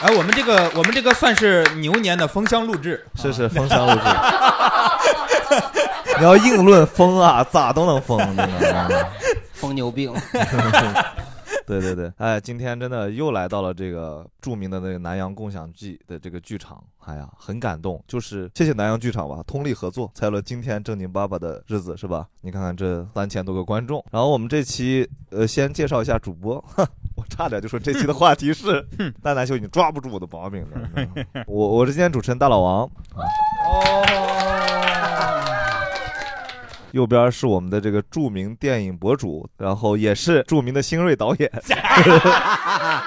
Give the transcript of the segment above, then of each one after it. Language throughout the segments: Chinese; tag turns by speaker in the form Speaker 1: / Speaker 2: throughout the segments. Speaker 1: 哎，我们这个我们这个算是牛年的封箱录制，啊
Speaker 2: 是是封箱录制。你要硬论封啊，咋都能封，真的。
Speaker 3: 疯牛病。
Speaker 2: 对对对，哎，今天真的又来到了这个著名的那个南洋共享记的这个剧场，哎呀，很感动。就是谢谢南洋剧场吧，通力合作，才有了今天正经爸爸的日子，是吧？你看看这三千多个观众。然后我们这期，呃，先介绍一下主播，我差点就说这期的话题是蛋蛋秀，你抓不住我的把柄了。你知道吗 我我是今天主持人大老王，右边是我们的这个著名电影博主，然后也是著名的新锐导演，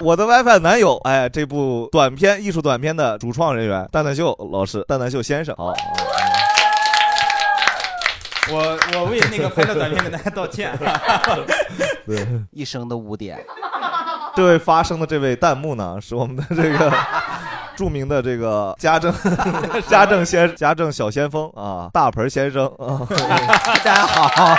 Speaker 2: 我的 WiFi 男友，哎，这部短片艺术短片的主创人员蛋蛋秀老师，蛋蛋秀先生，好，
Speaker 1: 我我为那个拍的短片跟大家道歉。啊
Speaker 2: 对，
Speaker 3: 一生的污点。
Speaker 2: 这位发声的这位弹幕呢，是我们的这个著名的这个家政 家政先家政小先锋啊，大盆先生啊，
Speaker 3: 大家好。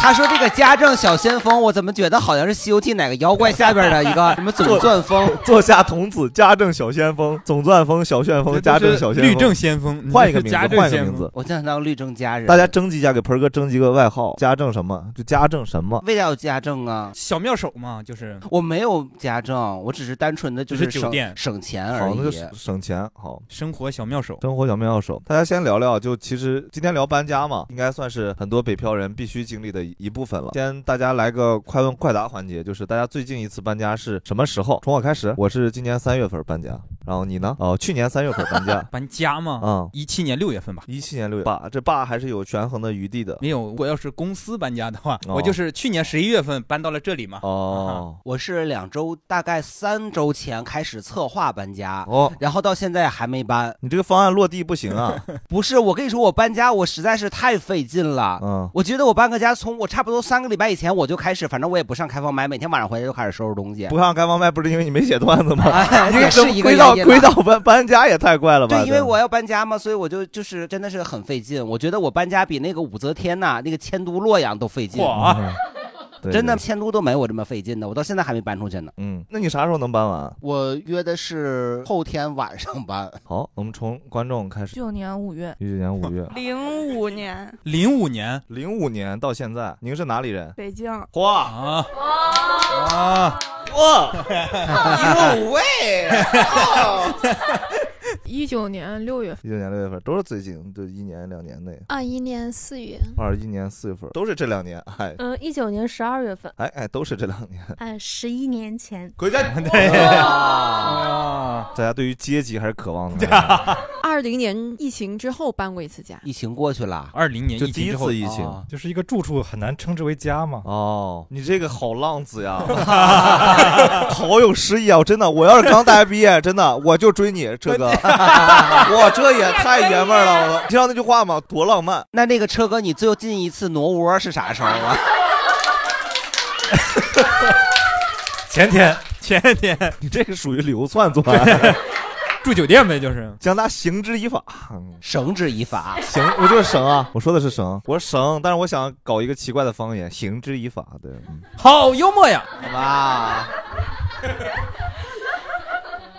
Speaker 3: 他说这个家政小先锋，我怎么觉得好像是《西游记》哪个妖怪下边的 一个什么总钻风？
Speaker 2: 座下童子家政小先锋，总钻风小旋风，家政小先锋，
Speaker 1: 律政先锋
Speaker 2: 换一个名字，
Speaker 1: 你是家政
Speaker 2: 换一个
Speaker 1: 先
Speaker 2: 名
Speaker 1: 锋
Speaker 2: 字，
Speaker 3: 我想当律政佳人。
Speaker 2: 大家征集一下，给盆儿哥征集个外号，家政什么？就家政什么？
Speaker 3: 为啥有家政啊？
Speaker 1: 小妙手嘛，就是
Speaker 3: 我没有家政，我只是单纯的就
Speaker 1: 只是
Speaker 3: 省
Speaker 1: 酒店
Speaker 3: 省钱而
Speaker 2: 好，那就
Speaker 3: 已
Speaker 2: 省。省钱。好，
Speaker 1: 生活小妙手。。
Speaker 2: 生活小妙手。大家先聊聊，就其实今天聊搬家嘛，应该算是很多北漂人必须经历的一部分了。先大家来个快问快答环节，就是大家最近一次搬家是什么时候？从我开始，我是今年三月份搬家，然后你呢？哦，去年三月份 搬家
Speaker 1: 搬家嘛，
Speaker 2: 嗯，
Speaker 1: 一七年六月份吧。
Speaker 2: 一七年六月，爸，这爸还是有权衡的余地的。
Speaker 1: 没有，我要是公司搬家的话，
Speaker 2: 哦
Speaker 1: 我就是去年十一月份搬到了这里嘛。啊
Speaker 2: 哦
Speaker 3: 我是两周，大概三周前开始策划搬家，
Speaker 2: 哦，
Speaker 3: 然后到现在还没搬。
Speaker 2: 你这个方案落地不行啊。
Speaker 3: 不是，我跟你说，我搬家我实在是太费劲了。
Speaker 2: 嗯，
Speaker 3: 我觉得我搬个家，从我差不多三个礼拜以前我就开始，反正我也不上开放麦，每天晚上回来就开始收拾东西。
Speaker 2: 不看开放麦不是因为你没写段子吗？
Speaker 3: 哎，
Speaker 2: 你
Speaker 3: 也是一个
Speaker 2: 归到
Speaker 3: 原因
Speaker 2: 归
Speaker 3: 吧
Speaker 2: 到搬搬家也太怪了吧？
Speaker 3: 对，因为我要搬家嘛，所以我就就是真的是很费劲。我觉得我搬家比那个武则天呐、那个迁都洛阳都费劲，
Speaker 1: 哇，
Speaker 2: 嗯 对
Speaker 3: 真的
Speaker 2: 对
Speaker 3: 迁都都没有我这么费劲的，我到现在还没搬出去呢。
Speaker 2: 嗯，那你啥时候能搬完？啊
Speaker 3: 我约的是后天晚上搬，
Speaker 2: 好，我们从观众开始。
Speaker 4: 九年五月，，
Speaker 2: 一九年五月
Speaker 4: 零五年
Speaker 1: 零五年
Speaker 2: 零五年到现在，您是哪里人？
Speaker 4: 北京，
Speaker 2: 哇
Speaker 1: 啊啊，
Speaker 2: 哇，
Speaker 3: 有啊位，
Speaker 4: 一九年六月，
Speaker 2: 一九年六月份都是最近，就一年两年内。
Speaker 5: 二一年四月，
Speaker 2: 二一年四月份都是这两年，哎
Speaker 6: 嗯，一九年十二月份，
Speaker 2: 哎哎，都是这两年。
Speaker 6: 哎，十一年前，
Speaker 2: 回家，
Speaker 1: 啊，
Speaker 2: 大家对于阶级还是渴望的，
Speaker 5: 二零年疫情之后搬过一次家。？
Speaker 3: 疫情过去了，
Speaker 1: 二零年
Speaker 2: 就
Speaker 1: 疫
Speaker 2: 第
Speaker 1: 情
Speaker 2: 一
Speaker 1: 之后
Speaker 2: 次疫情。
Speaker 1: 啊
Speaker 7: 就是一个住处很难称之为家嘛。
Speaker 2: 哦，你这个好浪子 呀， 好有诗意啊！我真的，我要是刚大学毕业，真的我就追你这个， 哇，这也太爷们儿了！我操，听到那句话吗？多浪漫！
Speaker 3: 那那个车哥，你最近一次挪窝是啥时候啊？
Speaker 7: 前天
Speaker 1: 前天
Speaker 2: 你这个属于流窜作案，
Speaker 1: 住酒店呗，就是
Speaker 2: 将他刑之以法。嗯
Speaker 3: 绳之以法，
Speaker 2: 行，我就是绳啊，我说的是绳，我说绳，但是我想搞一个奇怪的方言，刑之以法。对，嗯
Speaker 1: 好幽默呀。
Speaker 3: 哇，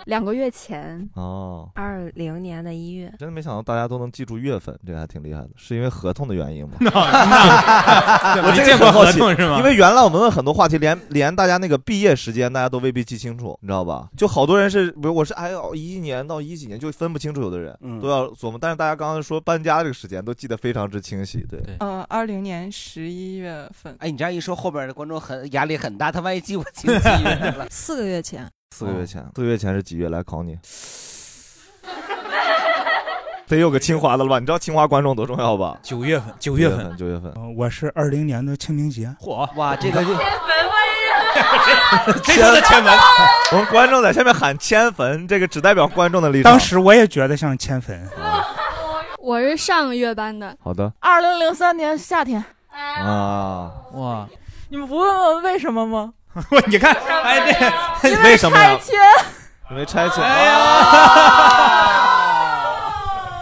Speaker 6: 两个月前，
Speaker 2: 哦，
Speaker 6: 二零年的一月，
Speaker 2: 真的没想到大家都能记住月份，这个还挺厉害的，是因为合同的原 因吗？
Speaker 1: 我
Speaker 2: 我这
Speaker 1: 没
Speaker 2: 个
Speaker 1: 见过
Speaker 2: 很好
Speaker 1: 合
Speaker 2: 奇
Speaker 1: 同是吗？
Speaker 2: 因为原来我们问很多话题，连连大家那个毕业时间，大家都未必记清楚，你知道吧？就好多人是，比如我是哎呦一一年到一几年就分不清楚，有的人
Speaker 3: 嗯
Speaker 2: 都要琢磨。但是大家刚刚说搬家这个时间都记得非常之清晰，对。
Speaker 8: 呃，二零年十一月份，
Speaker 3: 哎，你这样一说，后边的观众很压力很大，他万一记我记不记 了
Speaker 5: 四个月前，
Speaker 2: 四个月前，四个月前是几月？来考你。 得有个清华的了吧？你知道清华观众多重要吧？
Speaker 1: 九月份，九月份，
Speaker 9: 呃
Speaker 2: 份，九月份，
Speaker 7: 我是二零年的清明节，
Speaker 1: 嚯，
Speaker 3: 哇，这个就
Speaker 1: 谁说的千坟？
Speaker 2: 我们观众在下面喊千坟，这个只代表观众的立场。
Speaker 9: 当时我也觉得像千坟。
Speaker 10: 我是上个月搬的，
Speaker 2: 好的
Speaker 10: 二零零三年夏天。
Speaker 2: 啊，
Speaker 1: 哇，
Speaker 10: 你们不问问为什么吗？
Speaker 1: 你看，哎，这
Speaker 2: 因为为什么呀拆
Speaker 10: 迁，
Speaker 2: 因为拆迁。啊
Speaker 1: 哎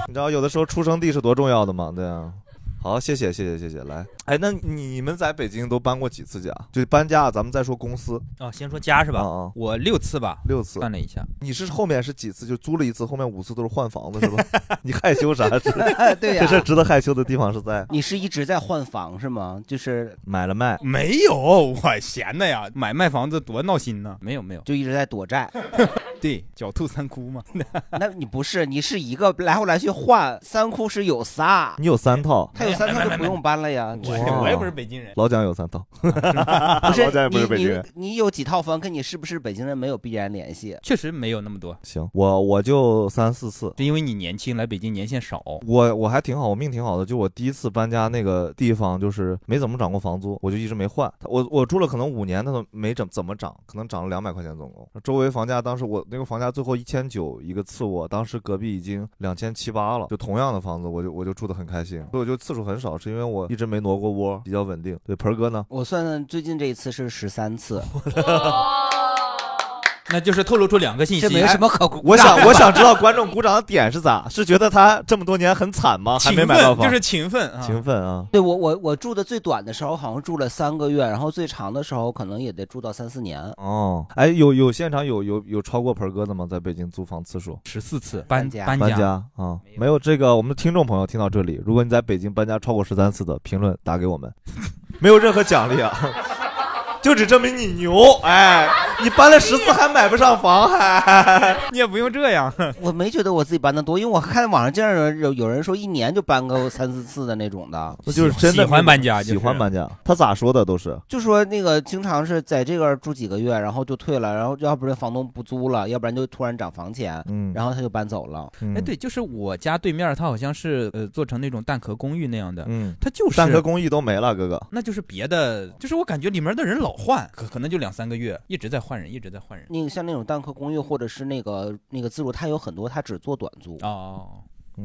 Speaker 2: 你知道有的时候出生地是多重要的吗？对啊。好，谢谢，谢谢，谢谢。来，哎，那你们在北京都搬过几次家？就搬家，咱们再说公司。
Speaker 1: 哦，先说家是吧？
Speaker 2: 啊
Speaker 1: 我六次吧，
Speaker 2: 六次
Speaker 1: 算了一下，
Speaker 2: 你是后面是几次就租了一次，后面五次都是换房子是吧？ 你害羞啥？是
Speaker 3: 对呀
Speaker 2: 这事儿值得害羞的地方是在
Speaker 3: 你是一直在换房是吗？就是
Speaker 2: 买了卖，
Speaker 1: 没有，我闲的呀，买卖房子多闹心呢。没有没有，
Speaker 3: 就一直在躲债。
Speaker 1: 对，狡兔三窟嘛。
Speaker 3: 那你不是，你是一个来回来去换，三窟是有仨，
Speaker 2: 你有三套，
Speaker 3: 他有三套就不用搬 了呀。就是
Speaker 2: 哇老蒋有三套，
Speaker 3: 不是
Speaker 2: 老蒋也不是
Speaker 3: 你
Speaker 2: 北京人。
Speaker 3: 你你有几套房，跟你是不是北京人没有必然联系。
Speaker 1: 确实没有那么多，
Speaker 2: 行，我我就三四次，
Speaker 1: 是因为你年轻来北京年限少。
Speaker 2: 我我还挺好，我命挺好的。就我第一次搬家那个地方，就是没怎么涨过房租，我就一直没换。我我住了可能五年，它都没怎怎么涨，可能涨了两百块钱总共。周围房价当时我那个房价最后一千九一个次卧，当时隔壁已经两千七八了，就同样的房子，我就我就住得很开心。所以我就次数很少，是因为我一直没挪过窝，比较稳定。对，盆儿哥呢？
Speaker 3: 我算算，最近这一次是十三次，
Speaker 1: 那就是透露出两个信息，哎
Speaker 3: 这没什么可
Speaker 2: 我想我想知道观众鼓掌的点是咋？啊是觉得他这么多年很惨吗？还没买到房？
Speaker 1: 勤奋啊
Speaker 2: 勤奋啊！
Speaker 3: 对我我我住的最短的时候好像住了三个月，然后最长的时候可能也得住到三四年。
Speaker 2: 哦，哎，有有现场有有有超过盆儿哥的吗？在北京租房次数
Speaker 1: 十四次搬
Speaker 3: 家
Speaker 1: 搬
Speaker 2: 搬家啊、没有这个，我们的听众朋友听到这里，如果你在北京搬家超过十三次的，评论打给我们，没有任何 奖励啊，啊就只证明你牛，哎，你搬了十次还买不上房， 还
Speaker 1: 你也不用这样。
Speaker 3: 我没觉得我自己搬的多，因为我看网上经常有人有有人说一年就搬个三四次的那种的，
Speaker 2: 那就是真的喜欢搬
Speaker 3: 家。
Speaker 2: 家，他咋说的都是。
Speaker 3: 就说那个经常是在这个住几个月，然后就退了，然后要不然房东不租了，要不然就突然涨房钱，
Speaker 2: 嗯
Speaker 3: 然后他就搬走了。
Speaker 1: 哎，对，就是我家对面，它好像是呃做成那种蛋壳公寓那样的，
Speaker 2: 嗯，
Speaker 1: 它就是
Speaker 2: 蛋壳公寓都没了，哥哥。
Speaker 1: 那就是别的，就是我感觉里面的人老换，可可能就两三个月一直在换人，一直在换人。
Speaker 3: 那个像那种蛋壳公寓或者是那个那个自住，它有很多它只做短租。
Speaker 1: 哦，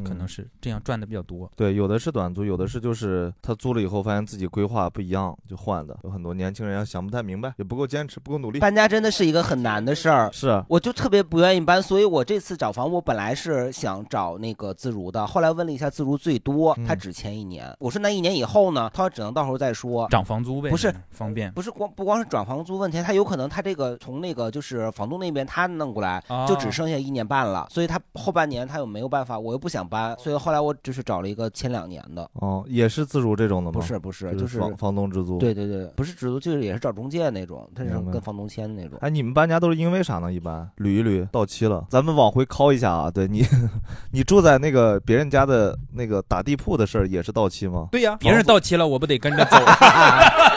Speaker 1: 可能是这样赚的比较多。
Speaker 2: 对，有的是短租，有的是就是他租了以后发现自己规划不一样就换的，有很多年轻人想不太明白，也不够坚持，不够努力。
Speaker 3: 搬家真的是一个很难的事儿，
Speaker 2: 嗯是
Speaker 3: 我就特别不愿意搬，所以我这次找房，我本来是想找那个自如的，后来问了一下自如最多，他只签一年。我说那一年以后呢？他说只能到时候再说。
Speaker 1: 涨房租呗，
Speaker 3: 不是
Speaker 1: 方便。
Speaker 3: 不是光不光是转房租问题，他有可能他这个从那个就是房东那边他弄过来
Speaker 1: 啊，
Speaker 3: 就只剩下一年半了，所以他后半年他又没有办法，我又不想搬，所以后来我就是找了一个签两年的，
Speaker 2: 哦，也是自如这种的吗？
Speaker 3: 不是不是，就是
Speaker 2: 房房东直租。
Speaker 3: 对对对，不是直租，就是也是找中介那种，他是
Speaker 2: 明白
Speaker 3: 跟房东签的那种。
Speaker 2: 哎，你们搬家都是因为啥呢？一般捋一捋，到期了，咱们往回敲一下啊。对你， 你住在那个别人家的那个打地铺的事儿也是到期吗？
Speaker 1: 对呀、别人到期了，我不得跟着走？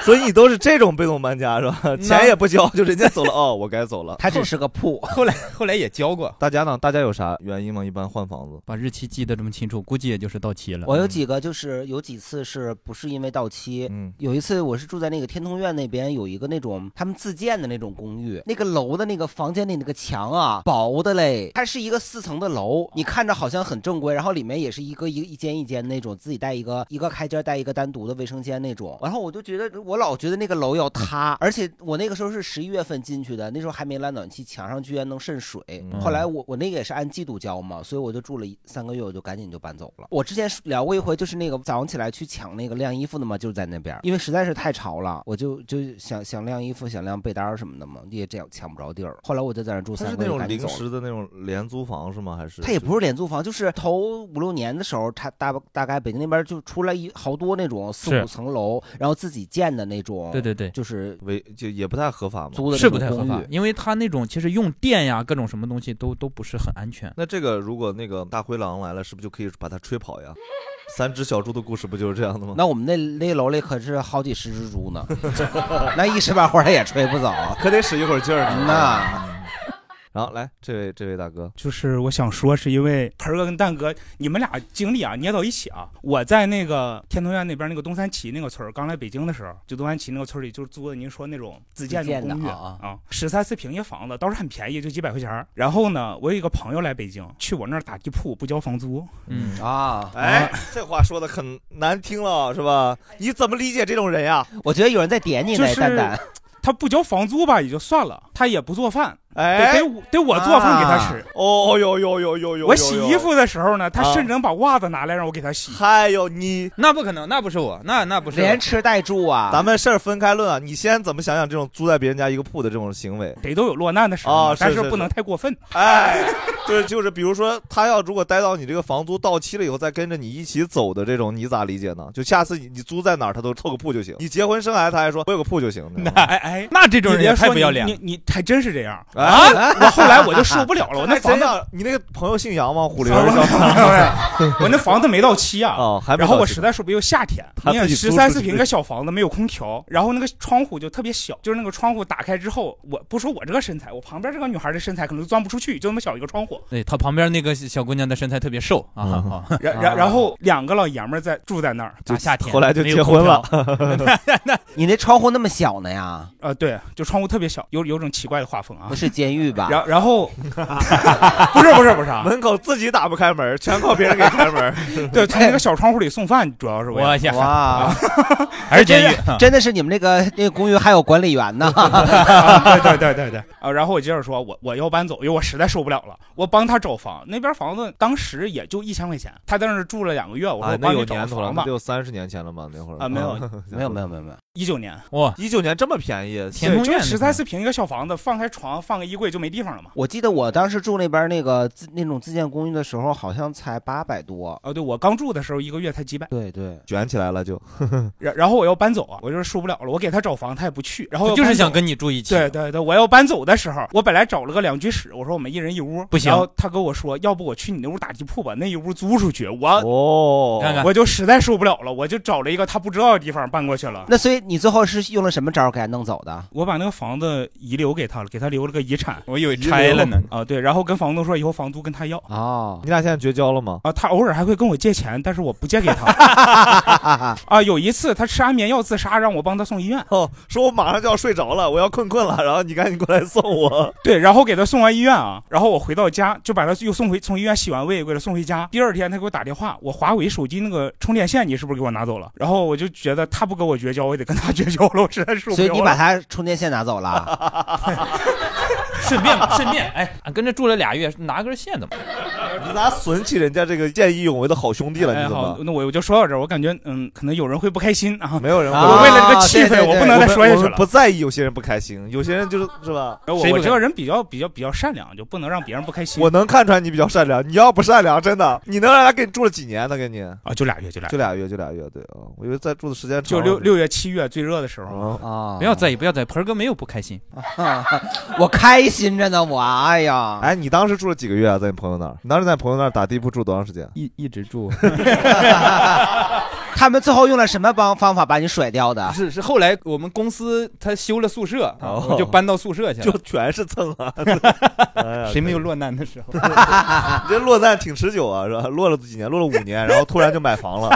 Speaker 2: 所以你都是这种被动搬家是吧？钱也不交，就人家走了哦，我该走了。
Speaker 3: 他只是个铺。
Speaker 1: 后来后来也交过。
Speaker 2: 大家呢？大家有啥原因吗？一般换房子，
Speaker 1: 把日期记得这么清楚，估计也就是到期了。嗯
Speaker 3: 我有几个就是有几次是不是因为到期？
Speaker 2: 嗯，
Speaker 3: 有一次我是住在那个天通苑那边有一个那种他们自建的那种公寓，那个楼的那个房间里那个墙啊薄的嘞，它是一个四层的楼，你看着好像很正规，然后里面也是一个一个一间一间那种，自己带一个一个开间带一个单独的卫生间那种。然后我就觉得我老觉得那个楼要塌，而且我那个时候是十一月份进去的，那时候还没拉暖气，墙上居然能渗水。
Speaker 1: 嗯
Speaker 3: 后来我我那个也是按季度交嘛，所以我就住了一三个月，我就赶紧就搬走了。我之前聊过一回，就是那个早上起来去抢那个晾衣服的嘛，就是在那边，因为实在是太潮了，我就就想想晾衣服、想晾被单儿什么的嘛，也这样抢不着地儿。后来我就在那儿住
Speaker 2: 它
Speaker 3: 三
Speaker 2: 是
Speaker 3: 个
Speaker 2: 那
Speaker 3: 月，
Speaker 2: 种
Speaker 3: 赶紧
Speaker 2: 临
Speaker 3: 走了。
Speaker 2: 时的那种廉租房是吗？还是
Speaker 3: 它也不是廉租房，就是头五六年的时候，它大大概北京那边就出来一好多那种四
Speaker 2: 是
Speaker 3: 五层楼，然后自己建的那种。
Speaker 1: 对对对
Speaker 3: 就是
Speaker 2: 违就也不太合法吗？
Speaker 3: 租的那
Speaker 1: 是
Speaker 3: 种
Speaker 1: 不太合
Speaker 3: 公
Speaker 1: 法
Speaker 3: 寓，
Speaker 1: 嗯因为他那种其实用电呀，各种什么东西都都不是很安全。
Speaker 2: 那这个如果那个大灰狼来了，是不是就可以把它吹跑呀？ 三只小猪的故事不就是这样的吗？
Speaker 3: 那我们那那楼里可是好几十只猪 呢，那一时半会儿也吹不走，
Speaker 2: 可得使一会儿劲儿呢。
Speaker 3: 那
Speaker 2: 然后来这位这位大哥，
Speaker 9: 就是我想说，是因为盆儿哥跟蛋哥，你们俩经历啊捏到一起啊。我在那个天通苑那边那个东三旗那个村儿，刚来北京的时候，就东三旗那个村儿里就是租的您说那种自建的公
Speaker 3: 自建
Speaker 9: 寓
Speaker 3: 的啊
Speaker 9: 啊，十三四平一房子，倒是很便宜，就几百块钱儿。然后呢，我有一个朋友来北京，去我那儿打地铺，不交房租。
Speaker 2: 嗯
Speaker 3: 啊，
Speaker 2: 哎，这话说的很难听了，是吧？你怎么理解这种人呀？
Speaker 3: 我觉得有人在点你
Speaker 9: 就
Speaker 3: 呢，
Speaker 9: 是
Speaker 3: 蛋蛋。
Speaker 9: 他不交房租吧，也就算了，他也不做饭，
Speaker 2: 哎
Speaker 9: 得得我得我做饭给他吃。
Speaker 2: 啊哦呦呦呦呦呦！
Speaker 9: 我洗衣服的时候呢，他
Speaker 1: 啊
Speaker 9: 甚至能把袜子拿来让我给他洗。
Speaker 2: 还有你，
Speaker 1: 那不可能，那不是我，那那不是我
Speaker 3: 吃带住啊！
Speaker 2: 咱们事儿分开论啊，你先怎么想想这种租在别人家一个铺的这种行为？
Speaker 9: 得都有落难的时候嘛
Speaker 2: 啊，
Speaker 9: 但
Speaker 2: 是
Speaker 9: 是不能太过分。
Speaker 2: 哎，对，就是比如说，他要如果待到你这个房租到期了以后，再跟着你一起走的这种，你咋理解呢？就下次你你租在哪儿，他都凑个铺就行。你结婚生孩子，他还说我有个铺就行。那
Speaker 9: 哎哎，那
Speaker 2: 这种人也太不要脸了
Speaker 9: 你你还真是这样
Speaker 2: 哎
Speaker 9: 啊！我后来我就受不了了，我那
Speaker 2: 哎
Speaker 9: 房
Speaker 2: 真
Speaker 9: 子
Speaker 2: 的，你那个朋友姓杨吗？虎林儿
Speaker 9: 啊不
Speaker 2: 叫
Speaker 9: 是我那房子没到期啊，
Speaker 2: 哦还没到
Speaker 9: 然
Speaker 2: 期
Speaker 9: 后我实在受不了，又夏天，
Speaker 2: 他
Speaker 9: 你
Speaker 2: 自己
Speaker 9: 看
Speaker 2: 租
Speaker 9: 十
Speaker 2: 出
Speaker 9: 三
Speaker 2: 去
Speaker 9: 四平个小房子没有空调，然后那个窗户就特别小，就是那个窗户打开之后，我不说我这个身材，我旁边这个女孩的身材可能都钻不出去，就那么小一个窗户。
Speaker 1: 对他旁边那个小姑娘的身材特别瘦啊，好，
Speaker 9: 嗯 然然然后两个老爷们儿在住在那儿，
Speaker 1: 就
Speaker 9: 大夏
Speaker 1: 后来就结婚了没有空调
Speaker 3: 你那窗户那么小呢呀？
Speaker 9: 呃，对，就窗户特别小，有有种奇怪的画风啊。
Speaker 3: 不是监狱吧？
Speaker 9: 然然后 不是不是不是啊，。
Speaker 2: 门口自己打不开门，全靠别人给开门 哎
Speaker 9: 对，从那个小窗户里送饭，主要是啊我 也
Speaker 3: 哇，
Speaker 9: 还是监狱
Speaker 3: 啊真的真的是你们那个 那个公寓还有管理员呢。
Speaker 9: 啊对对对对对啊！然后我接着说，我我要搬走，因为我实在受不了了。我帮他找房，那边房子当时也就一千块钱，他在那儿住了两个月，我说
Speaker 2: 啊
Speaker 9: 我，
Speaker 2: 那
Speaker 9: 帮
Speaker 2: 有
Speaker 9: 你找个
Speaker 2: 年头了，
Speaker 9: 房
Speaker 2: 那
Speaker 9: 吧
Speaker 2: 得。有三十年前了吧？那会儿哦
Speaker 9: 啊没有
Speaker 3: 没有没有没有没 有，
Speaker 9: 一九年
Speaker 1: 哇，
Speaker 2: 一九年这么便宜，
Speaker 9: 对，就十三四平一个小房子，放开床，放个衣柜就没地方了嘛。
Speaker 3: 我记得我当时住那边那个自那种自建公寓的时候，好像才八百多。
Speaker 9: 哦，对我刚住的时候一个月才几百。
Speaker 3: 对对，
Speaker 2: 卷起来了 就。
Speaker 9: 然然后我要搬走啊，我就是受不了了，我给他找房，他也不去，然后
Speaker 1: 他
Speaker 9: 要
Speaker 1: 就是
Speaker 9: 搬走
Speaker 1: 想跟你住一起
Speaker 9: 对对对，我要搬走的时候，我本来找了个两居室，我说我们一人一屋，
Speaker 1: 不行
Speaker 9: 然后他跟我说，要不我去你那屋打地铺吧，那一屋租出去。我
Speaker 2: 哦
Speaker 3: 看看
Speaker 9: 我就实在受不了了，我就找了一个他不知道的地方搬过去了。
Speaker 3: 那所以你最后是用了什么招儿给他弄走 的？
Speaker 9: 我把那个房子遗留给他了，给他留了个遗产。
Speaker 1: 我以为
Speaker 2: 拆了呢啊
Speaker 9: 啊，对，然后跟房东说以后房租跟他要。
Speaker 3: 哦，
Speaker 2: 你俩现在绝交了吗？
Speaker 9: 啊，他偶尔还会跟我借钱，但是我不借给 他。 啊，有一次他吃安眠药自杀，让我帮他送医院。
Speaker 2: 哦，说我马上就要睡着了，我要困困了，然后你赶紧过来送我。
Speaker 9: 对，然后给他送完医院啊，然后我回到家就把他又送回，从医院洗完胃给他送回家。第二天他给我打电话，我华为手机那个充电线你是不是给我拿走了？然后我就觉得他不跟我绝交，我也得跟他绝交了，我实在受不了了。
Speaker 3: 所以你把他充电线拿 走了？
Speaker 1: 顺便顺便，哎，跟着住了俩月，拿根线怎么？
Speaker 2: 你咋损起人家这个见义勇为的好兄弟了？你
Speaker 9: 哎，
Speaker 2: 怎
Speaker 9: 好
Speaker 2: 么，？
Speaker 9: 那我我就说到这儿，我感觉嗯，可能有人会不开心啊。
Speaker 2: 没有人会
Speaker 9: 我为了
Speaker 2: 啊
Speaker 9: 这个气氛，我不能再说下去
Speaker 2: 我
Speaker 9: 了
Speaker 2: 们。不在意有些人不开心，有些人就是是吧？
Speaker 9: 我我这个人比较比较比较善良，就不能让别人不开心。
Speaker 2: 我能看出来你比较善良，你要不善良，真的，你能让他给你住了几年呢？给你啊，
Speaker 9: 就俩月，就俩
Speaker 2: 就俩月，就俩月，对啊、
Speaker 3: 哦
Speaker 2: 我以为在住的时间长
Speaker 9: 就
Speaker 2: 了，
Speaker 9: 六六月七月最热的时
Speaker 2: 哦
Speaker 9: 候
Speaker 3: 啊
Speaker 1: 不要在意，不要在意，盆儿哥没有不开心。
Speaker 3: 我开心着呢，我哎呀，
Speaker 2: 哎，你当时住了几个月啊？在你朋友那儿？你当时在朋友那儿打地铺住多长时间？
Speaker 1: 一一直 住。
Speaker 3: 他们最后用了什么方方法把你甩掉的？
Speaker 1: 是是，后来我们公司他修了宿舍，啊
Speaker 2: 哦
Speaker 1: 我就搬到宿舍去了，
Speaker 2: 就全是蹭 啊！
Speaker 1: 谁没有落难的时候？
Speaker 2: 你哎这落难挺持久啊，是吧？落了几年，落了五年，然后突然就买 房了，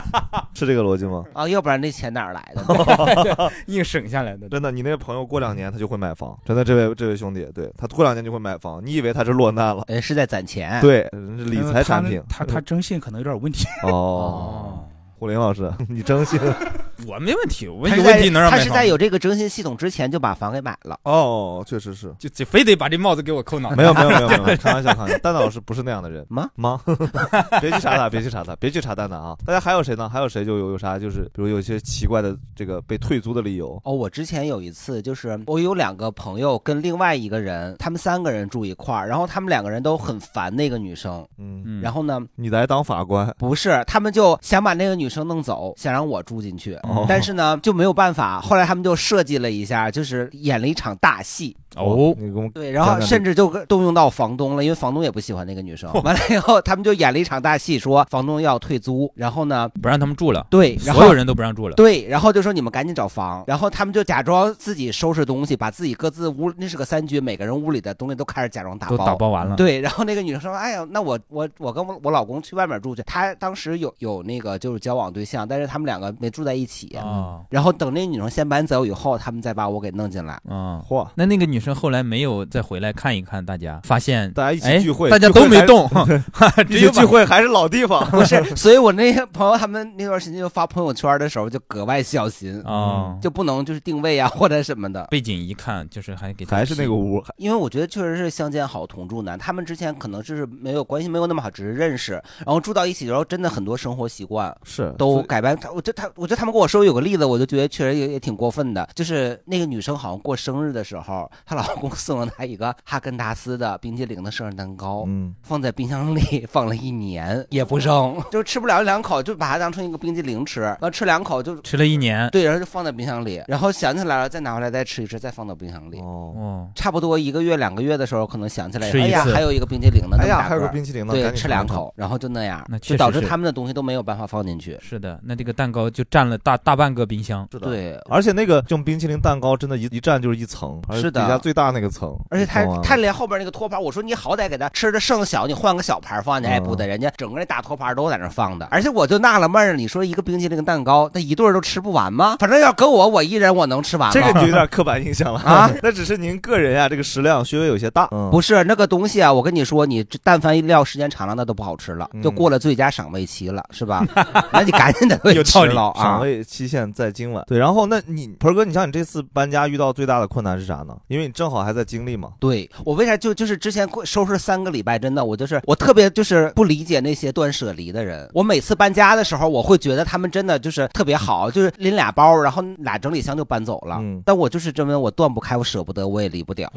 Speaker 2: 是这个逻辑吗？
Speaker 3: 啊，要不然那钱哪儿来的？
Speaker 1: 硬省下来的。
Speaker 2: 真的，你那个朋友过两年他就会买房，真的，这位这位兄弟，对他过两年就会买房，你以为他是落难了？
Speaker 3: 哎，是在攒钱
Speaker 2: 对，嗯是理财产品。
Speaker 9: 呃他他他征信可能有点问题。
Speaker 2: 哦，胡林老师， 你征信
Speaker 1: 我没问题，我
Speaker 3: 他
Speaker 1: 有
Speaker 3: 是
Speaker 1: 问
Speaker 3: 在
Speaker 1: 题能让
Speaker 3: 他
Speaker 1: 买
Speaker 3: 是
Speaker 1: 房
Speaker 3: 在有这个征信系统之前就把房给买了。
Speaker 2: 哦，确实是。
Speaker 1: 就就非得把这帽子给我扣脑袋。
Speaker 2: 没 有没有没有没有，开玩笑开玩笑，蛋蛋老师不是那样的人
Speaker 3: 吗
Speaker 2: 吗？ 别去查他，别去查他，别去查蛋蛋啊！大家还有谁呢？还有谁就有有啥就是，比如有一些奇怪的这个被退租的理由，
Speaker 3: 哦，我之前有一次，就是我有两个朋友跟另外一个人，他们三个人住一块儿，然后他们两个人都很烦那个女生，
Speaker 2: 嗯
Speaker 3: 然后呢，
Speaker 2: 你来当法官，
Speaker 3: 不是，他们就想把那个女生弄走，想让我住进去，
Speaker 2: 哦
Speaker 3: 但是呢就没有办法。后来他们就设计了一下，就是演了一场大戏。
Speaker 2: 哦，你给我们
Speaker 3: 对，然后
Speaker 2: 讲讲
Speaker 3: 甚至就跟动用到房东了，因为房东也不喜欢那个女
Speaker 2: 哦
Speaker 3: 生。 完了以后，他们就演了一场大戏，说房东要退租，然后呢
Speaker 1: 不让他们住了，
Speaker 3: 对，然后
Speaker 1: 所有人都不让住了，，
Speaker 3: 对，然后就说你们赶紧找房，然后他们就假装自己收拾东西，把自己各自屋那是个三居，每个人屋里的东西都开始假装打包，
Speaker 1: 都打包完了
Speaker 3: 对，然后那个女生说：“哎呀，那我我我跟我我老公去外面住去。”她当时有有那个就是交往对象，但是他们两个没住在一起。
Speaker 1: 啊
Speaker 3: 然后等那女生先搬走以后，他们再把我给弄进来。
Speaker 1: 啊，
Speaker 2: 嚯！
Speaker 1: 那那个女生后来没有再回来看一看大家，发现大
Speaker 2: 家一
Speaker 1: 哎
Speaker 2: 起聚会，
Speaker 1: 大家都没动，
Speaker 2: 一起聚会还是老地方，
Speaker 3: 不是，所以我那些朋友他们那段时间就发朋友圈的时候就格外小心
Speaker 1: 啊
Speaker 3: 就不能就是定位啊或者什么的。
Speaker 1: 背景一看就是还给
Speaker 2: 还是那个屋，
Speaker 3: 因为我觉得确实是相见好同住难，他们之前可能就是没有关系，没有那么好，只是认识，然后住到一起，然后真的很多生活习惯
Speaker 2: 是
Speaker 3: 都改变。他，我觉得他，我觉得他们给我说有个例子，我就觉得确实也也挺过分的，就是那个女生好像过生日的时候，她老公送了她一个哈根达斯的冰激凌的生日蛋糕，
Speaker 2: 嗯，
Speaker 3: 放在冰箱里放了一年也不扔， 就吃不了两口，就把它当成一个冰激凌吃，然后吃两口就
Speaker 1: 吃了一年，
Speaker 3: 对，然后就放在冰箱里，然后想起来了再拿回来再吃一吃，再放到冰箱里。
Speaker 2: 哦，
Speaker 3: 差不多一个月两个月的时候，可能想起来，
Speaker 2: 吃一
Speaker 3: 哎呀，
Speaker 2: 次
Speaker 3: 还有一个冰淇淋呢，
Speaker 2: 哎呀
Speaker 3: 那么大个儿
Speaker 2: 还有个冰淇淋呢赶
Speaker 3: 对，
Speaker 2: 紧
Speaker 3: 吃
Speaker 2: 尝
Speaker 3: 两
Speaker 2: 尝
Speaker 3: 口，然后就那样
Speaker 1: 那，确
Speaker 3: 就导
Speaker 1: 实
Speaker 3: 致
Speaker 1: 是
Speaker 3: 他们的东西都没有办法放进去。
Speaker 1: 是的，那这个蛋糕就占了大大半个冰箱，
Speaker 2: 是
Speaker 3: 的对
Speaker 2: 而且那个这种冰淇淋蛋糕真的一，一站就是一层，而且
Speaker 3: 是的
Speaker 2: 底下最大那个层，
Speaker 3: 而且他
Speaker 2: 你懂吗
Speaker 3: 他连后边那个托盘，我说你好歹给他吃的剩小，你换个小盘放进来，哎
Speaker 2: 嗯
Speaker 3: 不对，人家整个那大托盘都在那放的。而且我就纳了闷儿，你说一个冰淇淋蛋糕，那一对儿都吃不完吗？反正要搁我，我一人我能吃完 吗？
Speaker 2: 这个你就有点刻板印象了
Speaker 3: 啊
Speaker 2: 那只是您个人呀，这个食量稍微有些大，嗯
Speaker 3: 不是那个东西啊，我跟你说，你这但凡料时间长了，那都不好吃了，就
Speaker 2: 嗯
Speaker 3: 过了最佳赏味期了，是 吧？那你赶 紧的给吃了啊
Speaker 2: 赏！味期限在今晚。对，然后那你盆儿哥，你像你这次搬家遇到最大的困难是啥呢？因为你正好还在经历嘛。
Speaker 3: 对我为啥就就是之前过收拾三个礼拜，真的我就是我特别就是不理解那些断舍离的人。我每次搬家的时候，我会觉得他们真的就是特别好，就是拎俩包，然后俩整理箱就搬走了。但我就是真的我断不开，我舍不得，我也离不掉。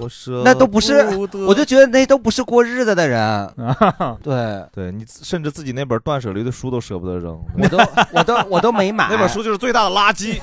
Speaker 2: 我舍
Speaker 3: 那都不是，
Speaker 2: 得
Speaker 3: 我就觉得那都不是过日子 的人。对，
Speaker 2: 对你甚至自己那本断舍离的书都舍不得 扔，
Speaker 3: 我都我都我都没买
Speaker 2: 那本书就是最大的垃 圾，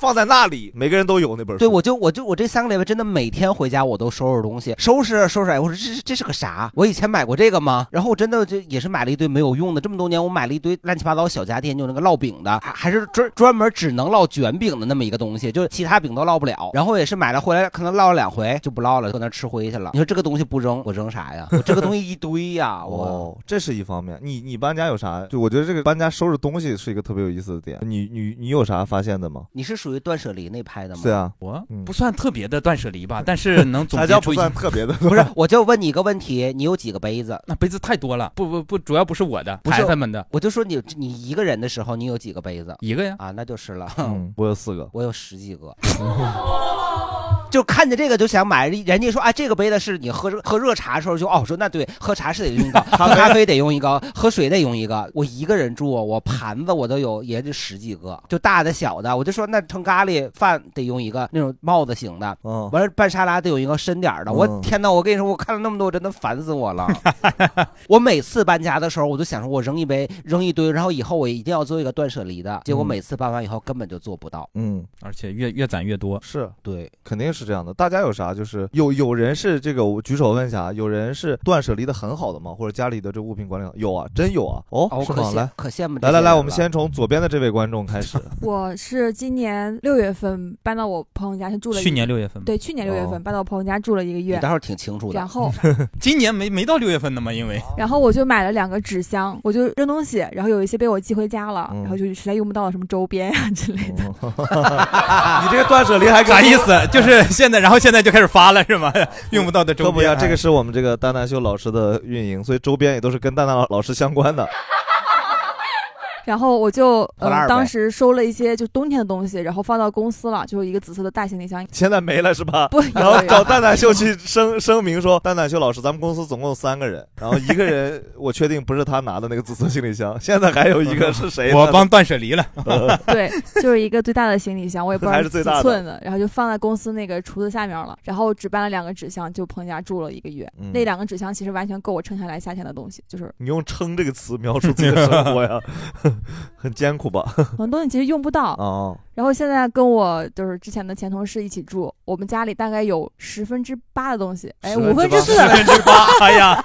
Speaker 2: 放在那里，每个人都有那本书。
Speaker 3: 对，我就我就我这三个礼拜真的每天回家我都收拾东西，收拾收拾，哎，我说这是这是个啥？我以前买过这个吗？然后我真的就也是买了一堆没有用的，这么多年我买了一堆乱七八糟小家电，就那个烙饼的，还还是专专门只能烙卷饼的那么一个东西，就是其他饼都烙不了。然后也是买了回来，可能烙了两回就不烙了，搁那吃灰去了。你说这个东西不扔，我扔啥呀？我这个东 西一堆呀，我。
Speaker 2: 哦，这是一方面。你你搬家有啥？就我觉得这个搬家收拾东西是一个特别有意思的点。你你你有啥发现的吗？
Speaker 3: 你是属于断舍离那派的吗？
Speaker 2: 对啊，
Speaker 1: 我不算特别的断舍离吧，但是能总
Speaker 3: 啥
Speaker 1: 结
Speaker 3: 叫
Speaker 1: 出
Speaker 3: 不
Speaker 1: 一
Speaker 3: 算特别的 不是，我就问你一个问题，你有几个杯子？
Speaker 1: 那杯子太多了，不不不，主要不是我的，
Speaker 3: 不是
Speaker 1: 孩子们的，
Speaker 3: 我就说你你一个人的时候，你有几个杯子？
Speaker 1: 一个呀。
Speaker 3: 啊，那就是了。
Speaker 2: 嗯，我有四个，
Speaker 3: 我有十 几个。就看见这个就想买，人家说啊，这个杯子是你喝热喝热茶的时候就哦，我说那对，喝茶是得 用一个，喝咖啡得用一个，喝水得用一个。我一个人住，我盘子我都有也得十几个，就大的小的，我就说那盛咖喱饭得用一个那种帽子型的，
Speaker 2: 嗯，
Speaker 3: 完了拌沙拉得有一个深点儿的。我
Speaker 2: 嗯
Speaker 3: 天哪，我跟你说，我看了那么多，我真的烦死我了。 我每次搬家的时候，我就想说，我扔一杯，扔一堆，然后以后我一定要做一个断舍离的。结果
Speaker 2: 嗯
Speaker 3: 每次搬完以后，根本就做不到。
Speaker 2: 嗯，
Speaker 1: 而且越越攒越多，
Speaker 2: 是
Speaker 3: 对，
Speaker 2: 肯定是这样的。大家有啥就是有有人是这个，我举手问一下，有人是断舍离的很好的吗？或者家里的这物品管理好有啊，真有啊。哦，
Speaker 3: 哦
Speaker 2: 是
Speaker 3: 可
Speaker 2: 吗？
Speaker 3: 羡
Speaker 2: 来，
Speaker 3: 可羡慕这
Speaker 2: 来来
Speaker 3: 些
Speaker 2: 来，
Speaker 3: 人
Speaker 2: 我们
Speaker 3: 了
Speaker 2: 先从左边的这位观众开 始。
Speaker 5: 我是今年六月份搬到我朋友家，先住了一
Speaker 1: 去年六月份吗
Speaker 5: 对，去年六月
Speaker 1: 哦
Speaker 5: 份搬到我朋友家住了一个月。
Speaker 3: 挺清楚
Speaker 5: 然后
Speaker 1: 今年没没到六月份呢嘛，因为
Speaker 5: 然后我就买了两个纸箱，我就扔东西，然后有一些被我寄回家了，
Speaker 1: 嗯
Speaker 5: 然后就实在用不到了什么周边呀、之类的。
Speaker 1: 嗯
Speaker 2: 你这个断舍离还
Speaker 1: 啥意思？就是现在，然后现在就开始发了是吗？ 用不到的周
Speaker 2: 科普一
Speaker 1: 边
Speaker 2: 下，，这个是我们这个蛋蛋秀老师的运营，所以周边也都是跟蛋蛋老师相关的。
Speaker 5: 然后我就
Speaker 2: 破烂儿
Speaker 5: 呃
Speaker 2: 呗
Speaker 5: 当时收了一些就冬天的东西，然后放到公司了，就是一个紫色的大行李箱。
Speaker 2: 现在没了是吧？
Speaker 5: 不
Speaker 2: 然后
Speaker 5: 有
Speaker 2: 找蛋蛋秀去声声明说，蛋蛋秀老师，咱们公司总共有三个人，然后一个人我确定不是他拿的那个紫色行李箱， 现在还有一个是谁呢？
Speaker 1: 嗯
Speaker 2: 呃
Speaker 1: 我帮断舍 离了。
Speaker 5: 对，就是一个最大的行李箱，我也不知道
Speaker 2: 还是最
Speaker 5: 几
Speaker 2: 大的
Speaker 5: 寸的，然后就放在公司那个厨子下面了。然后只搬了两个纸箱，就朋友家住了一个月。
Speaker 2: 嗯
Speaker 5: 那两个纸箱其实完全够我撑下来夏天的东西，就是
Speaker 2: 你用“撑”这个词描述自己的生活呀？ 很艰苦吧？
Speaker 11: 很多东西其实用不到。
Speaker 2: 哦，
Speaker 11: 然后现在跟我就是之前的前同事一起住，我们家里大概有十分之八的东西，哎，五分之四，
Speaker 1: 十分之 八，哎呀，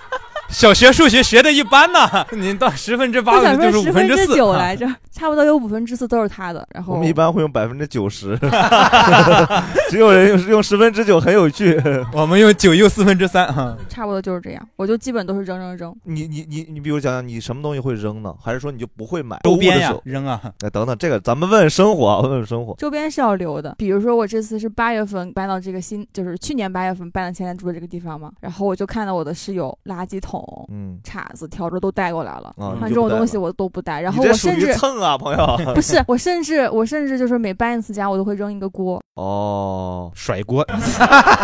Speaker 1: 小学数学学的一般呐，您到十分之八
Speaker 11: 我想
Speaker 1: 就是
Speaker 11: 说
Speaker 1: 五
Speaker 11: 十
Speaker 1: 分
Speaker 11: 分之
Speaker 1: 四
Speaker 11: 九来着， 差不多有五分之四都是他的。然
Speaker 2: 我
Speaker 11: 后
Speaker 2: 们一般会用百分之九十， 只有人用用十分之九很有趣。
Speaker 1: 我们用九又四分之三啊哈。
Speaker 11: 差不多就是这样，我就基本都是扔扔扔。
Speaker 2: 你你你你，比如讲讲你什么东西会扔呢？还是说你就不会买
Speaker 1: 周边呀
Speaker 2: 购物的时候
Speaker 1: 扔啊？
Speaker 2: 哎，等等，这个咱们问问生活啊，问问生活。
Speaker 11: 周边是要留的，比如说我这次是八月份搬到这个新，就是去年八月份搬到现在住的这个地方嘛，然后我就看到我的室友垃圾桶、
Speaker 2: 嗯
Speaker 11: 铲子、笤帚都带过来了，
Speaker 2: 啊
Speaker 11: 像
Speaker 2: 你
Speaker 11: 这
Speaker 2: 就不
Speaker 11: 种
Speaker 2: 带
Speaker 11: 东
Speaker 2: 了
Speaker 11: 西我都不带，然
Speaker 2: 你
Speaker 11: 后
Speaker 2: 这
Speaker 11: 我
Speaker 2: 属
Speaker 11: 甚
Speaker 2: 于
Speaker 11: 至
Speaker 2: 蹭啊，朋友
Speaker 11: 不是，我甚至我甚至就是每搬一次家，我都会扔一个锅，
Speaker 2: 哦，
Speaker 1: 甩锅，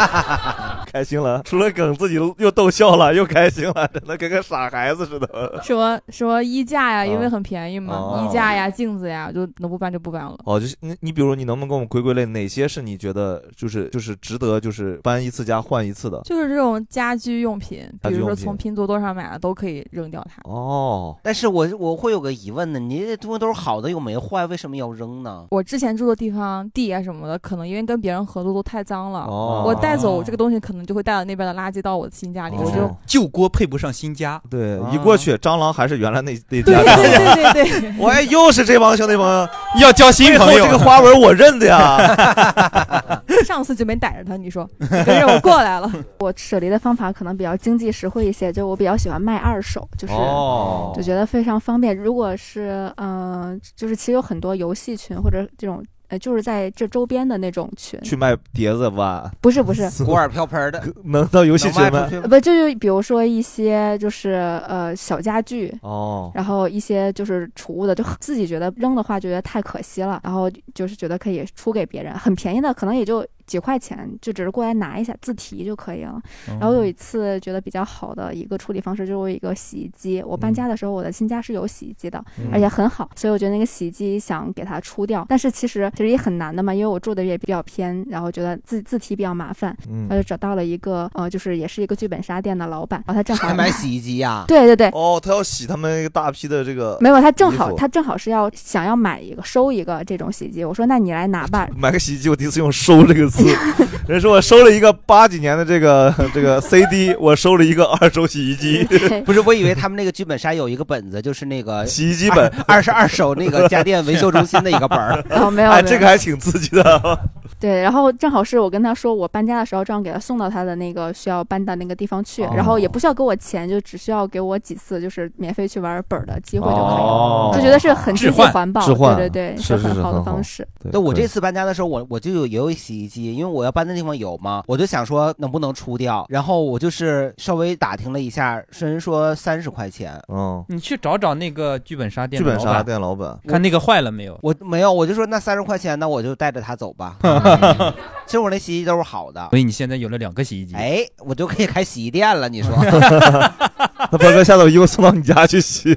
Speaker 2: 开心了。除了梗，自己都又逗笑了，又开心了，真的跟个傻孩子似的。
Speaker 11: 什么什么衣架呀，因为
Speaker 2: 啊
Speaker 11: 很便宜嘛，
Speaker 2: 哦
Speaker 11: 衣架呀、镜子呀，就能不搬就不搬了。
Speaker 2: 哦，就是你，你比如你能不能给我们归归类，哪些是你觉得就是就是值得就是搬一次家换一次的？
Speaker 11: 就是这种家居用品，
Speaker 2: 家
Speaker 11: 比
Speaker 2: 居
Speaker 11: 如
Speaker 2: 用
Speaker 11: 说
Speaker 2: 品
Speaker 11: 从拼多多上买的都可以扔掉它。
Speaker 2: 哦，
Speaker 3: 但是我我会有个疑问呢，你这东西都是好的，又没坏，为什么要扔呢？
Speaker 11: 我之前住的地方地啊什么的，可能因为跟别人合作都太脏了，
Speaker 2: 哦
Speaker 11: 我带走这个东西可能就会带到那边的垃圾到我的新家里，我就
Speaker 1: 哦旧锅配不上新家，啊
Speaker 2: 对，一过去蟑螂还是原来那 那家。
Speaker 11: 对对对对，
Speaker 2: 我哎，又是这帮兄弟朋友，
Speaker 1: 要交新朋友
Speaker 2: 这个花纹我认得呀。
Speaker 11: 上次就没逮着他，你说 你跟着我过来了。
Speaker 12: 我舍离的方法可能比较经济实惠一些，就我比较喜欢卖二手，就是、
Speaker 6: 哦
Speaker 12: 就觉得非常方便。如果是嗯、呃就是其实有很多游戏群或者这种呃，就是在这周边的那种群，
Speaker 2: 去卖碟子吧，
Speaker 12: 不是 不是
Speaker 3: 锅碗瓢盆的，
Speaker 2: 能到游戏
Speaker 3: 能
Speaker 2: 群
Speaker 3: 卖出
Speaker 2: 吗
Speaker 3: 去？
Speaker 12: 呃不就是比如说一些就是呃小家具，
Speaker 2: 哦，
Speaker 12: 然后一些就是储物的，就自己觉得扔的话觉得太可惜了，然后就是觉得可以出给别人，很便宜的，可能也就几块钱，就只是过来拿一下自提就可以了。然后有一次觉得比较好的一个处理方式，就是我有一个洗衣机，我搬家的时候我的新家是有洗衣机的，
Speaker 6: 嗯
Speaker 12: 而且很好，所以我觉得那个洗衣机想给它出掉，但是其实其实也很难的嘛，因为我住的也比较偏，然后觉得自自提比较麻烦，
Speaker 3: 嗯
Speaker 12: 然后就找到了一个呃，就是也是一个剧本杀店的老板，然后他正好
Speaker 3: 还买洗衣机啊呀？
Speaker 12: 对对对，
Speaker 2: 哦，他要洗他们一大批的这个，。
Speaker 12: 没有，他正好他正好是要想要买一个收一个这种洗衣机，我说那你来拿吧。
Speaker 2: 买个洗衣机，我第一次用“收”这个词。人说我收了一个八几年的这个 这个 CD，我收了一个二手洗衣机。
Speaker 3: 不是，我以为他们那个剧本杀有一个本子，就是那个
Speaker 2: 洗衣机本
Speaker 3: 二十二手那个家电维修中心的一个本 儿
Speaker 12: 哦没有
Speaker 2: 哎，
Speaker 12: 没有
Speaker 2: 这个还 挺刺激的。
Speaker 12: 对，然后正好是我跟他说我搬家的时候，正好给他送到他的那个需要搬到那个地方去，
Speaker 3: 哦
Speaker 12: 然后也不需要给我钱，就只需要给我几次就是免费去玩本儿的机会就可以了，
Speaker 2: 哦
Speaker 12: 就觉得是很经济环保，
Speaker 3: 置换
Speaker 12: 对对对，
Speaker 3: 是是
Speaker 12: 很
Speaker 3: 是
Speaker 12: 好的
Speaker 3: 很好
Speaker 12: 方式。
Speaker 3: 对，我这次搬家的时候，我我就有也有洗衣机，因为我要搬的地方有嘛，我就想说能不能出掉，然后我就是稍微打听了一下，人说三十块钱，
Speaker 2: 嗯，
Speaker 1: 你去找找那个剧本杀店的老板，
Speaker 2: 老板
Speaker 1: 看那个坏了没有？
Speaker 3: 我没有，我就说那三十块钱，那我就带着它 走吧。其实我那洗衣机都是好
Speaker 2: 啊
Speaker 3: 的，
Speaker 1: 所以你现在有了两个洗衣机，
Speaker 3: 哎，我就可以开洗衣店了。 你说，
Speaker 2: 那彪哥下次我一会儿送到你家去洗。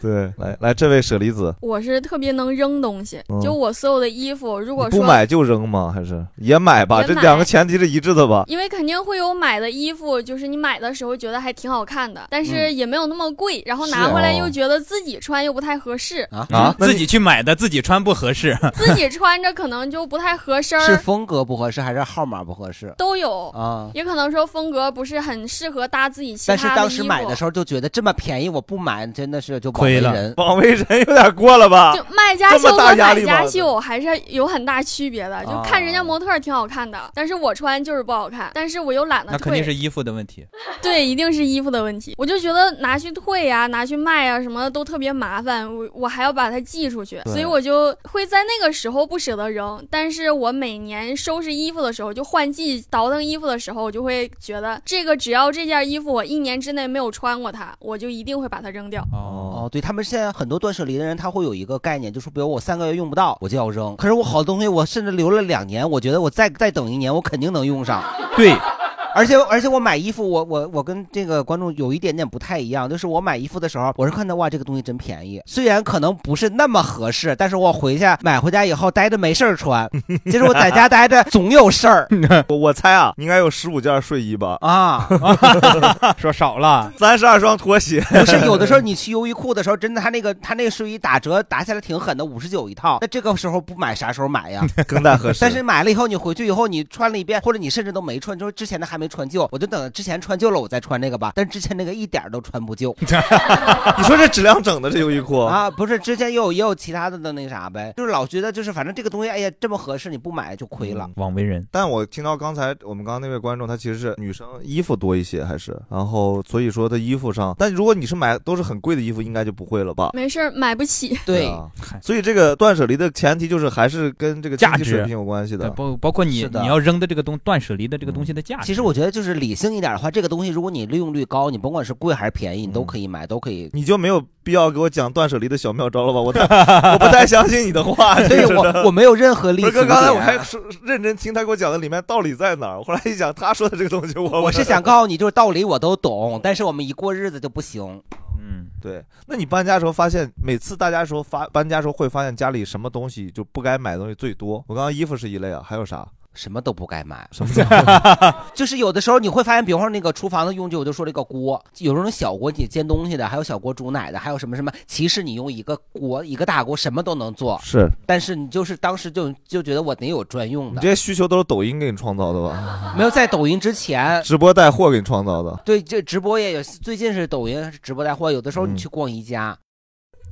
Speaker 2: 对，来来，这位舍离子，
Speaker 10: 我是特别能扔东西，
Speaker 2: 嗯
Speaker 10: 就我所有的衣服，如果
Speaker 2: 不
Speaker 10: 说
Speaker 2: 买就扔吗？还是也买吧？
Speaker 10: 也
Speaker 2: 这
Speaker 10: 买
Speaker 2: 两个前提是一致的吧？
Speaker 10: 因为肯定会有买的衣服，就是你买的时候觉得还挺好看的，但是
Speaker 2: 嗯
Speaker 10: 也没有那么贵，然后
Speaker 2: 是
Speaker 10: 拿回来又
Speaker 2: 哦
Speaker 10: 觉得自己穿又不太合适，嗯
Speaker 1: 啊，自己去买的，自己穿不合适。
Speaker 10: 自己穿着可能就不太合身
Speaker 3: 是
Speaker 10: 儿，
Speaker 3: 风格不合适还是号码不合适？
Speaker 10: 都有。
Speaker 3: 啊。
Speaker 10: 也可能说风格不是很适合搭自己其他
Speaker 3: 但
Speaker 10: 的衣
Speaker 3: 是
Speaker 10: 服。
Speaker 3: 当时买的时候就觉得这么便宜，我不买真的是就枉
Speaker 2: 亏
Speaker 3: 为
Speaker 2: 了
Speaker 3: 人，
Speaker 2: 枉为人有点过了吧？
Speaker 10: 就卖家
Speaker 2: 啊这
Speaker 10: 秀
Speaker 2: 么大
Speaker 10: 和
Speaker 2: 压
Speaker 10: 买
Speaker 2: 力
Speaker 10: 家
Speaker 2: 吗
Speaker 10: 秀还是有很大区别的，就看人
Speaker 2: 哦
Speaker 10: 家模特儿挺好看的，但是我穿就是不好看，但是我又懒得
Speaker 1: 那肯定是
Speaker 10: 退，
Speaker 1: 衣服的问题。
Speaker 10: 对，一定是衣服的问题。我就觉得拿去退呀、拿去卖呀、什么的都特别麻烦，我我还要把它寄出去，
Speaker 2: 对
Speaker 10: 所以我就会在那个时候不舍得扔。但是我每年收拾衣服的时候，就换季倒腾衣服的时候，我就会觉得这个只要这件衣服我一年之内没有穿过它，我就一定会把它扔掉。
Speaker 3: 哦，对他们现在很多断舍离的人，他会有一个概念，就是比如我三个月用不到，我就要扔。 可是我好东西，我甚至留了两年，我觉得我再再等一年，我肯定能用上。
Speaker 1: 对，
Speaker 3: 而且而且我买衣服，我我我跟这个观众有一点点不太一样，就是我买衣服的时候，我是看到哇这个东西真便宜，虽然可能不是那么合适，但是我回去买回家以后待着没事儿穿，其实我在家待着总有事 儿。
Speaker 2: 我我猜啊，你应该有十五件睡衣吧？
Speaker 3: 啊，
Speaker 2: 说少了，三十二双拖鞋。
Speaker 3: 不是有 的时候你去优衣库的时候，真的他那个他那个睡衣打折打下来挺狠的，五十九一套。那这个时候不买啥时候买呀？
Speaker 2: 更待何时
Speaker 3: 但是买了以后你回去以后你穿了一遍，或者你甚至都没穿，就是之前的还没穿旧，我就等之前穿旧了我再穿那个吧。但之前那个一点儿都穿不旧
Speaker 2: 你说这质量整的这优衣库
Speaker 3: 啊，不是之前也有也有其他的的那啥呗，就是老觉得就是反正这个东西哎呀这么合适你不买就亏了。
Speaker 2: 枉为人。但我听到刚才我们刚刚那位观众，他其实是女生衣服多一些，还是然后所以说她衣服上，但如果你是买都是很贵的衣服，应该就不会了 吧？
Speaker 10: 没事儿，买不起。
Speaker 2: 啊，所以这个断舍离的前提就是还是跟这个经
Speaker 1: 价
Speaker 2: 济
Speaker 1: 值
Speaker 2: 水平有关系的
Speaker 1: 对，包包括你
Speaker 3: 是的
Speaker 1: 你要扔的这个东断舍离的这个东西的价值。
Speaker 3: 其实我觉得就是理性一点的话，这个东西如果你利用率高，你甭管是贵还是便
Speaker 1: 嗯
Speaker 3: 宜，你都可以买，都可以。
Speaker 2: 你就没有必要给我讲断舍离的小妙招了吧？我太我不太相信你的话。
Speaker 3: 对
Speaker 2: 真的
Speaker 3: 我我没有任何立
Speaker 2: 不
Speaker 3: 足
Speaker 2: 是哥，
Speaker 3: 点。
Speaker 2: 刚才我还说认真听他给我讲的里面道理在哪儿，我后来一想他说的这个东西我，我
Speaker 3: 我是想告诉你，就是道理我都懂，但是我们一过日子就不行。
Speaker 1: 嗯，
Speaker 2: 对。那你搬家的时候发现，每次大家时候发搬家的时候会发现家里什么东西就不该买的东西最多。我刚刚衣服是一类啊，还有啥？
Speaker 3: 什么都不该买，
Speaker 2: 什么都
Speaker 3: 就是有的时候你会发现，比方说那个厨房的用具，我就说这个锅，有那种小锅你煎东西的，还有小锅煮奶的，还有什么什么。其实你用一个锅，一个大锅什么都能做，
Speaker 2: 是。
Speaker 3: 但是你就是当时就就觉得我得有专用
Speaker 2: 你
Speaker 3: 的
Speaker 2: 这，些需求都是抖音给你创造的 吧？
Speaker 3: 没有在抖音之前。
Speaker 2: 直播带货给你创造的。
Speaker 3: 对，这直播也有，最近是抖音是直播带货，有的时候你去逛宜家，
Speaker 2: 嗯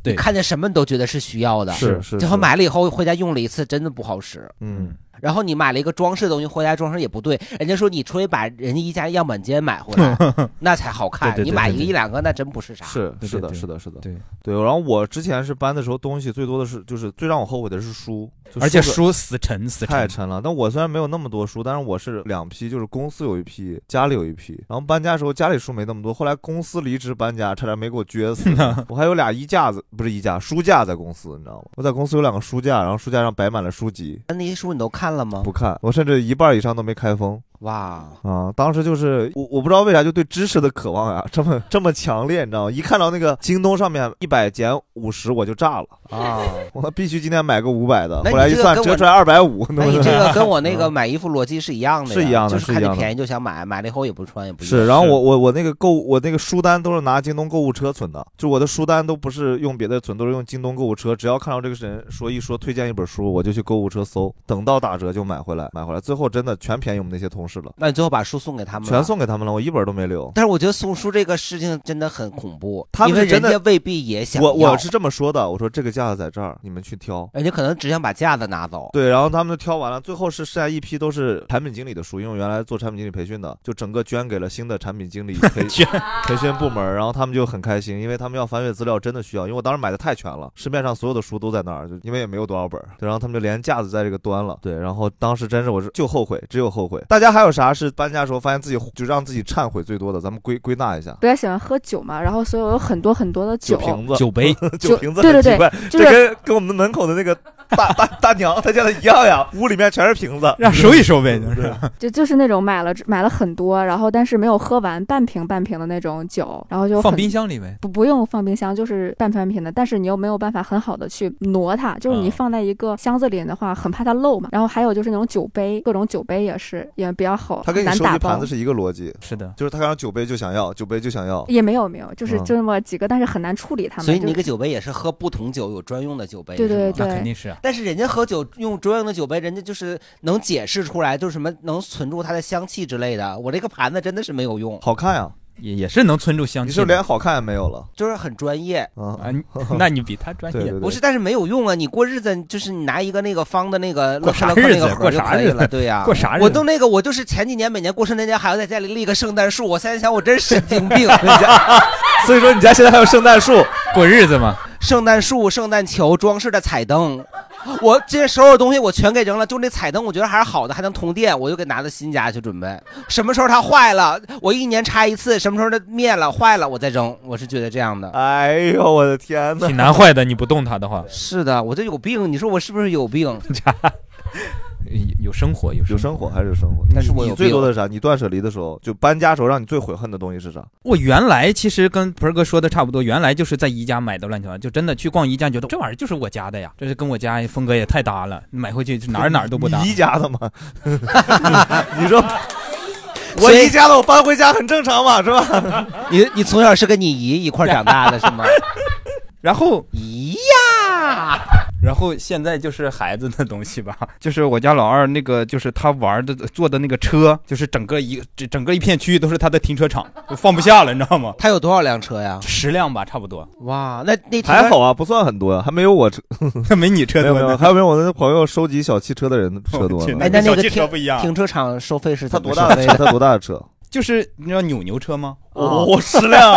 Speaker 2: 对
Speaker 3: 你看见什么你都觉得是需要的，
Speaker 2: 是是
Speaker 3: 然后
Speaker 2: 是
Speaker 3: 买了以后回家用了一次，真的不好使。
Speaker 2: 嗯，
Speaker 3: 然后你买了一个装饰的东西，回家装饰也不对，人家说你除非把人家宜家样板间买回 来，那才好看。
Speaker 2: 对对对
Speaker 3: 你买一个
Speaker 2: 对对
Speaker 3: 一两个，那真不是啥。
Speaker 2: 是是的，
Speaker 1: 对
Speaker 2: 是的，是的，对对。然后我之前是搬的时候，东西最多的是就是最让我后悔的是书，就
Speaker 1: 而且
Speaker 2: 的
Speaker 1: 书死沉死沉
Speaker 2: 太沉了。但我虽然没有那么多书，但是我是两批，就是公司有一批，家里有一批。然后搬家的时候家里书没那么多，后来公司离职搬家，差点没给我撅 死。我还有俩衣架子，不是衣架，书架在公司，你知道吗？我在公司有两个书架，然后书架上摆满了书籍。
Speaker 3: 那那些书你都看了吗？
Speaker 2: 不看，我甚至一半以上都没开封。
Speaker 3: 哇，
Speaker 2: 啊，当时就是我，我不知道为啥就对知识的渴望呀、 这么这么强烈，你知道吗？一看到那个京东上面一百减五十，我就炸了
Speaker 3: 啊！
Speaker 2: 我必须今天买个五百的，
Speaker 3: 那
Speaker 2: 啊后
Speaker 3: 你
Speaker 2: 来一
Speaker 3: 这个
Speaker 2: 算
Speaker 3: 跟
Speaker 2: 折
Speaker 3: 我
Speaker 2: 出来二百五，
Speaker 3: 那你这 个跟我
Speaker 2: 嗯
Speaker 3: 那个买衣服逻辑是一样的呀，
Speaker 2: 是一样的
Speaker 3: 就是
Speaker 2: 是
Speaker 3: 看
Speaker 2: 一
Speaker 3: 你
Speaker 2: 样的
Speaker 3: 便宜就想买，买了以后也不穿也不用
Speaker 2: 是，然后我我我那个购物我那个书单都是拿京东购物车存的，就我的书单都不是用别的存，都是用京东购物车。只要看到这个人说一说推荐一本书，我就去购物车搜，等到打折就买回来，买回来最后真的全便宜我们那些同事了，
Speaker 3: 那你最后把书送给他们了
Speaker 2: 全送给他们了，我一本都没留。
Speaker 3: 但是我觉得送书这个事情真的很恐怖，
Speaker 2: 他们
Speaker 3: 因为
Speaker 2: 是真
Speaker 3: 人
Speaker 2: 的
Speaker 3: 家未必也想
Speaker 2: 我我
Speaker 3: 要
Speaker 2: 是这么说的，我说这个架子在这儿，你们去挑。
Speaker 3: 人家可能只想把架子拿走。
Speaker 2: 对，然后他们就挑完了，最后是剩下一批都是产品经理的书，因为我原来做产品经理培训的，就整个捐给了新的产品经理 培培训部门儿，然后他们就很开心，因为他们要翻阅资料真的需要，因为我当时买的太全了，市面上所有的书都在那儿，就因为也没有多少本儿，对，然后他们就连架子在这个端了，对，然后当时真是我是就后悔，只有后悔。大家还有啥是搬家时候发现自己就让自己忏悔最多的？咱们归归纳一下。
Speaker 12: 不太喜欢喝酒嘛，然后所以我有很多很多的
Speaker 2: 酒瓶子、
Speaker 1: 酒杯
Speaker 2: 酒瓶子
Speaker 12: 对
Speaker 2: 很
Speaker 12: 对
Speaker 2: 奇
Speaker 12: 对
Speaker 2: 怪，
Speaker 12: 就
Speaker 2: 这
Speaker 12: 是
Speaker 2: 跟跟我们门口的那个大大大娘她家的一样呀，屋里面全是瓶子，
Speaker 1: 让收一收呗，就是。
Speaker 12: 就就是那种买了买了很多，然后但是没有喝完半瓶半瓶的那种酒，然后就很
Speaker 1: 放冰箱里呗
Speaker 12: 不不用放冰箱，就是半瓶半瓶的，但是你又没有办法很好的去挪它，就是
Speaker 2: 啊
Speaker 12: 你
Speaker 1: 嗯
Speaker 12: 放在一个箱子里的话，很怕它漏嘛。然后还有就是那种酒杯，各种酒杯也是也比较好，
Speaker 2: 他跟你
Speaker 12: 难
Speaker 2: 收
Speaker 12: 打
Speaker 2: 集
Speaker 12: 包
Speaker 2: 盘子。是一个逻辑，
Speaker 1: 是的，
Speaker 2: 就是他看到酒杯就想要，酒杯就想要，
Speaker 12: 也没有没有，就是
Speaker 2: 嗯
Speaker 12: 就这么几个，但是很难处理它们。
Speaker 3: 所以你
Speaker 12: 就
Speaker 3: 那个酒杯也是喝不同酒有专用的酒杯，
Speaker 12: 对对
Speaker 3: 是吗
Speaker 12: 对那肯定
Speaker 1: 是啊
Speaker 3: 但是人家喝酒用专用的酒杯，人家就是能解释出来，就是什么能存住它的香气之类的。我这个盘子真的是没有用，
Speaker 2: 好看啊呀、
Speaker 1: 也也是能存住香气的。
Speaker 2: 你是不是连好看也没有了
Speaker 3: 就是很专业。
Speaker 2: 啊
Speaker 1: 你那你比他专业。
Speaker 3: 不是，但是没有用啊！你过日子，就是你拿一个那个方的那个
Speaker 1: 过啥
Speaker 3: 乐呵乐呵那个
Speaker 1: 日子
Speaker 3: 盒
Speaker 1: 过
Speaker 3: 就
Speaker 1: 啥
Speaker 3: 可以
Speaker 1: 日子
Speaker 3: 了对呀、
Speaker 1: 过啥日子
Speaker 3: 我都那个，我就是前几年每年过圣诞节还要在家里立个圣诞树，我现在想我真是神经 病。
Speaker 2: 所以说你家现在还有圣诞树，
Speaker 1: 过日子嘛。
Speaker 3: 圣诞树、圣诞球、装饰的彩灯，我这些所有东西我全给扔了，就那彩灯我觉得还是好的，还能通电，我就给拿到新家去准备。什么时候它坏了，我一年拆一次；什么时候它灭了、坏了，我再扔。我是觉得这样的。
Speaker 2: 哎呦，我的天哪！
Speaker 1: 挺难坏的，你不动它的话。
Speaker 3: 啊是的，我这有病，你说我是不是有病？
Speaker 1: 有生活，有
Speaker 2: 有生活还是有生活。
Speaker 1: 但是我有
Speaker 2: 你最多
Speaker 1: 病
Speaker 2: 的是啥？你断舍离的时候，就搬家时候让你最悔恨的东西是啥？
Speaker 1: 我原来其实跟盆儿哥说的差不多，原来就是在宜家买的乱七八糟，就真的去逛宜家，觉得这玩意儿就是我家的呀，这是跟我家风格也太搭了，买回去哪儿哪儿都不 搭。
Speaker 2: 你宜家的吗？
Speaker 1: 你说
Speaker 2: 我一家的，我搬回家很正常嘛，是 吧？
Speaker 3: 你你从小是跟你姨一块儿长大的是 吗？
Speaker 1: 然后
Speaker 3: 咦呀，
Speaker 1: 然后现在就是孩子的东西吧，就是我家老二那个，就是他玩的坐的那个车，就是整个一整整个一片区域都是他的停车场，就放不下了，你知道吗？
Speaker 3: 他有多少辆车呀？
Speaker 1: 十辆吧，差不多。
Speaker 3: 哇，那那停
Speaker 2: 还好啊，不算很多呀，还没有我车，
Speaker 1: 没你车
Speaker 2: 没
Speaker 1: 多
Speaker 2: 有
Speaker 1: 呢哦
Speaker 2: 没有，还有没有我那朋友收集小汽车的人车多呢？
Speaker 3: 哎，那那个停停车场收费是
Speaker 2: 他
Speaker 3: 怎么
Speaker 2: 多大
Speaker 3: 收
Speaker 2: 的
Speaker 3: 费
Speaker 2: 车？他多大的 车？ 哦
Speaker 1: 就是你知道扭牛 车吗？
Speaker 2: 我十 辆，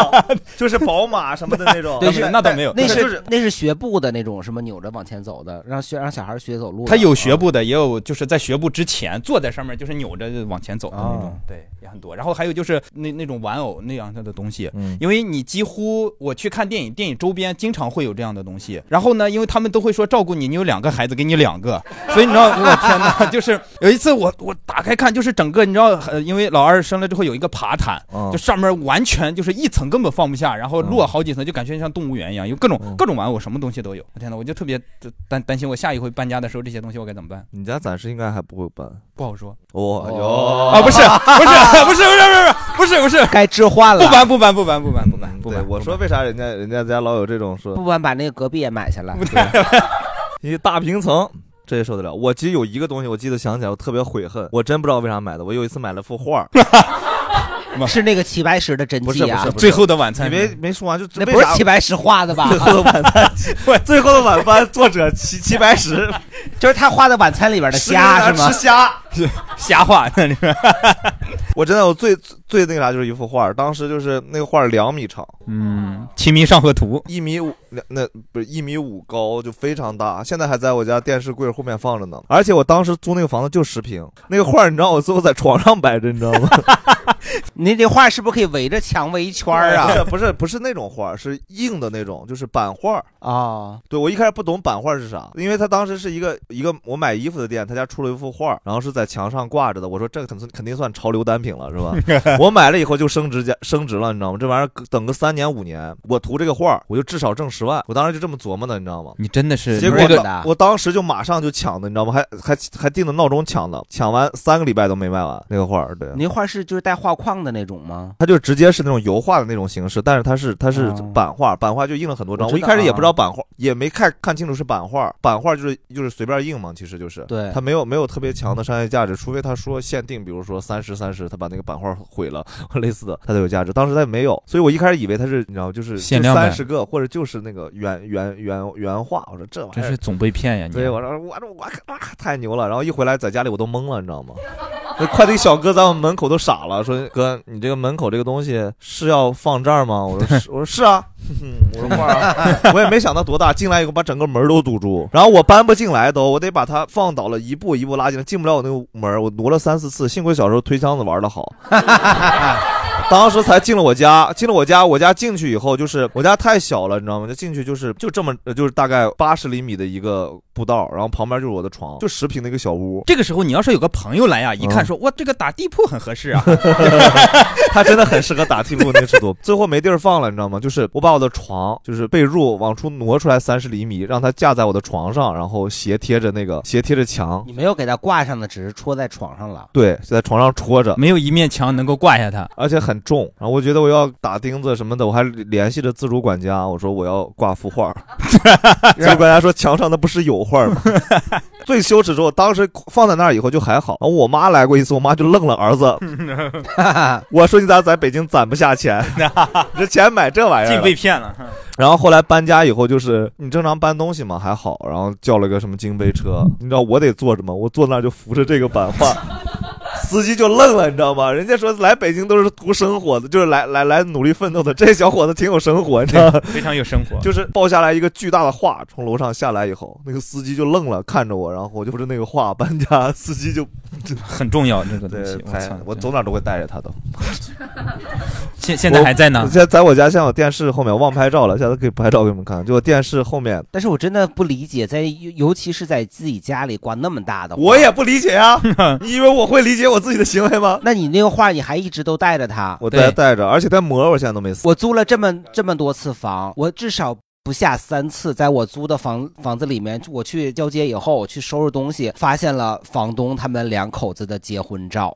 Speaker 2: 就是宝马什么的那种。
Speaker 3: 对，
Speaker 1: 是那倒没有
Speaker 3: 那
Speaker 1: 就是
Speaker 3: 那是学步的那种，什么扭着往前走的，让学让小孩学走路的。
Speaker 1: 他有 学步的，也有就是在学步之前坐在上面，就是扭着往前走的那
Speaker 3: 哦
Speaker 1: 种，啊对，也很多。然后还有就是那那种玩偶那样的东西，因为你几乎我去看电影，电影周边经常会有这样的东西。然后呢，因为他们都会说照顾你，你有两个孩子，给你两个，所以你知道， 我天哪，就是有一次我我打开看，就是整个你知道，呃因为老二生了之后有一个爬毯，
Speaker 2: 嗯
Speaker 1: 就上面完全就是一层根本放不下，然后落好几层，就感觉像动物园一样，有各种各种玩偶，什么东西都有。我天哪，我就特别担担心，我下一回搬家的时候这些东西我该怎么办？
Speaker 2: 你家暂时应该还不会搬，
Speaker 1: 不好说。
Speaker 2: 哦哟
Speaker 1: 啊，不是不是 不是不是不是不是不是，
Speaker 3: 该置换
Speaker 1: 不搬不搬不搬不搬不搬。
Speaker 2: 不对，我说为啥人家人家家老有这种说
Speaker 3: 不管把那个隔壁也买下来。
Speaker 2: 一大平层。这也受得了。我其实有一个东西，我记得想起来，我特别悔恨，我真不知道为啥买的。我有一次买了幅画 儿，
Speaker 3: 是那个齐白石的真
Speaker 2: 不是
Speaker 3: 迹
Speaker 2: 不
Speaker 3: 啊
Speaker 2: 是，，
Speaker 3: 后
Speaker 1: 的晚餐
Speaker 2: 你没没说完就
Speaker 3: 那不是 齐白石画的吧？
Speaker 2: 最后的晚餐， 最后的晚餐，作者齐齐白 石，
Speaker 3: 就是他画的晚餐里边的虾是吗？
Speaker 2: 吃虾，
Speaker 1: 瞎画那里面。
Speaker 2: 我真的我最最那个啥就是一幅画儿，当时就是那个画儿两米长，
Speaker 1: 嗯，《清明上河图》
Speaker 2: 一米五，那那不是一米五高，就非常大。现在还在我家电视柜后面放着呢。而且我当时租那个房子就十 平，那个画儿你知道我最后在床上摆着，你知道吗？
Speaker 3: 你这画是不是可以围着墙围一圈儿啊？
Speaker 2: 不是不是那种画儿，是硬的那种，就是版画儿
Speaker 3: 啊。
Speaker 2: 对我一开始不懂版画儿是啥，因为他当时是一个一个我买衣服的店，他家出了一幅画儿，然后是在墙上挂着的。我说这肯肯定算潮流单品了，是 吧？我买了以后就升值价升值了，你知道吗？这玩意儿等个三年五年，我图这个画儿，我就至少挣十万。我当时就这么琢磨的，你知道吗？
Speaker 1: 你真的啊是
Speaker 2: 结果
Speaker 1: 这
Speaker 2: 我
Speaker 1: 个
Speaker 2: 当我当时就马上就抢的，你知道吗？还还还定的闹钟抢的，抢完三个礼拜都没卖完那个画儿，对。
Speaker 3: 您画是就是带画框的那种吗？
Speaker 2: 它就直接是那种油画的那种形式，但是它是它是版画，版画就印了很多张。
Speaker 3: 啊我
Speaker 2: 我
Speaker 3: 知
Speaker 2: 一
Speaker 3: 道
Speaker 2: 开始也
Speaker 3: 啊
Speaker 2: 不知道版画，也没看看清楚是版画，版画就是就是随便印嘛，其实就是
Speaker 3: 对
Speaker 2: 它没有没有特别强的商业价值，除非他说限定，比如说三十三十，他把那个版画毁了 类似的，它才有价值。当时它没有，所以我一开始以为它是你知道就是
Speaker 1: 限量版
Speaker 2: 三十个或者就是那个原原原原画，我说这玩意
Speaker 1: 真
Speaker 2: 儿
Speaker 1: 是总被骗呀！你
Speaker 2: 所以我说我我我太牛了，然后一回来在家里我都懵了，你知道吗？那快递小哥在我们门口都傻了，说哥，你这个门口这个东西是要放这儿吗？我说是，我说是啊， 我说哇，我也没想到多大，进来以后把整个门都堵住，然后我搬不进来都，我得把它放倒了，一步一步拉进来，进不了我那个门，我挪了三四次，幸亏小时候推箱子玩的好，当时才进了我家，进了我家，我家进去以后就是我家太小了，你知道吗？就进去就是就这么呃就是大概八十厘米的一个步道，然后旁边就是我的床，就十平的一个小屋。嗯
Speaker 1: 这个时候你要是有个朋友来呀、啊一看说哇，这个打地铺很合适啊，
Speaker 2: 他真的很适合打地铺那个尺度。 最后没地儿放了，你知道吗？就是我把我的床，就是被褥往出挪出来三十厘米，让它架在我的床上，然后斜贴着那个斜贴着墙，
Speaker 3: 你没有给它挂上的，只是戳在床上了。
Speaker 2: 对，就在床上戳着，
Speaker 1: 没有一面墙能够挂下它，
Speaker 2: 而且很重。然后我觉得我要打钉子什么的，我还联系着自主管家，我说我要挂幅 画儿。自主管家说墙上那不是有画儿吗？最羞耻是我当时放在那儿以后就还好，然后我妈来过一次，我妈就愣了，儿子， 我说你咋在北京攒不下钱？你这 钱买这玩意儿了？
Speaker 1: 净被骗了。
Speaker 2: 然后后来搬家以后，就是你正常搬东西嘛，还好，然后叫了个什么金杯车，你知道我得坐着吗？我坐那儿就扶着这个版画， 司机就愣了，你知道吗？人家说来北京都是图生活的，就是来来来努力奋斗的，这小伙子挺有生活，你知道吗？
Speaker 1: 非常有生活，
Speaker 2: 就是爆下来一个巨大的画，从楼上下来以后，那个司机就愣了，看着我，然后我就不是那个画搬家，司机就
Speaker 1: 很重要这个东
Speaker 2: 对
Speaker 1: 西。我
Speaker 2: 太
Speaker 1: 操，
Speaker 2: 我走哪都会带着他的。
Speaker 1: 现现在还在呢
Speaker 2: 我现在在我家，现在我电视后面忘拍照了，下次可以拍照给你们看。就我电视后 面，
Speaker 3: 但是我真的不理解，在尤尤其是在自己家里挂那么大的，
Speaker 2: 我也不理解啊！你以为我会理解我自己的行为吗？
Speaker 3: 那你那个画你还一直都带着它，
Speaker 2: 我带带着，而且带膜我现在都没撕。
Speaker 3: 我租了这么这么多次房，我至少不下三次，在我租的房房子里面，我去交接以后，我去收拾东西，发现了房东他们两口子的结婚照，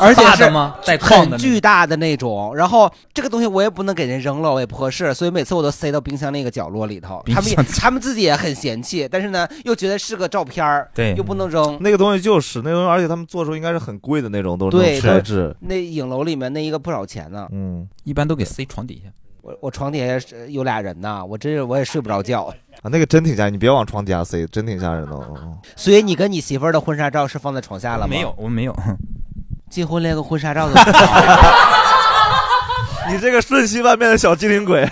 Speaker 1: 而且
Speaker 3: 大
Speaker 1: 是
Speaker 3: 的
Speaker 1: 吗带框的那
Speaker 3: 很
Speaker 1: 种
Speaker 3: 巨大的那种。然后这个东西我也不能给人扔了，我也不合适，所以每次我都塞到冰箱那个角落里头。
Speaker 2: 冰
Speaker 3: 他们也
Speaker 2: 箱
Speaker 3: 他们自己也很嫌弃，但是呢，又觉得是个照片儿
Speaker 2: 对
Speaker 3: 又不能扔。
Speaker 2: 那个东西就是那个东西，而且他们做的时候应该是很贵的那种，都是那
Speaker 3: 对，
Speaker 2: 种材质。
Speaker 3: 那影楼里面那一个不少钱呢。
Speaker 2: 嗯，
Speaker 1: 一般都给塞床底下。
Speaker 3: 我我床底下是有俩人呐，我真是我也睡不着觉。
Speaker 2: 啊，那个真挺吓人，你别往床底下塞，真挺吓人的。 哦
Speaker 3: 所以你跟你媳妇儿的婚纱照是放在床下了吗？
Speaker 1: 没有，，我没有。
Speaker 3: 结婚连个婚纱照都没有。
Speaker 2: 你这个瞬息万变的小机灵鬼，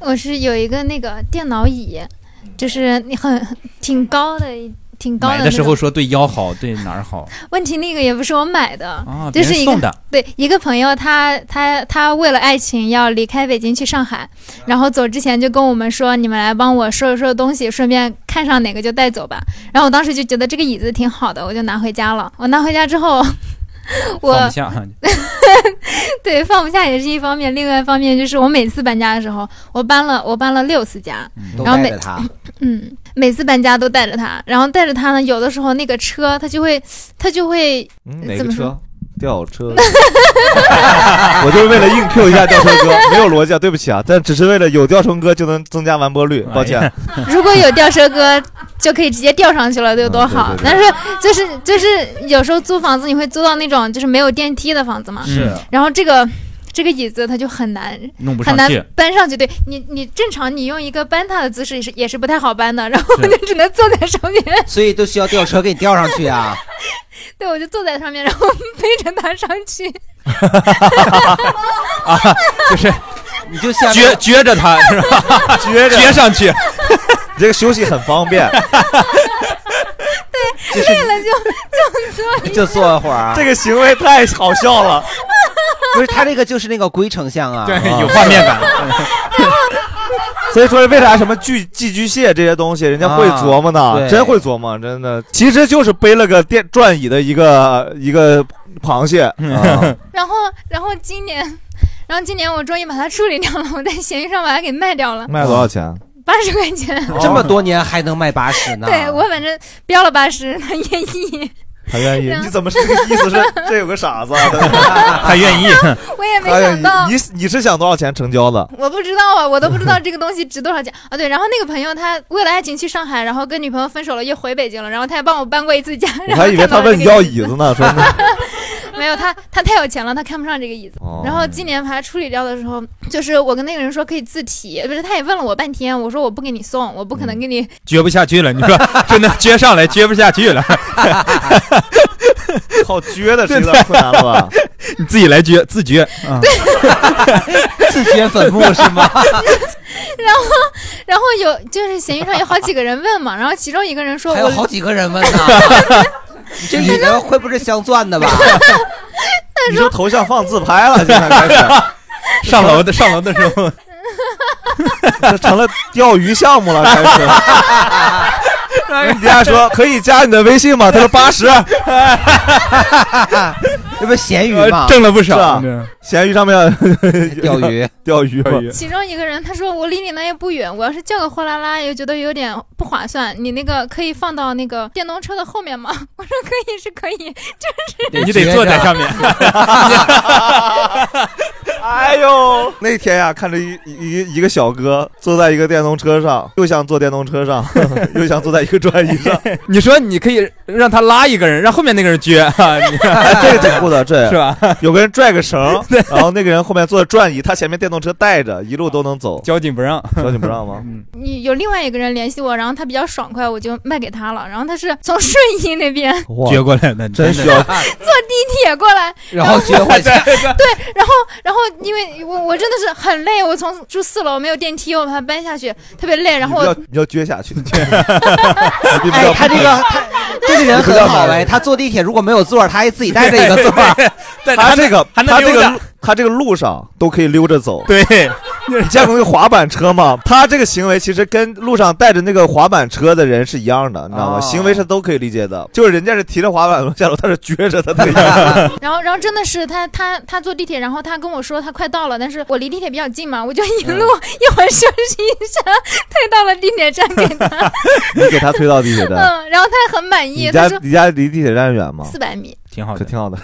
Speaker 13: 我是有一个那个电脑椅，就是你很挺高的，挺高
Speaker 1: 买
Speaker 13: 的
Speaker 1: 的
Speaker 13: 那
Speaker 1: 时候
Speaker 13: 种。
Speaker 1: 说对腰好，对哪儿 好，
Speaker 13: 问题那个也不是我买的，
Speaker 1: 啊
Speaker 13: 就是
Speaker 1: 别人
Speaker 13: 一个
Speaker 1: 送的
Speaker 13: 对一个朋友他，他他为了爱情要离开北京去上
Speaker 1: 啊
Speaker 13: 海，然后走之前就跟我们说，你们来帮我收拾收拾东西，顺便看上哪个就带走吧。然后我当时就觉得这个椅子挺好的，我就拿回家了。我拿回家之后， 我
Speaker 1: 放不下。
Speaker 13: 对，放不下也是一方面，另外一方面就是我每次搬家的时候，我搬了我搬了六次家，然后每
Speaker 3: 他，
Speaker 13: 嗯每次搬家都带着它，然后带着它呢，有的时候那个车它就会它就 会、
Speaker 2: 哪
Speaker 1: 呃
Speaker 13: 怎
Speaker 2: 个
Speaker 13: 么
Speaker 2: 车
Speaker 13: 说？？
Speaker 2: 吊车。 我就是为了硬 Q 一下吊车哥，没有逻辑啊，对不起啊，但只是为了有吊车哥就能增加完播率，抱歉。
Speaker 13: 如果有吊车哥，就可以直接吊上去了，有多好！
Speaker 1: 嗯
Speaker 2: 对对
Speaker 13: 但是就是就是有时候租房子你会租到那种就是没有电梯的房子嘛，
Speaker 1: 是
Speaker 13: 然后这个。这个椅子它就很难
Speaker 1: 弄不上
Speaker 13: 很难
Speaker 1: 去
Speaker 13: 搬上去，对你你正常你用一个搬它的姿势也是也是不太好搬的，然后我就只能坐在上面，
Speaker 3: 所以都需要吊车给你吊上去啊。
Speaker 13: 对我就坐在上面，然后背着它上去。
Speaker 1: 啊，就是
Speaker 3: 你就像
Speaker 1: 撅撅着它是吧？
Speaker 2: 撅
Speaker 1: 撅上去，
Speaker 2: 你 这个休息很方便。
Speaker 13: 对， 累了 就就坐一
Speaker 3: 就坐一会儿。啊
Speaker 2: 这个行为太好笑了。
Speaker 3: 不是，他这个就是那个龟丞相啊，
Speaker 2: 对有画面感。所以说，为啥什么寄寄居蟹这些东西，人家会琢磨呢？
Speaker 3: 啊对
Speaker 2: 真会琢磨，真的，其实就是背了个电转椅的一个一个螃蟹。啊
Speaker 13: 然后，然后今年，然后今年我终于把它处理掉了，我在闲鱼上把它给卖掉了，
Speaker 2: 卖哦多少钱？
Speaker 13: 八十块钱。
Speaker 3: 这么多年还能卖八十呢？
Speaker 13: 对我反正标了八十，他愿意，
Speaker 2: 他愿意？
Speaker 13: 啊
Speaker 2: 你怎么是这个意思是这有个傻子？啊
Speaker 1: 他 愿意？
Speaker 13: 我也没想到
Speaker 2: 你，你是想多少钱成交的？
Speaker 13: 我不知道啊，我都不知道这个东西值多少钱啊。对，然后那个朋友他为了爱情去上海，然后跟女朋友分手了，又回北京了，然后他也帮我搬过一次家。
Speaker 2: 我
Speaker 13: 然后
Speaker 2: 还以为
Speaker 13: 看到
Speaker 2: 他
Speaker 13: 了
Speaker 2: 问
Speaker 13: 这
Speaker 2: 你
Speaker 13: 个
Speaker 2: 要椅子呢，说那
Speaker 13: 没有他，他太有钱了，他看不上这个椅子。
Speaker 2: 哦
Speaker 13: 然后今年把它处理掉的时候，就是我跟那个人说可以自提，不是他也问了我半天，我说我不给你送，我不可
Speaker 1: 嗯
Speaker 13: 能给你。
Speaker 1: 撅不下去了，你说真的撅上来撅不下去了，
Speaker 2: 好撅的是有点困难了吧？
Speaker 1: 你自己来撅，自撅啊，
Speaker 3: 自掘坟墓是 吗？
Speaker 13: 然后， 然后有就是闲鱼上有好几个人问嘛，然后其中一个人说
Speaker 3: 还有
Speaker 13: 我
Speaker 3: 好几个人问呢。你这女的会不是镶钻的吧？
Speaker 2: 你说头像放自拍了，现在开始
Speaker 1: 上楼的上楼的时候，
Speaker 2: 这成了钓鱼项目了，开 始。人家说可以加你的微信吗？ 他说八十，
Speaker 3: 这不咸鱼吗？
Speaker 2: 呃挣了不少嗯
Speaker 3: 是啊
Speaker 2: 闲鱼上面
Speaker 3: 钓鱼，
Speaker 2: 钓鱼嘛，
Speaker 13: 其中一个人他说我离你那也不远，我要是叫个货拉拉又觉得有点不划算，你那个可以放到那个电动车的后面吗？ 我说可以是可以， 就是
Speaker 1: 你得坐在上面。
Speaker 2: 哎呦，那天呀，看着一一一个小哥坐在一个电动车上，又想坐电动车上， 又想坐在一个转椅上，
Speaker 1: 你说你可以 让他拉一个人，让后面那个人撅啊，你
Speaker 2: 哎，这个挺酷的，这
Speaker 1: 是吧？
Speaker 2: 有个人拽个绳，然后那个人后面坐着转椅，他前面电动车带着，一路都能走。
Speaker 1: 交警不让，嗯
Speaker 2: 交警不让 吗？
Speaker 13: 你有另外一个人联系我，然后他比较爽快，我就卖给他了。然后他是从顺义那边坐
Speaker 1: 撅过来的，真
Speaker 2: 需 要
Speaker 13: 地铁过来，
Speaker 3: 然后撅回去
Speaker 13: 对，然后然后因为我我真的是很累，我从住四楼没有电梯，我把它搬下去，特别累。然后
Speaker 2: 你要
Speaker 13: 我
Speaker 2: 你要撅 下去。
Speaker 3: 哎，他这个他这个人很好哎，他坐地铁如果没有座儿，他还自己带着一个座儿。
Speaker 2: 他这个
Speaker 3: 还能
Speaker 2: 他这
Speaker 3: 溜
Speaker 2: 个
Speaker 3: 达
Speaker 2: 路他这个路上都可以溜着走。
Speaker 1: 对，
Speaker 2: 你见过那个滑板车吗？他这个行为其实跟路上带着那个滑板车的人是一样的，你知道
Speaker 1: 哦
Speaker 2: 吗？行为是都可以理解的，就是人家是提着滑板下楼，他是撅着他 的样子
Speaker 13: 然后然后真的是他他他坐地铁，然后他跟我说他快到了，但是我离地铁比较近嘛，我就一路、
Speaker 2: 嗯
Speaker 13: 一会儿休息一下， 推到了地铁站 给他，
Speaker 2: 你给他推到地铁站。
Speaker 13: 嗯，然后他很满意，
Speaker 2: 啊你
Speaker 13: 他
Speaker 2: 家
Speaker 13: 说
Speaker 2: 你家离地铁站远吗？
Speaker 13: 四百米。
Speaker 1: 挺好啊
Speaker 2: 的，挺 好的。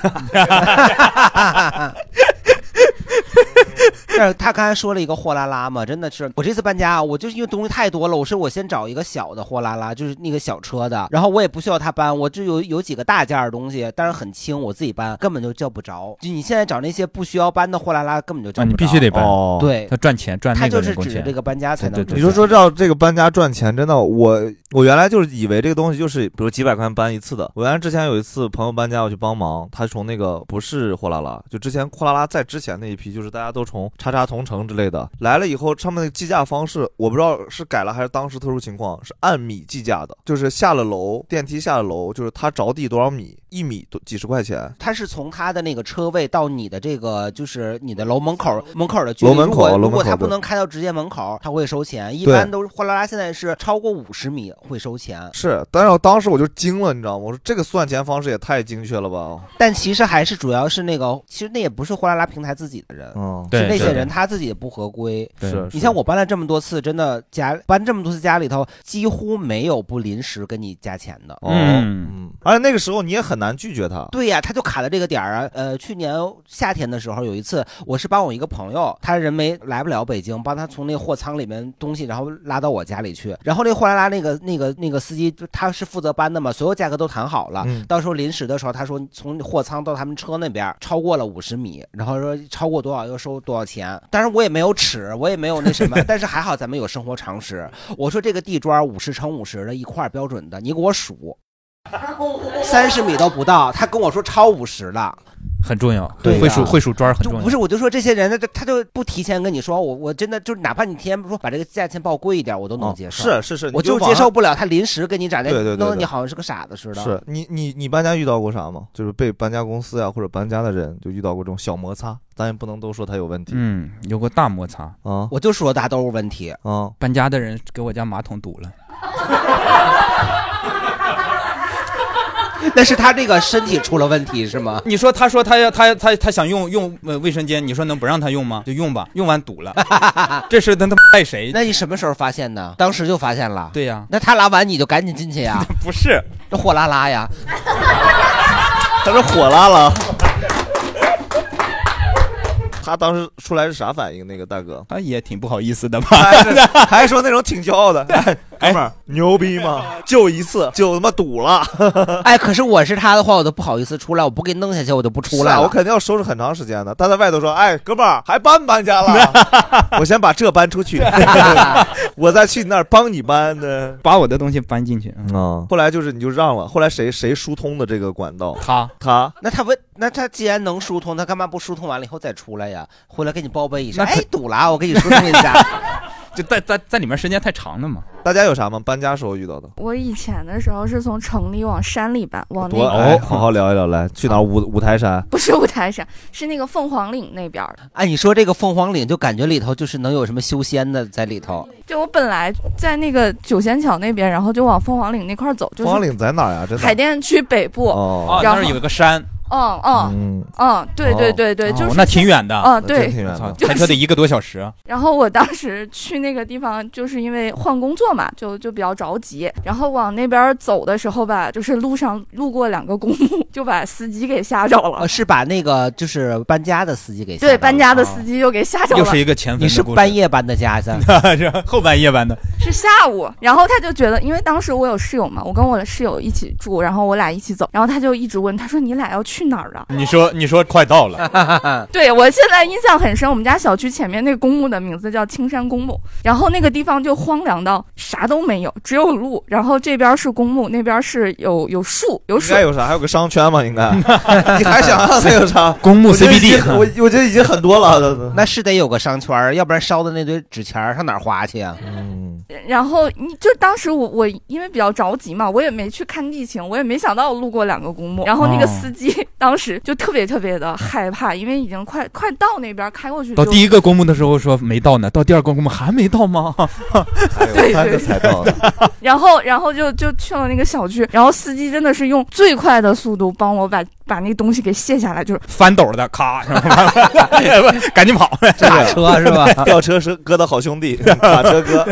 Speaker 3: 但是他刚才说了一个货拉拉嘛，真的是我这次搬家，啊我就是因为东西太多了，我是我先找一个小的货拉拉，就是那个小车的，然后我也不需要他搬，我这有有几个大件儿的东西，但是很轻，我自己搬根本就叫不着。就你现在找那些不需要搬的货拉拉，根本就叫
Speaker 1: 啊，
Speaker 3: 不着。
Speaker 1: 你必须得搬，
Speaker 3: 对，
Speaker 1: 他赚钱赚
Speaker 3: 他
Speaker 1: 那个
Speaker 3: 就
Speaker 1: 人
Speaker 3: 是
Speaker 1: 工
Speaker 3: 指着
Speaker 1: 钱
Speaker 3: 这。个搬家才能。
Speaker 2: 哦你就说到这个搬家赚钱，真的，我我原来就是以为这个东西就是比如几百块钱搬一次的。我原来之前有一次朋友搬家，我去帮忙，他从那个不是货拉拉，就之前货拉拉在之前那一批，就是大家都从叉叉同城之类的来了以后，他们的计价方式我不知道是改了还是当时特殊情况是按米计价的，就是下了楼电梯下了楼，就是他着地多少米，一米多几十块钱。
Speaker 3: 他是从他的那个车位到你的这个，就是你的楼门口门口的距
Speaker 2: 嗯楼
Speaker 3: 离。
Speaker 2: 门口
Speaker 3: 如果
Speaker 2: 楼门口
Speaker 3: 如果他
Speaker 2: 对
Speaker 3: 不能开到直接门口，他会收钱。一
Speaker 2: 对
Speaker 3: 般都是货拉拉现在是超过五十米会收钱。
Speaker 2: 是，但是我当时我就惊了，你知道吗？我说这个算钱方式也太精确了吧！
Speaker 3: 但其实还是主要是那个，其实那也不是货拉拉平台自己的人，
Speaker 2: 嗯
Speaker 3: 是
Speaker 2: 对
Speaker 3: 那些
Speaker 2: 是
Speaker 3: 人他自己也不合规。
Speaker 2: 对是
Speaker 3: 你
Speaker 2: 是
Speaker 3: 像我搬了这么多次，真的家搬这么多次家里头，几乎没有不临时跟你加钱的。
Speaker 2: 哦，嗯，而且那个时候你也很难拒绝他。
Speaker 3: 对呀、他就卡在这个点儿啊。呃，去年夏天的时候，有一次我是帮我一个朋友，他人没来不了北京，帮他从那货仓里面东西，然后拉到我家里去。然后那货拉拉那个那个那个司机，就他是负责搬的嘛，所有价格都谈好了。
Speaker 2: 嗯
Speaker 3: 到时候临时的时候，他说从货仓到他们车那边儿超过了五十米，然后说超过多少要收多少钱。当然我也没有尺，我也没有那什么， 但是还好咱们有生活常识。我说这个地砖五十乘五十的一块儿标准的，你给我数。三十米都不到，他跟我说超五十了，
Speaker 1: 很重要，
Speaker 3: 对呀
Speaker 2: 啊
Speaker 1: 会数会数砖很重要。
Speaker 3: 不是，我就说这些人，他他就不提前跟你说，我我真的就是哪怕你提前说把这个价钱报贵一点，我都能接受。
Speaker 2: 哦是是是你
Speaker 3: 我
Speaker 2: 就
Speaker 3: 就
Speaker 2: 往
Speaker 3: 接受不了他临时跟你涨价，
Speaker 2: 对对对对
Speaker 3: 弄得你好像是个傻子似的。
Speaker 2: 是你你你搬家遇到过啥吗？就是被搬家公司啊呀、或者搬家的人就遇到过这种小摩擦，咱也不能都说他有问题。
Speaker 1: 嗯，有过大摩擦
Speaker 2: 啊，
Speaker 3: 我就说大家都是问题嗯
Speaker 2: 啊。
Speaker 1: 搬家的人给我家马桶堵了，
Speaker 3: 那是他这个身体出了问题是吗？
Speaker 1: 你说他说他要他他他想用用呃卫生间，你说能不让他用吗？就用吧，用完 堵了，这是他他赖谁？
Speaker 3: 那你什么时候发现的？当时就发现了。
Speaker 1: 对呀
Speaker 3: 那他拉完你就赶紧进 去呀？
Speaker 1: 不是，
Speaker 3: 这火拉拉呀，
Speaker 2: 他是火拉拉。 他当时出来是啥反应？那个大哥，
Speaker 1: 他也挺不好意思的吧？
Speaker 2: 还说那种挺骄傲的，哎，哥们儿牛逼吗？就一次，就他妈堵了。
Speaker 3: 哎，可是我是他的话，我都不好意思出来，我不给你弄下去，我就不出来
Speaker 2: 是啊
Speaker 3: 了。
Speaker 2: 我肯定要收拾很长时间的。他在外头说：“哎，哥们儿，还搬不搬家了？ 我先把这搬出 去，我再去你那儿帮你搬呢。
Speaker 1: 把我的东西搬进去啊、
Speaker 2: 嗯后来就是你就让了，后来谁谁疏通的这个管道？
Speaker 1: 他
Speaker 2: 他
Speaker 3: 那他问，那他既然能疏通，他干嘛不疏通完了以后再出来呀？回来给你报备一声，哎，堵了啊，我给你疏通一下。
Speaker 1: 就在在在里面时间太长了嘛。
Speaker 2: 大家有啥吗？搬家时候遇到的？
Speaker 5: 我以前的时候是从城里往山里搬，往那
Speaker 2: 多
Speaker 5: 个、
Speaker 2: 哎，好好聊一聊，来去哪儿？五五台山。
Speaker 5: 不是五台山，是那个凤凰岭那边儿的。
Speaker 3: 哎，你说这个凤凰岭，就感觉里头就是能有什么修仙的在里头。
Speaker 5: 就我本来在那个九仙桥那边，然后就往凤凰岭那块儿走，就
Speaker 2: 凤凰岭
Speaker 5: 是
Speaker 2: 在哪儿呀？真的
Speaker 5: 海淀区北部。
Speaker 2: 哦
Speaker 5: 然
Speaker 1: 啊那儿
Speaker 5: 后
Speaker 1: 有一个山，
Speaker 5: 嗯嗯
Speaker 2: 嗯
Speaker 5: 嗯，对对对对，
Speaker 1: 哦
Speaker 5: 就是
Speaker 1: 那挺远的，
Speaker 5: 嗯对，
Speaker 1: 操
Speaker 5: 就是
Speaker 1: 开车得一个多小时。啊
Speaker 5: 然后我当时去那个地方，就是因为换工作嘛，就就比较着急。然后往那边走的时候吧，就是路上路过两个公墓，就把司机给吓着了。
Speaker 3: 呃，是把那个就是搬家的司机给吓
Speaker 5: 对，
Speaker 3: 着
Speaker 5: 搬
Speaker 3: 了
Speaker 5: 家的 司机又给吓着了。
Speaker 1: 前
Speaker 3: 你是半夜搬的家去？
Speaker 1: 是 后半夜搬的。
Speaker 5: 是下午，然后他就觉得，因为当时我有室友嘛，我跟我的室友一起住，然后我俩一起走，然后他就一直问，他说你俩要去去哪儿啊？
Speaker 14: 你说你说快到 了，
Speaker 5: 对我现在印象很深，我们家小区前面那个公墓的名字叫青山公墓，然后那个地方就荒凉到啥都没有，只有路，然后这边是公墓，那边是有有树有
Speaker 2: 应
Speaker 5: 水
Speaker 2: 该，有啥？还有个商圈嘛？应 该，你还想让它有啥？
Speaker 3: 公
Speaker 2: 墓我觉得已经 CBD 我我觉得已经很多了。
Speaker 3: 那是得有个商圈儿，要不然烧的那堆纸钱儿上哪儿花去啊？
Speaker 2: 嗯，
Speaker 5: 然后你就当时我我因为比较着急嘛，我也没去看地形，我也没想到路过两个公墓，然后那个
Speaker 14: 哦
Speaker 5: 司机 当时就特别特别的害怕，因为已经快快到那边开过去
Speaker 1: 到
Speaker 5: 就
Speaker 1: 第一个公墓的时候说没到呢，到第二个公墓还没到吗？
Speaker 5: 对对对，
Speaker 2: 到了。
Speaker 5: 然后然后就就去了那个小区，然后司机真的是用最快的速度帮我把把那东西给卸下来，就是
Speaker 1: 翻斗的，咔， 然后完了赶紧跑，
Speaker 2: 卡车是吧 吊车是哥的好兄弟，卡车哥，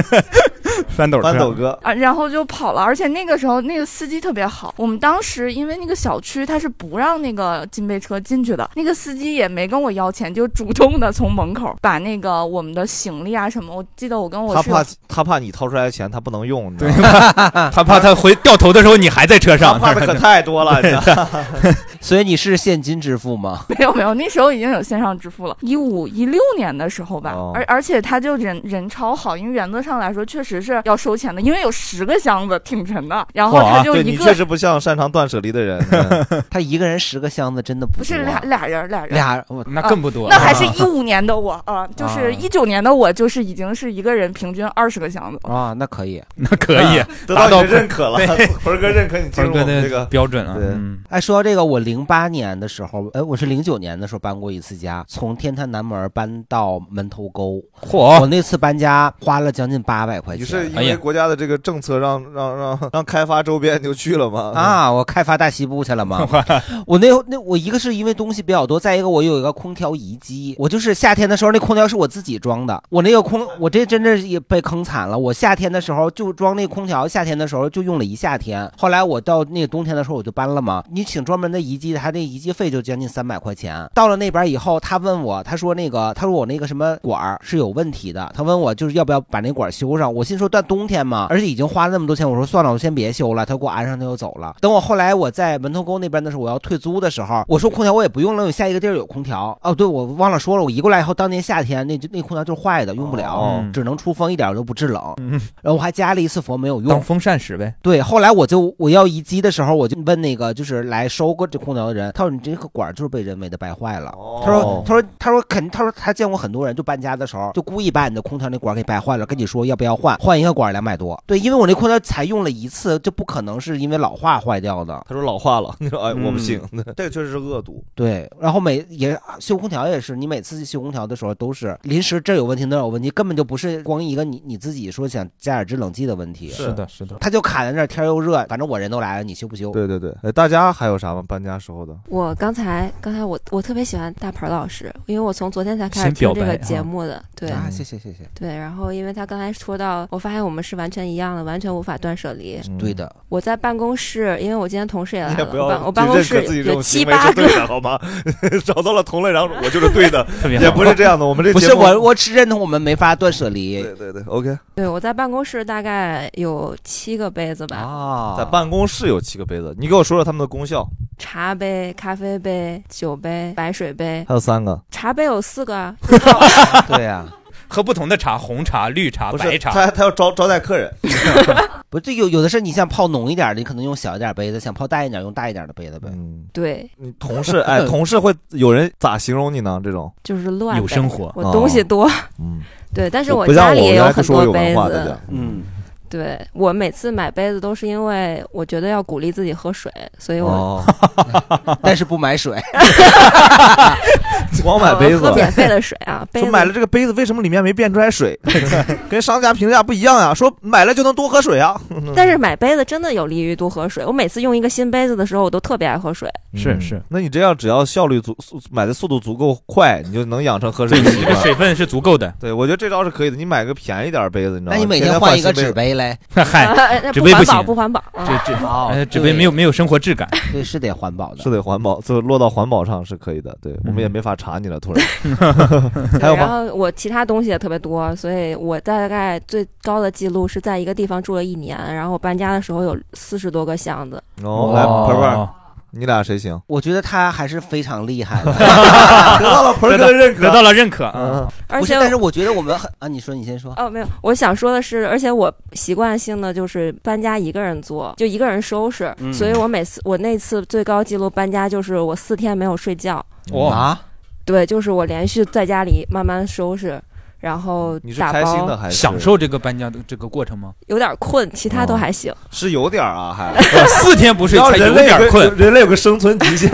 Speaker 1: 翻斗
Speaker 2: 翻斗哥，
Speaker 5: 啊，然后就跑了。而且那个时候那个司机特别好，我们当时因为那个小区他是不让那个金杯车进去的，那个司机也没跟我要钱，就主动的从门口把那个我们的行李啊什么，我记得我跟我
Speaker 2: 他
Speaker 5: 室友
Speaker 2: 怕他怕你掏出来的钱他不能用，对，
Speaker 1: 他怕他回掉头的时候你还在车上，
Speaker 2: 他怕的可太多了，你知道吗
Speaker 3: 所以你是现金支付吗？
Speaker 5: 没有没有，那时候已经有线上支付了，一五一六年的时候吧。
Speaker 3: 哦
Speaker 5: 而而且他就人人超好，因为原则上来说确实是要收钱的，因为有十个箱子挺沉的，然后他就
Speaker 2: 对
Speaker 5: 一
Speaker 2: 你
Speaker 5: 个
Speaker 2: 确实不像擅长断舍离的人，
Speaker 3: 他一个人十个箱子真的不啊
Speaker 5: 不是俩俩人俩人
Speaker 3: 俩，
Speaker 5: 啊那还是一五年的我啊，就是
Speaker 3: 啊
Speaker 5: 一九年的我，就是已经是一个人平均二十个箱子了。
Speaker 3: 啊，那可 以，啊
Speaker 1: 那可以
Speaker 2: 得到你的认可 了，鹏哥认可你进入我们这个
Speaker 1: 标准啊。
Speaker 2: 对，
Speaker 3: 哎，说到这个，我零八年的时候，哎，我是零九年的时候搬过一次家，从天坛南门搬到门头沟。
Speaker 1: 嚯
Speaker 3: 我那次搬家花了将近八百块
Speaker 2: 你
Speaker 3: 钱。哎
Speaker 2: 是因为国家的这个政策让让让让开发周边就去了吗？
Speaker 3: 啊，我开发大西部去了嘛。我那那我一个是因为东西比较多，再一个我有一个空调移机，我就是夏天的时候那空调是我自己装的，我那个空我这真的是也被坑惨了。我夏天的时候就装那空调，夏天的时候就用了一夏天，后来我到那个冬天的时候我就搬了嘛。你请专门的移机，他那移机费就将近三百块钱。到了那边以后，他问我，他说那个他说我那个什么管儿是有问题的，他问我就是要不要把那管儿修上，我心说但冬天嘛，而且已经花了那么多钱，我说算了，我先别修了。他给我安上，他就走了。等我后来我在门头沟那边的时候，我要退租的时候，我说空调我也不用了，我下一个地儿有空调。哦，对，我忘了说了，我移过来以后，当年夏天那就那空调就是坏的，用不了，
Speaker 1: 哦
Speaker 3: 只能出风，一点儿都不制冷。
Speaker 1: 嗯
Speaker 3: 然后我还加了一次佛没有用，
Speaker 1: 当风扇使呗。
Speaker 3: 对，后来我就我要移机的时候，我就问那个就是来收过这空调的人，他说你这个管儿就是被人为的掰坏了。他说他说他说肯他说他见过很多人就搬家的时候就故意把你的空调那管儿给掰坏了，跟你说要不要换，换一个管两百多。对，因为我那空调才用了一次，这不可能是因为老化坏掉的。
Speaker 2: 他说老化了，你说哎我不
Speaker 3: 嗯
Speaker 2: 信，这个确实是恶毒。
Speaker 3: 对，然后每也修空调也是，你每次修空调的时候都是临时这儿有问题那儿有问题，根本就不是光一个你你自己说想加点制冷剂的问题。
Speaker 2: 是的是的
Speaker 3: 他就卡在那儿，天儿又热，反正我人都来了，你修不修？
Speaker 2: 对对对，哎，大家还有啥吗？搬家时候的
Speaker 6: 我刚才刚才我我特别喜欢大鹏老师，因为我从昨天才开始
Speaker 2: 先
Speaker 6: 听
Speaker 2: 表
Speaker 6: 这个
Speaker 2: 白
Speaker 6: 节
Speaker 2: 啊
Speaker 6: 目的，对
Speaker 3: 啊，谢谢谢谢，
Speaker 6: 对，然后因为他刚才说到，我发现我们是完全一样的，完全无法断舍离。
Speaker 3: 对的。
Speaker 6: 我在办公室，因为我今天同事
Speaker 5: 啊
Speaker 6: 也来
Speaker 2: 嗯你也
Speaker 6: 了，
Speaker 2: 不
Speaker 6: 我办
Speaker 2: 要去
Speaker 6: 我办公
Speaker 2: 认可
Speaker 6: 室
Speaker 2: 自己这
Speaker 6: 有
Speaker 2: 种
Speaker 6: 七
Speaker 2: 行为
Speaker 6: 八
Speaker 2: 是对的，
Speaker 6: 个，
Speaker 2: 好吗？ 找到了同类，然后我就是对的，
Speaker 1: 别好
Speaker 2: 也不是这样的。我们这
Speaker 3: 不是
Speaker 2: 节目
Speaker 3: 我，我只认同我们没法断舍离。
Speaker 2: 对对对，OK。
Speaker 6: 对我在办公室大概有七个杯子吧，
Speaker 3: 啊
Speaker 2: 在办公室有七个杯子，你给我说说它们的功效。
Speaker 6: 茶杯、咖啡杯、酒杯、白水杯，
Speaker 2: 还有三个，
Speaker 6: 茶杯有四 个啊，
Speaker 3: 对呀、
Speaker 1: 喝不同的茶，红茶、绿茶、白茶。
Speaker 2: 他他要招招待客人，
Speaker 3: 不是，这有有的是你想泡浓一点的，你可能用小一点杯子；想泡淡一点，用大一点的杯子呗。
Speaker 2: 嗯
Speaker 6: 对，
Speaker 2: 同事哎，同事会有人咋形容你呢？这种
Speaker 6: 就是乱呗
Speaker 2: 有生活
Speaker 6: 我东西多，
Speaker 2: 嗯，
Speaker 6: 对，但是
Speaker 2: 不
Speaker 6: 我
Speaker 2: 不像
Speaker 6: 家里
Speaker 2: 我
Speaker 6: 也有
Speaker 2: 原来就
Speaker 6: 很
Speaker 2: 说我
Speaker 6: 多
Speaker 2: 有文
Speaker 6: 杯
Speaker 2: 化大
Speaker 6: 子
Speaker 2: 家，
Speaker 3: 嗯，
Speaker 6: 对我每次买杯子都是因为我觉得要鼓励自己喝水，所以我、
Speaker 2: 哦
Speaker 3: 但是不 买水，
Speaker 2: 光买杯子，
Speaker 6: 喝免费的水 啊，杯
Speaker 2: 说
Speaker 6: 子
Speaker 2: 买了这个杯子，为什么里面没变出来水？跟商家评价不一样啊，说买了就能多喝水啊。
Speaker 6: 但是买杯子真的有利于多喝水。我每次用一个新杯子的时候，我都特别爱喝水。
Speaker 2: 是是，嗯那你这样只要效率足，速买的速度足够快，你就能养成喝水的
Speaker 1: 对
Speaker 2: 习
Speaker 1: 你这
Speaker 2: 惯。
Speaker 1: 个水分是足够的。？
Speaker 2: 对，我觉得这招是可以的。你买个便宜点儿杯子，你知道吗？
Speaker 3: 那你每
Speaker 2: 天
Speaker 3: 天
Speaker 2: 换
Speaker 3: 换一个纸 杯嘞
Speaker 1: 嗨，纸杯
Speaker 6: 呃不环保，
Speaker 1: 行，
Speaker 6: 不环保。啊
Speaker 1: 这这
Speaker 3: 哦
Speaker 1: 呃纸杯没有没有生活质感。
Speaker 3: 对，是得环保的。
Speaker 2: 是得环保，最后落到环保上是可以的。对我们也
Speaker 1: 嗯
Speaker 2: 没法查你了， 突然。还有
Speaker 6: 对然
Speaker 2: 吗？
Speaker 6: 后我其他东西也特别多，所以我大概最高的记录是
Speaker 2: 哦
Speaker 6: 在一个地方住了一年，然后搬家的时候有四十多个箱子。
Speaker 2: 哦，
Speaker 1: 哦
Speaker 2: 来，鹏鹏，你俩谁行？
Speaker 3: 我觉得他还是非常厉害的，
Speaker 2: 得到了盆儿哥的认可
Speaker 1: 得到了认可。
Speaker 2: 嗯，
Speaker 3: 不是
Speaker 6: 而且
Speaker 3: 但是我觉得我们很啊，你说你先说，
Speaker 6: 哦，没有，我想说的是，而且我习惯性的就是搬家一个人做，就一个人收拾，
Speaker 3: 嗯
Speaker 6: 所以我每次我那次最高记录搬家就是我四天没有睡觉。
Speaker 2: 哇啊！
Speaker 6: 对，就是我连续在家里慢慢收拾，然后
Speaker 2: 嗯
Speaker 6: 打包
Speaker 1: 享受这个搬家的这个过程吗？
Speaker 6: 有点困，其他都还行。
Speaker 2: 哦是有点儿啊， 还
Speaker 1: 呃四天不睡才有点儿困
Speaker 2: 人类有人类有个生存极限，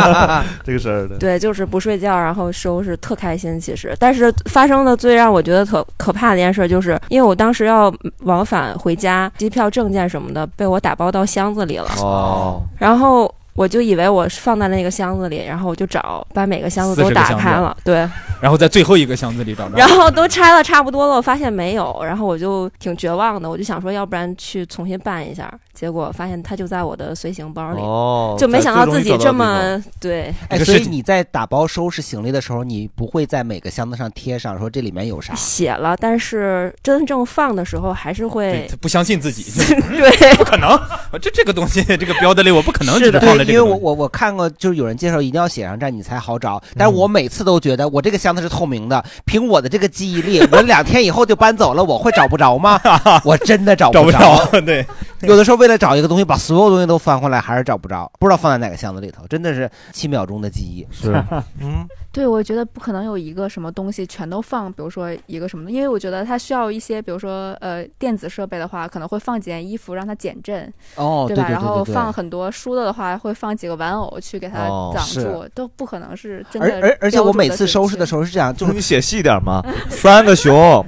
Speaker 2: 这个事儿的。
Speaker 6: 对，就是不睡觉，然后收拾，特开心。其实，但是发生的最让我觉得可可怕的一件事，就是因为我当时要往返回家，机票、证件什么的被我打包到箱子里了。
Speaker 2: 哦，
Speaker 6: 然后我就以为我是放在那个箱子里，然后我就找，把每个箱子
Speaker 1: 40
Speaker 6: 都
Speaker 1: 个
Speaker 6: 打
Speaker 1: 箱子
Speaker 6: 开了，对，
Speaker 1: 然后在最后一个箱子里找到。
Speaker 6: 然后都拆了差不多了，我发现没有，然后我就挺绝望的，我就想说，要不然去重新办一下，结果发现它就在我的随行包里，
Speaker 2: 哦
Speaker 6: 就没
Speaker 3: 在
Speaker 6: 想
Speaker 3: 最
Speaker 6: 到
Speaker 3: 容易
Speaker 6: 自己
Speaker 3: 找到
Speaker 6: 这
Speaker 3: 的地
Speaker 6: 么对，
Speaker 3: 哎，所以你在打包收拾行李的时候，你不会在每个箱子上贴上说这里面有啥？
Speaker 6: 写了，但是真正放的时候还是会
Speaker 1: 不相信自己，
Speaker 6: 对，
Speaker 1: 不可能，这这个东西，这个标的里我不可能
Speaker 3: 是
Speaker 1: 只
Speaker 3: 的，
Speaker 1: 放了这
Speaker 3: 对，因
Speaker 1: 个东
Speaker 3: 为我
Speaker 1: 西。
Speaker 3: 我我看过，就是有人介绍一定要写上这，样你才好找。
Speaker 1: 嗯
Speaker 3: 但是我每次都觉得我这个箱子是透明的，凭我的这个记忆力，我两天以后就搬走了，我会找不 着吗？我真的找
Speaker 1: 找
Speaker 3: 不
Speaker 1: 不
Speaker 3: 着。
Speaker 1: 着， 对，
Speaker 3: 有的时候为了找一个东西，把所有东西都翻回来，还是找不着，不知道放在哪个箱子里头，真的是七秒钟的记忆。
Speaker 2: 是
Speaker 3: 嗯，
Speaker 12: 对，我觉得不可能有一个什么东西全都放，比如说一个什么，因为我觉得它需要一些，比如说呃电子设备的话，可能会放几件衣服让它减震，
Speaker 3: 哦
Speaker 12: 对
Speaker 3: 对
Speaker 12: 吧？
Speaker 3: 对
Speaker 12: 然
Speaker 3: 对
Speaker 12: 后
Speaker 3: 对对
Speaker 12: 放很多梳子的话，会放几个玩偶去给它
Speaker 2: 哦
Speaker 12: 挡
Speaker 2: 是
Speaker 12: 住，都不可能是真
Speaker 3: 而
Speaker 12: 的。
Speaker 3: 而而且我每次收拾的时候是这样，就
Speaker 2: 就是
Speaker 3: 是
Speaker 2: 你写细点嘛，三个熊，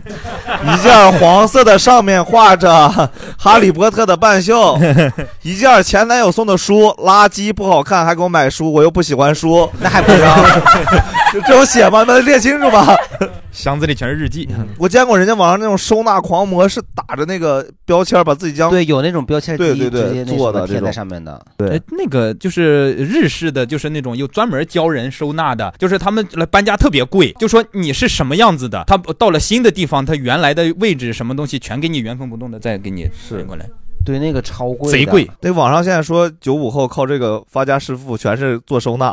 Speaker 2: 一件黄色的上面画着《哈利波特》的半 袖，一件前男友送的书，垃圾不好看，还给我买书，我又不喜欢书，
Speaker 3: 那还不
Speaker 2: 知道， 就这种写吗？那列清楚吧。
Speaker 1: 箱子里全是日记，
Speaker 2: 我见过人家网上那种收纳狂魔是打着那个标签把自己将
Speaker 3: 对有那种标签
Speaker 2: 对
Speaker 3: 机
Speaker 2: 对
Speaker 3: 直
Speaker 2: 对
Speaker 3: 接那
Speaker 2: 做
Speaker 3: 什么
Speaker 2: 的
Speaker 3: 贴
Speaker 2: 这
Speaker 3: 在
Speaker 2: 种
Speaker 3: 上面的。
Speaker 2: 对
Speaker 1: 哎，那个就是日式的，就是那种有专门教人收纳的，就是他们来搬家特别贵，就说你是什么样子的，他到了新的地方，他原来的位置什么东西全给你原封不动的再给你运过来。
Speaker 3: 对，那个超贵
Speaker 1: 贼贵。
Speaker 2: 那网上现在说九五后靠这个发家致富，全是做收 纳。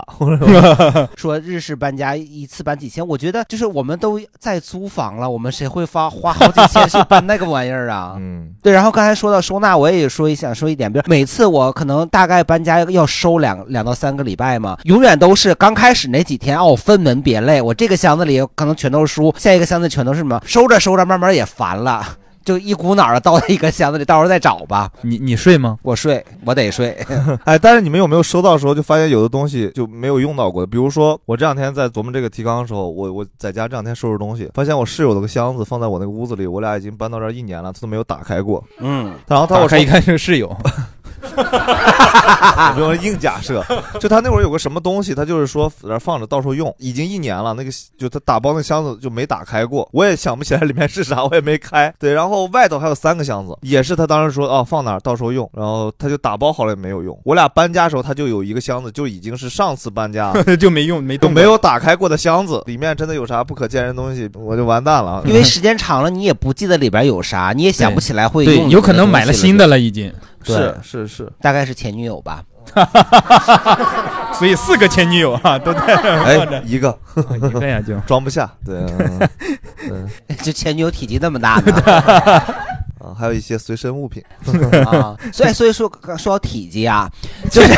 Speaker 3: 说日式搬家一次搬几千，我觉得就是我们都在租房了，我们谁会花花好几千去搬那个玩意儿啊？
Speaker 2: 嗯，
Speaker 3: 对。然后刚才说到收纳，我也说一想说一点，比如每次我可能大概搬家要收两两到三个礼拜嘛，永远都是刚开始那几天哦，分门别类，我这个箱子里可能全都是书，下一个箱子全都是什么，收着收着慢慢也烦了。就一股脑儿的倒在一个箱子里，到时候再找吧。
Speaker 1: 你你睡吗？
Speaker 3: 我睡，我 得睡。
Speaker 2: 哎，但是你们有没有收到的时候就发现有的东西就没有用到过？比如说我这两天在琢磨这个提纲的时候，我我在家这两天收拾东西，发现我室友的个箱子放在我那个屋子里，我俩已经搬到这儿一年了，他都没有打开过。
Speaker 3: 嗯，
Speaker 2: 然后他
Speaker 1: 打
Speaker 2: 我
Speaker 1: 开一看是室友，
Speaker 2: 不用硬假设，就他那会儿有个什么东西，他就是说在那儿放着，到时候用，已经一年了，那个就他打包那箱子就没打开过，我也想不起来里面是啥，我也没开。对，然后外头还有三个箱子，也是他当时说哦放哪儿，到时候用，然后他就打包好了也没有用。我俩搬家的时候，他就有一个箱子，就已经是上次搬家
Speaker 3: 啊
Speaker 1: 就没用没
Speaker 2: 就
Speaker 1: 动过，
Speaker 2: 没有打开过的箱子，里面真的有啥不可见人的东西，我就完蛋了。
Speaker 3: 因为时间长了，你也不记得里边有啥，你也想不起来会
Speaker 2: 对
Speaker 3: 用。
Speaker 2: 有可能
Speaker 1: 买了新的了已经
Speaker 3: 对
Speaker 2: 是是是，
Speaker 3: 大概是前女友吧。
Speaker 1: 所以四个前女友啊都在放着哦
Speaker 2: 哎，一个
Speaker 1: 一个呀就
Speaker 2: 装不下，对，嗯 嗯
Speaker 3: 就前女友体积那么 大呢。
Speaker 2: 啊，还有一些随身物品
Speaker 3: 啊，所以所以说刚说到体积 啊，就是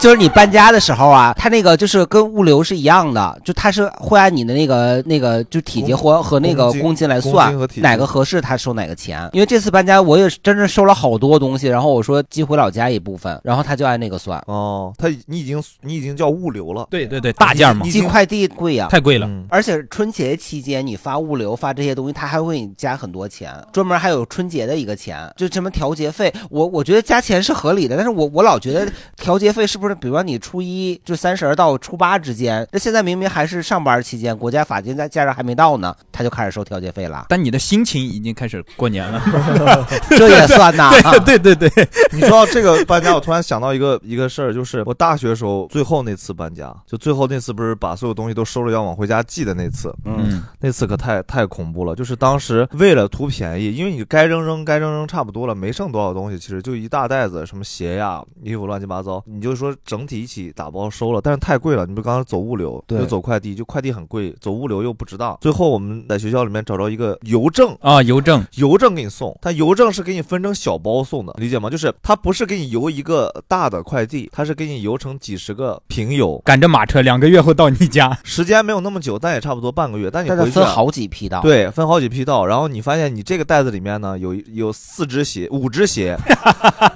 Speaker 3: 就是你搬家的时候啊，它那个就是跟物流是一样的，就它是会按你的那个那个就体 积或和那个
Speaker 2: 公斤
Speaker 3: 公斤来
Speaker 2: 公
Speaker 3: 算
Speaker 2: 斤和体，积
Speaker 3: 哪个合适它收哪个钱。因为这次搬家我也是真是收了好多东西，然后我说寄回老家一部分，然后他就按那个算。
Speaker 2: 哦，他你已经你已经叫物流了，
Speaker 1: 对对对，大件嘛，
Speaker 3: 啊寄快递啊贵呀、
Speaker 1: 太贵了。
Speaker 2: 嗯
Speaker 3: 嗯而且春节期间你发物流发这些东西，他还会给你加很多钱，专门还有春节的一个钱，就什么调节费。我我觉得加钱是合理的，但是我我老觉得调节费是不是，比方你初一就三十儿到初八之间，那现在明明还是上班期间，国家法定假假日还没到呢，他就开始收调节 费了。，
Speaker 1: 但你的心情已经开始过年了
Speaker 3: 这也算呐啊
Speaker 1: 对对对对，
Speaker 2: 你 知道这个搬家，我突然想到一个一个事儿，就是我大学时候最后那次搬家，就最后那次不是把所有东西都收了要往回家寄的那次，
Speaker 3: 嗯，
Speaker 2: 那次可太太恐怖了。就是当时为了图便宜，因为你该该扔扔该扔扔差不多了，没剩多少东西，其实就一大袋子，什么鞋呀、衣服乱七八糟，你就说整体一起打包收了，但是太贵了。你不刚刚走物流，
Speaker 3: 对
Speaker 2: 又走快递，就快递很贵，走物流又不值当。最后我们在学校里面找着一个邮政
Speaker 1: 啊，邮政，
Speaker 2: 邮政给你送，它邮政是给你分成小包送的，理解吗？就是它不是给你邮一个大的快递，它是给你邮成几十个平邮，
Speaker 1: 赶着马车，两个月后到你家。
Speaker 2: 时间没有那么久，但也差不多半个月。但你
Speaker 3: 但它
Speaker 2: 回去
Speaker 3: 分
Speaker 2: 啊
Speaker 3: 好几批到
Speaker 2: 对，分好几批到。然后你发现你这个袋子里面呢，有有四只鞋，五只 鞋，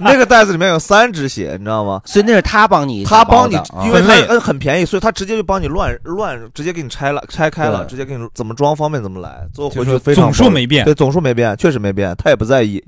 Speaker 2: 那个袋子里面有三只鞋，你知道吗？
Speaker 3: 所以那是他帮你
Speaker 2: 他
Speaker 3: 打包
Speaker 2: 帮你
Speaker 3: 的，啊
Speaker 2: 因为他呃很便宜，所以他直接就帮你乱乱，直接给你拆了，拆开了，
Speaker 3: 对
Speaker 2: 直接给你怎么装方便怎么来。最后回
Speaker 1: 就
Speaker 2: 去
Speaker 1: 是
Speaker 2: 非常
Speaker 1: 总数
Speaker 2: 方便
Speaker 1: 没变
Speaker 2: 对，总数没变，确实没变，他也不在 意。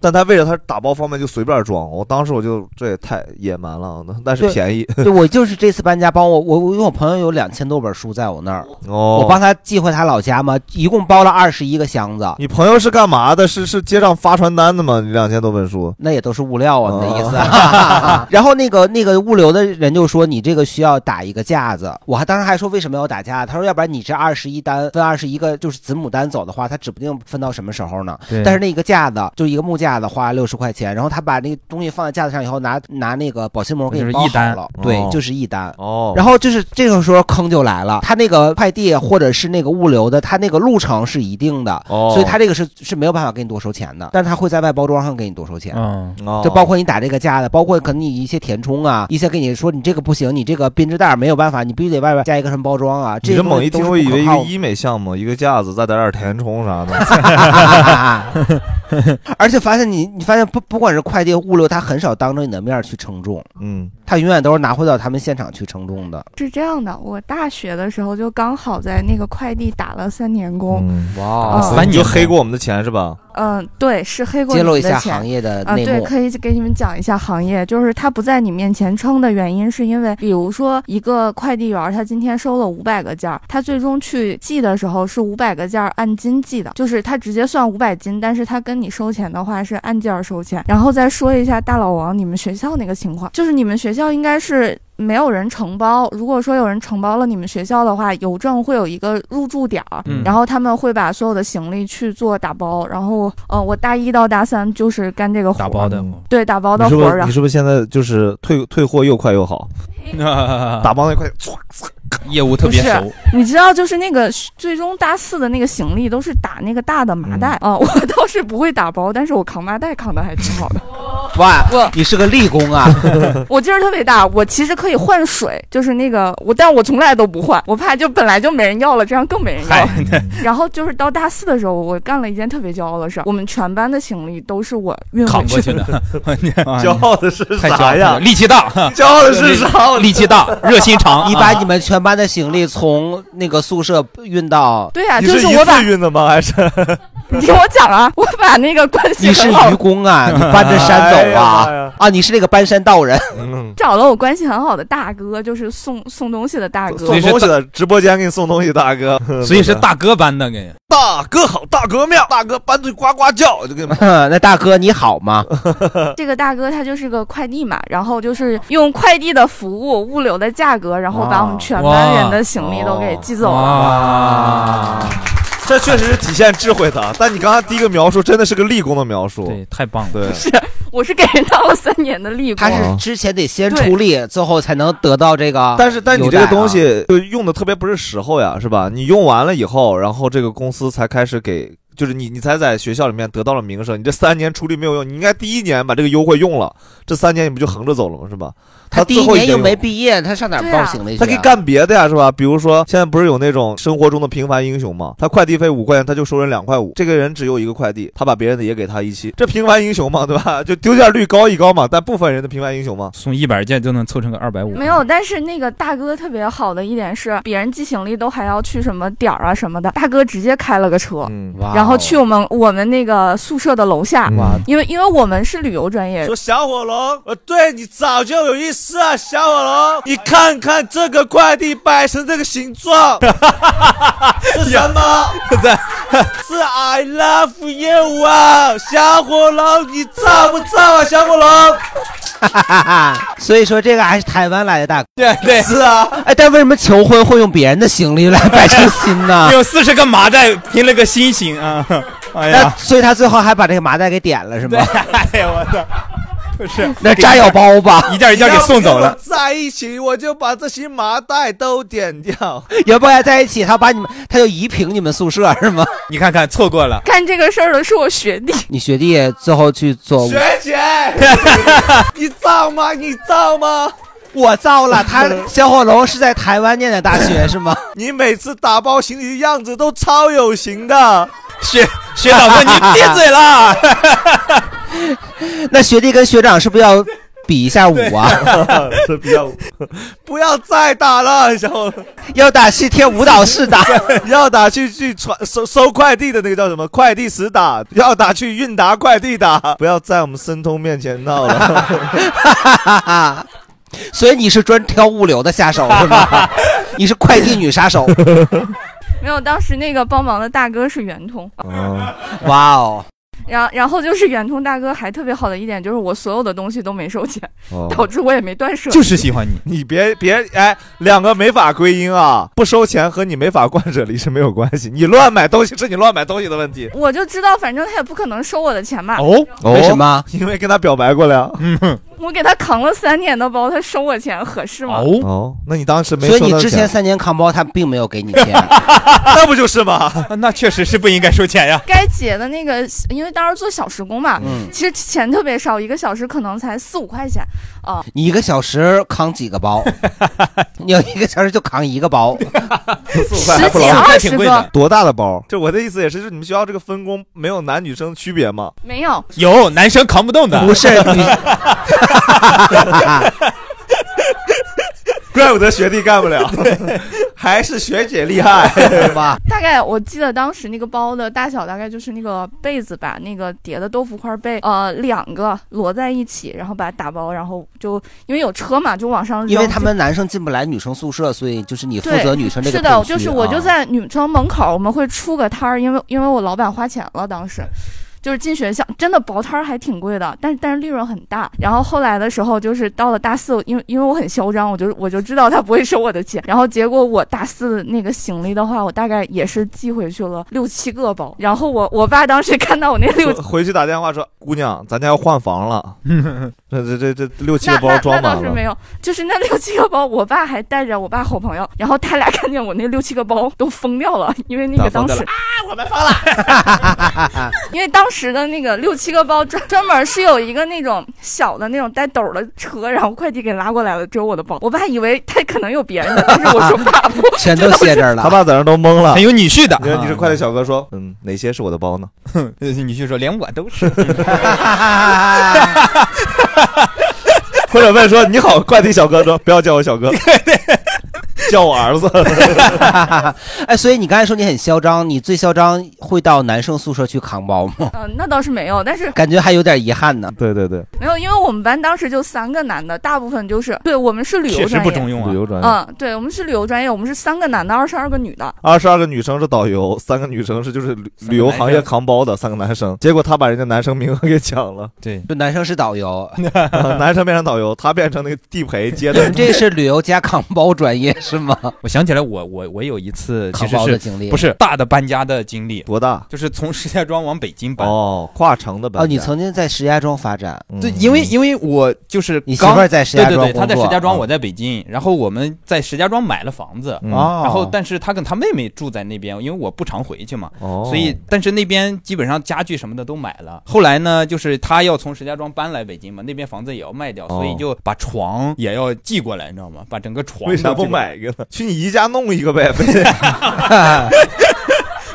Speaker 2: 但他为了他打包方便就随便装，我当时我就这也太野蛮了，但是
Speaker 3: 对
Speaker 2: 便宜。
Speaker 3: 对，我就是这次搬家，帮我我我因为我朋友有两千多本书在我那儿，
Speaker 2: 哦
Speaker 3: 我帮他寄回他老家嘛，一共包了二十一个箱子，
Speaker 2: 你朋友是干嘛的？是是街上发传单的吗？你两千多本书，哦
Speaker 3: 那也都是物料啊，那意思。
Speaker 11: 哦
Speaker 3: 然后那个那个物流的人就说你这个需要打一个架子，我还当时还说为什么要打架？他说要不然你这二十一单分二十一个就是子母单走的话，他指不定分到什么时候呢
Speaker 11: 对。
Speaker 3: 但是那个架子就一个木架子花六十块钱，然后他把那个东西放在架子上以后，拿拿那个保鲜膜给
Speaker 11: 就
Speaker 3: 你
Speaker 11: 是
Speaker 3: 包
Speaker 11: 一
Speaker 3: 好
Speaker 11: 单
Speaker 3: 了，对，
Speaker 11: 哦
Speaker 3: 就是一单。
Speaker 2: 哦
Speaker 3: 然后就是这个时候坑就来了，他那个快递或者是那个物流的，他那个路程是一定的，
Speaker 2: 哦
Speaker 3: 所以他这个是是没有办法给你多收钱的，但是他会在外包装上给你多收钱，
Speaker 1: 嗯
Speaker 2: 哦
Speaker 3: 就包括你打这个架的，包括可能你一些填充啊，一些跟你说你这个不行，你这个编织袋没有办法，你必须得外边加一个什么包装啊，
Speaker 2: 你
Speaker 3: 个
Speaker 2: 这猛一听，我
Speaker 3: 我
Speaker 2: 以为一个医美项目，一个架子，再带点填充啥的。
Speaker 3: 而且发现你，你发现不不管是快递物流，他很少当着你的面儿去称重，
Speaker 2: 嗯，
Speaker 3: 他永远都是拿回到他们现场去称重的。
Speaker 5: 是这样的，我大学的时候就刚好在那个快递打了三年工，
Speaker 2: 哇
Speaker 5: 嗯
Speaker 2: 所以你就黑过我们的钱是吧？
Speaker 3: 呃
Speaker 5: 嗯，对，是黑过
Speaker 3: 揭露
Speaker 5: 你们
Speaker 3: 一下
Speaker 5: 的钱
Speaker 3: 行业的
Speaker 5: 啊、
Speaker 3: 内幕
Speaker 5: 对，可以给你们讲一下行业，就是他不在你面前称的原因，是因为比如说一个快递员儿，他今天收了五百个件儿，他最终去寄的时候是五百个件儿按斤计的，就是他直接算五百斤，但是他跟你收钱的话是按件儿收钱。然后再说一下大老王，你们学校那个情况，就是你们学校应该是。没有人承包。如果说有人承包了你们学校的话，邮政会有一个入驻点儿，
Speaker 15: 嗯
Speaker 5: 然后他们会把所有的行李去做打包。然后，嗯、我大一到大三就是干这个活儿
Speaker 1: 打包的活
Speaker 3: 嗯
Speaker 5: 对，打包的
Speaker 2: 你是
Speaker 5: 活
Speaker 2: 不
Speaker 5: 儿。
Speaker 2: 是
Speaker 3: 啊
Speaker 5: 然
Speaker 2: 你
Speaker 5: 后
Speaker 2: 是不是现在就是退退货又快又好， 打包那块，
Speaker 1: 业务特
Speaker 5: 不
Speaker 1: 别
Speaker 5: 是
Speaker 1: 熟。，
Speaker 5: 你知道，就是那个最终大四的那个行李都是打那个大的麻袋 啊、我倒是不会打包，但是我扛麻袋扛的还挺好的。
Speaker 3: 哇
Speaker 5: 我，
Speaker 3: 你是个立功 啊！
Speaker 5: 我劲儿特别大，我其实可以换水，就是那个我，但我从来都不换，我怕就本来就没人要了，这样更没人要了。
Speaker 3: 哎
Speaker 5: 然后就是到大四的时候，我干了一件特别骄傲的事儿，我们全班的行李都是我运回
Speaker 1: 扛过去的
Speaker 2: 骄傲的是
Speaker 1: 太骄
Speaker 2: 啥
Speaker 1: 傲
Speaker 2: 呀
Speaker 1: 了力气大，
Speaker 2: 骄傲的是啥？
Speaker 1: 力气大，热心肠。
Speaker 3: 你
Speaker 5: 啊
Speaker 3: 把你们全班的行李从那个宿舍运到，
Speaker 5: 对啊你就是是我一把次
Speaker 2: 运的吗？还是
Speaker 5: 你听我讲啊，我把那个关 系
Speaker 3: 你是
Speaker 5: 很好
Speaker 3: 愚公啊，你搬着山
Speaker 2: 哎
Speaker 3: 走
Speaker 2: 呀妈
Speaker 3: 啊
Speaker 2: 呀
Speaker 3: 啊，你是那个搬山道人。
Speaker 5: 找了我关系很好的大哥，就是送送东西的大哥。
Speaker 2: 送东西的直播间给你送东西，大 哥，
Speaker 1: 所以是大哥搬的给。
Speaker 2: 大哥好，大哥妙，大哥搬腿呱呱叫，就给你
Speaker 3: 那大哥你好吗？
Speaker 5: 这个大哥他就是个快递嘛，然后就是用快递的服务、物流的价格，然后把我们全班人的行李都给
Speaker 2: 哦
Speaker 5: 寄走了。
Speaker 2: 哇，这确实是体现智慧的。但你刚才第一个描述真的是个立功的描述，对，
Speaker 1: 太棒了。
Speaker 2: 对，
Speaker 5: 是，我是给人当了三年的力工。
Speaker 3: 他是啊之前得先出力，最后才能得到这个。
Speaker 2: 但是但你这个东，西就用的特别不是时候呀，是吧？你用完了以后，然后这个公司才开始给。就是你，你才在学校里面得到了名声。你这三年出力没有用，你应该第一年把这个优惠用了，这三年你不就横着走了吗？是吧？
Speaker 3: 他第
Speaker 2: 最
Speaker 3: 一
Speaker 2: 后
Speaker 3: 年
Speaker 2: 得
Speaker 3: 又
Speaker 2: 用
Speaker 3: 没毕业，他上哪儿报行李去啊？
Speaker 2: 他可以干别的呀，是吧？比如说，现在不是有那种生活中的平凡英雄吗？他快递费五块钱，他就收人两块五。这个人只有一个快递，他把别人的也给他一期，这平凡英雄嘛，对吧？就丢件率高一高嘛，但部分人的平凡英雄嘛，
Speaker 1: 送一百件就能凑成个二百五
Speaker 5: 没。有，但是那个大哥特别好的一点是，别人寄行李都还要去什么点儿啊什么的，大哥直接开了个车，
Speaker 2: 嗯哇哦
Speaker 5: 然后去我们我们那个宿舍的楼下，因为因为我们是旅游专业，
Speaker 2: 小火
Speaker 3: 哎
Speaker 2: 龙，我对你早就有意思啊，小火龙，你看看这个快递摆成这个形 状，是什么？是 I love you 啊，小火龙，你造不造啊，小火龙？
Speaker 3: 哈哈哈。 所以说这 个还是台湾来的大哥。
Speaker 1: 对对，？
Speaker 3: 是啊。哎，但为什么求婚 会用别人的行李来摆成新呢
Speaker 1: 有四十个麻袋拼了个心形啊！哎呀
Speaker 3: 那所以他最后还把这个麻袋给点了是 吗？
Speaker 1: 哎呀，我操！不是
Speaker 3: 那扎药包吧，
Speaker 1: 一件一件给送走了。
Speaker 2: 在一起，我就把这些麻袋都点掉。
Speaker 3: 原本还在一起，他把你们，他就移平你们宿舍是吗？
Speaker 1: 你看看，错过了。
Speaker 5: 干这个事儿的是我学弟，
Speaker 3: 你学弟最后去做，
Speaker 2: 姐，你造吗？你造吗？
Speaker 3: 我造了。他小火龙是在台湾念的大学是吗？
Speaker 2: 你每次打包行李的样子都超有型的。
Speaker 1: 学学长说：“你闭嘴 啦！”
Speaker 3: 那学弟跟学长是不是要比一下武 啊？
Speaker 2: 这 比较，不要再打了，小伙子。
Speaker 3: 要打去贴舞蹈室打，
Speaker 2: 要打去去传收收快递的那个叫什么快递室打，要打去韵达快递打，不要在我们申通面前闹了。
Speaker 3: 所以你是专挑物流的下手是吗？你是快递女杀手。
Speaker 5: 没有，当时那个帮忙的大哥是圆通，
Speaker 3: 哇哦！
Speaker 5: 然然后就是圆通大哥还特别好的一点就是我所有的东西都没收钱，
Speaker 2: 哦
Speaker 5: 导致我也没断舍，
Speaker 1: 欢你，
Speaker 2: 你别别哎，两个没法归因啊！不收钱和你没法断舍离是没有关系，你乱买东西是你乱买东西的问题。
Speaker 5: 我就知道，反正他也不可能收我的钱嘛。
Speaker 3: 哦为什么？
Speaker 2: 因为跟他表白过了呀。哦嗯，
Speaker 5: 我给他扛了三年的包，他收我钱合适吗？
Speaker 2: 哦，那你当时没
Speaker 3: 所以
Speaker 2: 收
Speaker 3: 你
Speaker 2: 到
Speaker 3: 之
Speaker 2: 钱
Speaker 3: 前三年扛包，他并没有给你钱。
Speaker 2: 那不就是吗？
Speaker 1: 那确实是不应该收钱呀。
Speaker 5: 该结的那个，因为当时做小时工嘛，
Speaker 3: 嗯
Speaker 5: 其实钱特别少，一个小时可能才四五块钱啊、
Speaker 3: 你一个小时扛几个包？你有一个小时就扛一个包，
Speaker 5: 十几二十个
Speaker 2: 多大的包？就我的意思也是，就是你们学校这个分工没有男女生区别吗？
Speaker 5: 没有，
Speaker 1: 有男生扛不动 的，
Speaker 3: 不是你，
Speaker 2: 怪不得学弟干不 了，还是学姐厉害，对
Speaker 3: 吧？
Speaker 5: 大概我记得当时那个包的大小大概就是那个被子把那个叠的豆腐块被呃两个摞在一起，然后把它打包，然后就因为有车嘛，就往上扔。
Speaker 3: 因为他们男生进不来女生宿舍，所以就是你负
Speaker 5: 对
Speaker 3: 责女生这个
Speaker 5: 是的，
Speaker 3: 片区
Speaker 5: 就是我就
Speaker 3: 啊
Speaker 5: 在 女生门口，我们会出个摊儿，因为因为我老板花钱了，当时。就是进学校，真的薄摊儿还挺贵的，但是但是利润很大。然后后来的时候，就是到了大四，因为因为我很嚣张，我就我就知道他不会收我的钱。然后结果我大四那个行李的话，我大概也是寄回去了六七个包。然后我我爸当时看到我那六
Speaker 2: 回回去打电话说，姑娘，咱家要换房 了，这这这这六 七
Speaker 5: 那
Speaker 2: 个包
Speaker 5: 那那
Speaker 2: 装满
Speaker 5: 倒是没
Speaker 2: 了。
Speaker 5: 有， 就是那六七个包，我爸还带着我爸好朋友，然后他俩看见我那六七个包都疯掉了，因为那个
Speaker 2: 打疯掉
Speaker 5: 当时
Speaker 2: 了
Speaker 5: 因为当时的那个六七个包专专门是有一个那种小的那种带斗的车，然后快递给拉过来了，只有我的包。我爸以为他可能有别人的，但是我说爸不，
Speaker 3: 全都卸这儿了
Speaker 2: 他爸在那儿都懵了，
Speaker 1: 很有女婿的啊
Speaker 2: 你说你是快递小哥 说，嗯，哪些是我的包呢？
Speaker 1: 女婿说连我都是，
Speaker 2: 或者问说你好，快递小哥说不要叫我小 哥，叫我儿子。
Speaker 3: 哎，所以你刚才说你很嚣张，你最嚣张会到男生宿舍去扛包 吗？
Speaker 5: 嗯、那倒是没有，但是
Speaker 3: 感觉还有点遗憾呢。
Speaker 2: 对对对，
Speaker 5: 没有，因为我们班当时就三个男的，大部分就是对我们是旅游专业，
Speaker 2: 用啊，旅游专业。
Speaker 5: 嗯，对我们是旅游专业，我们是三个男的，二十二个女的。
Speaker 2: 二十二个女生是导游，三个女生是就是旅旅游行业扛包的三个男生，结果他把人家男生名额给抢了。
Speaker 1: 对，
Speaker 3: 就男生是导游，
Speaker 2: 男生变成导游，他变成那个地陪接的。
Speaker 3: 这是旅游加扛包专业是吗？
Speaker 1: 我想起来我，我我有一次其
Speaker 3: 扛
Speaker 1: 实
Speaker 3: 包
Speaker 1: 是
Speaker 3: 的经历
Speaker 1: 不是大的搬家的经历，
Speaker 2: 多大？
Speaker 1: 就是从石家庄往北京搬。
Speaker 2: 哦，跨城的
Speaker 3: 哦，你曾经在石家庄发展，
Speaker 1: 对，因为因为我就是你
Speaker 3: 媳妇儿在石家庄
Speaker 1: 对对对，他在
Speaker 3: 工作
Speaker 1: 石家庄，
Speaker 2: 啊
Speaker 3: 嗯
Speaker 1: 我在北京，然后我们在石家庄买了房子，
Speaker 3: 嗯哦
Speaker 1: 然后但是他跟他妹妹住在那边，因为我不常回去嘛，
Speaker 2: 哦
Speaker 1: 所以但是那边基本上家具什么的都买了。后来呢，就是他要从石家庄搬来北京嘛，那边房子也要卖掉，
Speaker 2: 哦
Speaker 1: 所以就把床也要寄过来，你知道吗？把整个床
Speaker 2: 为啥
Speaker 1: 都寄
Speaker 2: 不
Speaker 1: 过来
Speaker 2: 买一个呢？去你姨家弄一个呗。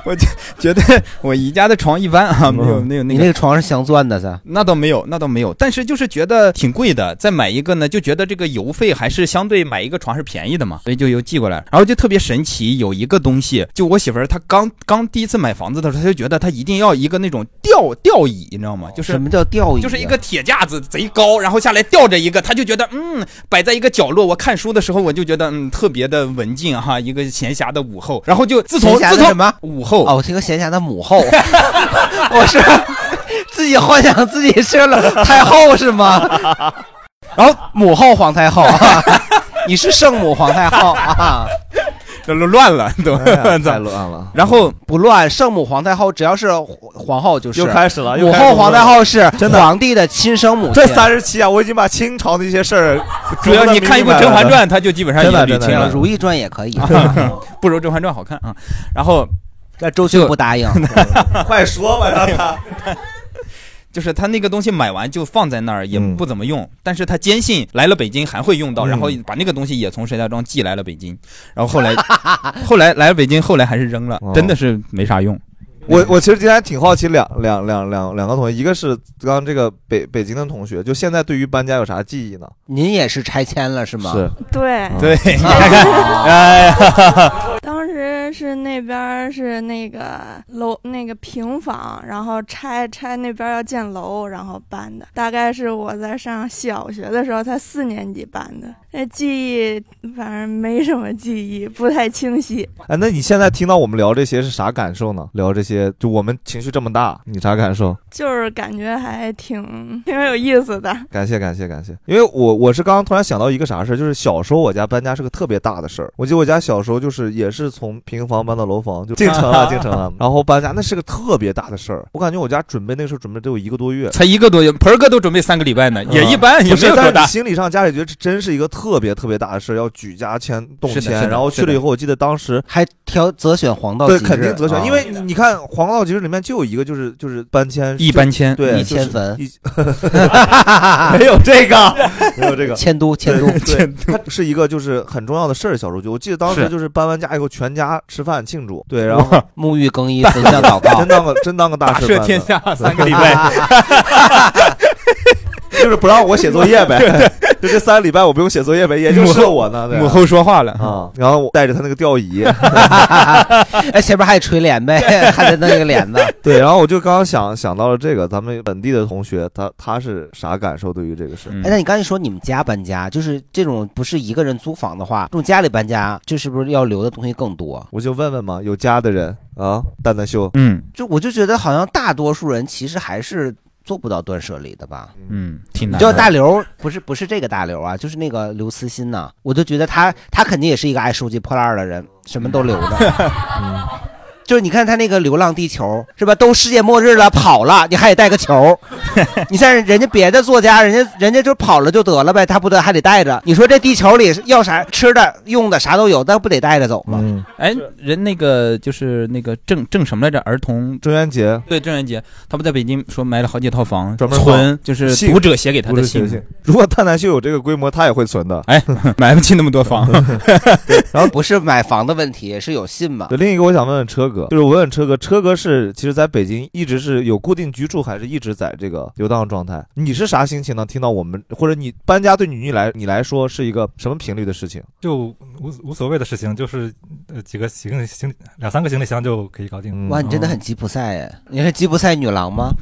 Speaker 1: 我就觉得我宜家的床一般啊，没有没有那个。
Speaker 3: 嗯你那个床是镶钻的噻。
Speaker 1: 那倒没有，那倒没有，但是就是觉得挺贵的。再买一个呢，就觉得这个邮费还是相对买一个床是便宜的嘛，所以就又寄过来。然后就特别神奇，有一个东西，就我媳妇儿她刚刚第一次买房子的时候，她就觉得她一定要一个那种吊吊椅，你知道吗？就是
Speaker 3: 什么叫吊椅啊
Speaker 1: 就是一个铁架子贼高，然后下来吊着一个，她就觉得嗯，摆在一个角落。我看书的时候，我就觉得嗯特别的文静哈，一个闲暇的午后。然后就自从
Speaker 3: 闲暇
Speaker 1: 自
Speaker 3: 的
Speaker 1: 从
Speaker 3: 什么
Speaker 1: 午后
Speaker 3: 哦，我听个闲暇的母后， 我是自己幻想自己是 了太后是吗？
Speaker 1: 然后
Speaker 3: 母后皇太后，你是圣母皇太后啊？
Speaker 1: 乱了，都
Speaker 2: 哎 呀太乱
Speaker 3: 啊
Speaker 2: 了。
Speaker 1: 然后
Speaker 3: 不乱，圣母、皇太后，只要是皇后就是。
Speaker 2: 又开始了又
Speaker 3: 母
Speaker 2: 开始
Speaker 3: 后、皇
Speaker 2: 乱
Speaker 3: 太
Speaker 2: 了
Speaker 3: 后是
Speaker 2: 真的
Speaker 3: 皇帝的亲生母亲。
Speaker 2: 这三十七啊，我已经把清朝的一些事 儿，
Speaker 1: 主要你看一部《甄嬛传》，它就基本上已
Speaker 2: 真的
Speaker 1: 经理清了。啊
Speaker 3: 如懿传》也可以，
Speaker 1: 不如《甄嬛传》好看啊。然后，
Speaker 3: 那周
Speaker 1: 迅
Speaker 3: 不答应，
Speaker 2: 快说吧，让他。
Speaker 1: 就是他那个东西买完就放在那儿，也不怎么用，但是他坚信来了北京还会用到，
Speaker 2: 嗯
Speaker 1: 然后把那个东西也从石家庄寄来了北京，然后后来，后来来了北京，后来还是扔了，真的是没啥用。
Speaker 2: 哦我我其实今天还挺好奇两两两两两个同学，一个是刚刚这个北北京的同学，就现在对于搬家有啥记忆呢？
Speaker 3: 您也是拆迁了是吗？
Speaker 2: 是， 嗯
Speaker 4: 对
Speaker 2: 对
Speaker 4: 你
Speaker 2: 看看 哎呀
Speaker 4: 当时是那边儿是那个楼那个平房，然后拆拆那边儿要建楼，然后搬的。大概是我在上小学的时候，才四年级搬的。那记忆反正没什么记忆，不太清晰。
Speaker 2: 哎，那你现在听到我们聊这些是啥感受呢？聊这些就我们情绪这么大，你啥感受？
Speaker 4: 就是感觉还挺挺有意思的。
Speaker 2: 感谢感谢感谢，因为我我是刚刚突然想到一个啥事儿，就是小时候我家搬家是个特别大的事儿。我记得我家小时候就是也是从平房搬到楼房，就进城 啊进城啊，然后搬家那是个特别大的事儿。我感觉我家准备那个时候准备得有一个 多月，
Speaker 1: 才一个多月，盆儿哥都准备三个礼拜呢，
Speaker 2: 嗯
Speaker 1: 也一般，
Speaker 2: 不
Speaker 1: 也没
Speaker 2: 是
Speaker 1: 有，
Speaker 2: 但
Speaker 1: 多
Speaker 2: 是你
Speaker 1: 大。
Speaker 2: 心理上家里觉得这真是一个特别特别大的事，要举家迁动
Speaker 3: 是的是
Speaker 2: 迁，
Speaker 3: 的
Speaker 2: 然后去
Speaker 3: 是
Speaker 2: 了
Speaker 3: 的
Speaker 2: 以后，我记得当时
Speaker 3: 还挑择选黄道
Speaker 2: 对
Speaker 3: 吉
Speaker 2: 肯定
Speaker 3: 日
Speaker 2: 择选，
Speaker 3: 啊
Speaker 2: 因为你你看《黄道吉日》里面就有一个就是就是搬迁
Speaker 1: 一搬迁
Speaker 2: 对
Speaker 3: 一
Speaker 2: 就是
Speaker 3: 迁坟
Speaker 2: 一 没有这个 没有这个
Speaker 3: 迁都迁都
Speaker 2: 对对
Speaker 3: 迁
Speaker 2: 它是一个就是很重要的事儿。小时候就我记得当时
Speaker 3: 是
Speaker 2: 就是搬完家以后全家吃饭庆祝，对，然后
Speaker 3: 哇沐浴更衣焚香祷告
Speaker 2: 真当个真当个大事
Speaker 1: 大赦
Speaker 2: 办的
Speaker 1: 天下三个礼拜。
Speaker 2: 就是不让我写作 业呗
Speaker 1: 对对，
Speaker 2: 就这三个礼拜我不用写作业呗，也就是我呢。对吧
Speaker 1: 母后说话了嗯
Speaker 2: 啊，然后我带着他那个吊 椅，
Speaker 3: 哎，前面还得捶脸 呗，还得弄一个脸子。
Speaker 2: 对，然后我就刚刚想想到了这个，咱们本地的同学他他是啥感受对于这个事？
Speaker 3: 哎，那你刚才说你们家搬家，就是这种不是一个人租房的话，这种家里搬家，这是不是要留的东西更多？
Speaker 2: 我就问问嘛，有家的人啊，蛋蛋秀，
Speaker 1: 嗯，
Speaker 3: 就我就觉得好像大多数人其实还是做不到断舍离的吧。
Speaker 1: 嗯，挺
Speaker 3: 你
Speaker 1: 难
Speaker 3: 知
Speaker 1: 的。
Speaker 3: 道大刘不是不是这个大刘啊，就是那个刘慈欣呐、我就觉得他他肯定也是一个爱收集破烂儿的人，什么都留 着。嗯就是你看他那个《流浪地球》是吧？都世界末日了，跑了，你还得带 个球。你像人家别的作家，人家人家就跑了就得了呗，他不得还得带着？你说这地球里要啥吃的、用的啥都有，但不得带着走 吗？
Speaker 2: 嗯
Speaker 1: 哎，人那个就是那个郑郑什么来着？儿童
Speaker 2: 郑渊洁，
Speaker 1: 对郑渊洁，他不在北京说买了好几套房，专
Speaker 2: 门
Speaker 1: 存
Speaker 2: 放
Speaker 1: 就是
Speaker 2: 信
Speaker 1: 读者写给他
Speaker 2: 读
Speaker 1: 的
Speaker 2: 者写
Speaker 1: 信
Speaker 2: 的。如果蛋蛋秀有这个规模，他也会存的。
Speaker 1: 哎，买不起那么 多房。
Speaker 3: 然后不是买房的问题，是有信嘛？
Speaker 2: 对，另一个我想问问车哥，就是我问问车哥，车哥是其实在北京一直是有固定居住，还是一直在这个游荡状态？你是啥心情呢？听到我们或者你搬家对你来你来说是一个什么频率的事情？
Speaker 7: 就无无所谓的事情，就是呃几个行李行李两三个行李箱就可以搞
Speaker 2: 嗯
Speaker 7: 定。
Speaker 3: 哇，你真的很吉普赛哎！你是吉普赛女郎吗？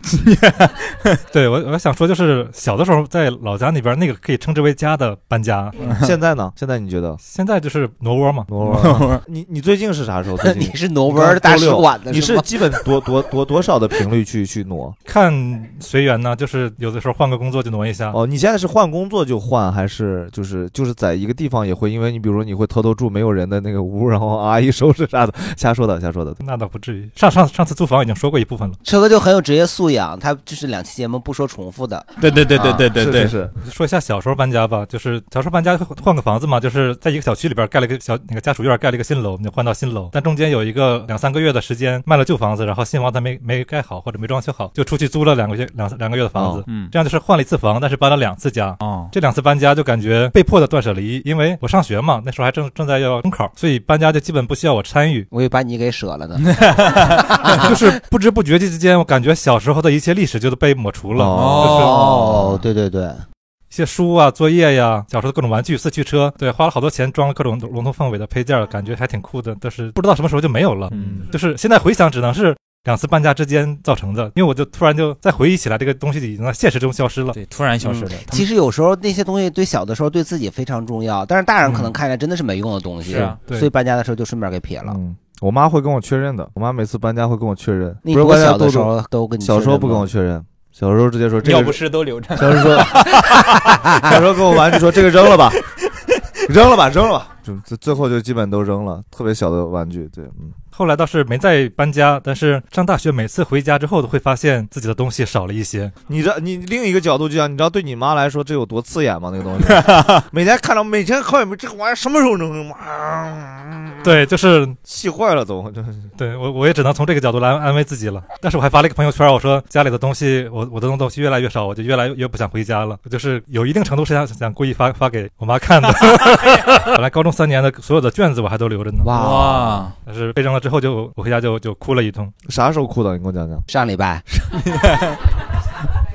Speaker 7: 对我我想说，就是小的时候在老家那边那个可以称之为家的搬家，
Speaker 2: 现在呢？现在你觉 得？
Speaker 7: 现在就是 挪窝嘛，
Speaker 2: 挪窝。 你你最近是啥时候？ 最近
Speaker 3: 你是挪窝儿大使馆的
Speaker 2: 你
Speaker 3: 是
Speaker 2: 是
Speaker 3: 吗
Speaker 2: 基本多多多多少的频率去去挪？
Speaker 7: 看随缘呢，就是有的时候换个工作就挪一下。
Speaker 2: 哦，你现在是换工作就换，还是就是就是在一个地方也会？因为你比如说你会偷偷住没有人的那个屋，然后阿姨收拾啥的，瞎说的瞎说的。
Speaker 7: 那倒不至于，上上上次租房已经说过一部分了。
Speaker 3: 车哥就很有职业素养，他就是两期节目不说重复的。啊
Speaker 7: 啊是说一下小时候搬家吧，就是小时候搬家换换个房子嘛，就是在一个小区里边盖了一个小那个家属院，盖了一个新楼，你就换到新楼，但中间有一个两三个月的时间卖了旧房子，然后新房子还没没盖好或者没装修好，就出去租了两个月两两个月的房子
Speaker 1: 哦，嗯
Speaker 7: 这样就是换了一次房，但是搬了两次家，
Speaker 1: 哦，
Speaker 7: 这两次搬家就感觉被迫的断舍离，因为我上学嘛，那时候还正正在要中考，所以搬家就基本不需要我参与，
Speaker 3: 我也把你给舍了呢。
Speaker 7: 就是不知不觉之间，我感觉小时候的一切历史就都被抹除了。
Speaker 3: 哦，对对对，
Speaker 7: 一些书啊、作业呀、小时候的各种玩具、四驱车，对，花了好多钱装了各种龙头凤尾的配件儿，感觉还挺酷的。但是不知道什么时候就没有了，
Speaker 2: 嗯，
Speaker 7: 就是现在回想，只能是两次搬家之间造成的。因为我就突然就再回忆起来，这个东西已经在现实中消失了，对，
Speaker 1: 突然
Speaker 3: 嗯其实有时候那些东西对小的时候对自己非常重要，但是大人可能看来真的是没用的东西，
Speaker 2: 嗯是啊对嗯
Speaker 3: 所以搬家的时候就顺便给撇了。
Speaker 2: 我妈会跟我确认的，我妈每次搬家会跟我确认，
Speaker 3: 你
Speaker 2: 不是
Speaker 3: 多
Speaker 2: 搬家
Speaker 3: 小的时候
Speaker 2: 多
Speaker 3: 都跟你
Speaker 2: 小时候
Speaker 3: 确认
Speaker 2: 不跟
Speaker 3: 吗
Speaker 2: 我确认，小时候直接说这个
Speaker 1: 尿不湿都留着
Speaker 2: 小时候说，小时候跟我玩具说这个扔了吧，扔了吧，扔了吧，就最最后就基本都扔了，特别小的玩具，对，嗯。
Speaker 7: 后来倒是没再搬家，但是上大学每次回家之后，都会发现自己的东西少了一些。
Speaker 2: 你这你另一个角度就讲，你知道对你妈来说这有多刺眼吗？那个东西， 每天看到每天看这个玩意儿什么时候能扔妈，
Speaker 3: 嗯
Speaker 7: 对，就是
Speaker 2: 气坏了都。
Speaker 7: 对我我也只能从这个角度来安慰自己了。但是我还发了一个朋友圈，我说家里的东西，我我的东西越来越少，我就越来越不想回家了。就是有一定程度是想想故意发发给我妈看 的。本来高中三年的所有的卷子我还都留着呢。
Speaker 2: 哇，
Speaker 7: 但是被扔了之后就我回家就就哭了一通。
Speaker 2: 啥时候哭的？你给我讲讲。
Speaker 3: 上礼拜。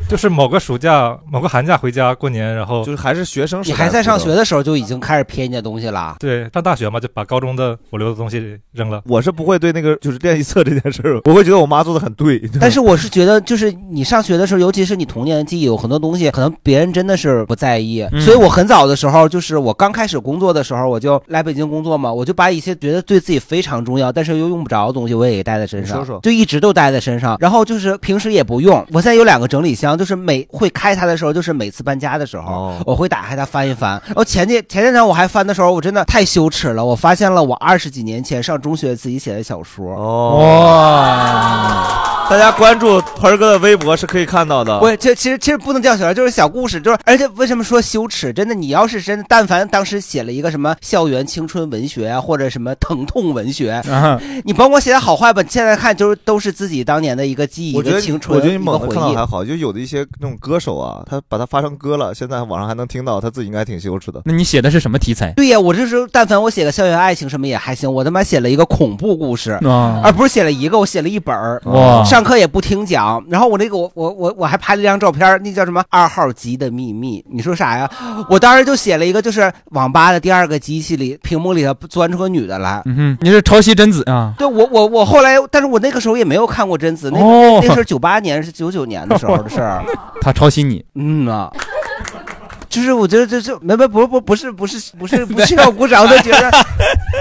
Speaker 7: 就是某个暑假、某个寒假回家过年，然后
Speaker 2: 就是还是学生时
Speaker 3: 你
Speaker 2: 代
Speaker 3: 还在上
Speaker 2: 哭的
Speaker 3: 学的时候就已经开始撇人家东西了。
Speaker 7: 对上大学嘛，就把高中的我留的东西扔了。
Speaker 2: 我是不会对那个就是练习册这件事儿，我会觉得我妈做的很对。
Speaker 3: 但是我是觉得，就是你上学的时候，尤其是你童年的记忆，有很多东西可能别人真的是不在意。
Speaker 2: 嗯
Speaker 3: 所以我很早的时候，就是我刚开始工作的时候，我就来北京工作嘛，我就把一些觉得对自己非常重要，但是又用不着的东西，我也给带在身上，
Speaker 2: 你说说
Speaker 3: 就一直都带在身上。然后就是平时也不用。我现在有两个整理箱，就是每会开它的时候，就是每次搬家的时候，
Speaker 2: 哦
Speaker 3: 我会打开它翻一翻。然后前几前几天我还翻的时候，我真的太羞耻了，我发现了我二十几年前上中学自己写的小说。
Speaker 2: 哦，大家关注盆儿哥的微博是可以看到的。
Speaker 3: 不，这其实其实不能叫小孩，就是小故事，就是而且为什么说羞耻？真的，你要是真的，但凡当时写了一个什么校园青春文学啊，或者什么疼痛文学，
Speaker 2: 啊
Speaker 3: 你甭管写的好坏吧，现在看就是都是自己当年的一个记忆，
Speaker 2: 我觉得
Speaker 3: 一个青春，
Speaker 2: 我觉得你
Speaker 3: 一个
Speaker 2: 猛的
Speaker 3: 回
Speaker 2: 看到
Speaker 3: 忆
Speaker 2: 还。好，就有的一些那种歌手啊，他把它发成歌了，现在网上还能听到，他自己应该挺羞耻的。
Speaker 1: 那你写的是什么题材？
Speaker 3: 对呀，我这时候但凡我写个校园爱情什么也还行，我他妈写了一个恐怖故事，
Speaker 1: 啊
Speaker 3: 而不是写了一个，我写了一本儿
Speaker 1: 哇
Speaker 3: 上课也不听讲，然后我那个我我我我还拍了一张照片儿，那叫什么二号机的秘密？你说啥呀？我当时就写了一个，就是网吧的第二个机器里屏幕里头钻出个女的来。
Speaker 1: 嗯哼，你是抄袭贞子啊？
Speaker 3: 对我我我后来，但是我那个时候也没有看过贞子，那、
Speaker 1: 哦
Speaker 3: 那是九八年是九九年的时候的 事儿。
Speaker 1: 他抄袭你？
Speaker 3: 嗯啊。就是我觉得这这没没不不不是不是不 是不需要鼓掌的，觉得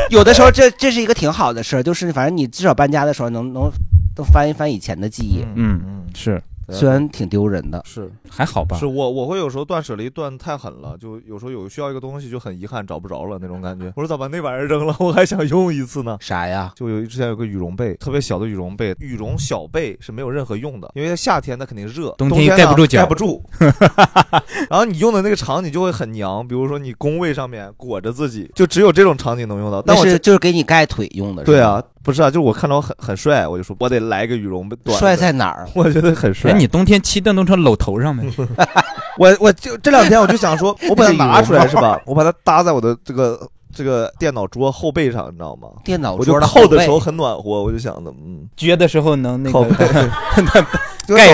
Speaker 3: 有的时候这这是一个挺好的事儿，就是反正你至少搬家的时候能能都翻一翻以前的记忆，
Speaker 1: 嗯嗯，是，
Speaker 3: 虽然挺丢人的，
Speaker 2: 是
Speaker 1: 还好吧？
Speaker 2: 是我我会有时候断舍离断太狠了，就有时候有需要一个东西就很遗憾找不着了那种感觉。我说咋把那玩意儿扔了？我还想用一次呢。
Speaker 3: 啥呀？
Speaker 2: 就有之前有个羽绒被，特别小的羽绒被，羽绒小被是没有任何用的，因为它夏天它肯定热，
Speaker 1: 冬
Speaker 2: 冬
Speaker 1: 天
Speaker 2: 呢
Speaker 1: 盖不住脚
Speaker 2: 盖不住。然后你用的那个场景就会很娘，比如说你工位上面裹着自己，就只有这种场景能用到。但
Speaker 3: 但
Speaker 2: 我
Speaker 3: 是
Speaker 2: 这
Speaker 3: 就是给你盖腿用的，
Speaker 2: 对，啊，不是啊，就是我看着我很很帅，我就说我得来一个羽绒被短的。
Speaker 3: 帅在哪儿？啊
Speaker 2: 我觉得很帅。
Speaker 1: 哎，你冬天骑电动车搂头上没？
Speaker 2: 我我就这两天我就想 说，我把它拿出来是吧？我把它搭在我的这个这个电脑桌后背上，你知道吗？
Speaker 3: 电脑
Speaker 2: 我就
Speaker 3: 桌的
Speaker 2: 扣的时
Speaker 3: 后
Speaker 2: 候
Speaker 3: 背
Speaker 2: 很暖和，我就想着，嗯，
Speaker 1: 撅的时候能 那个
Speaker 2: 就找
Speaker 1: 盖着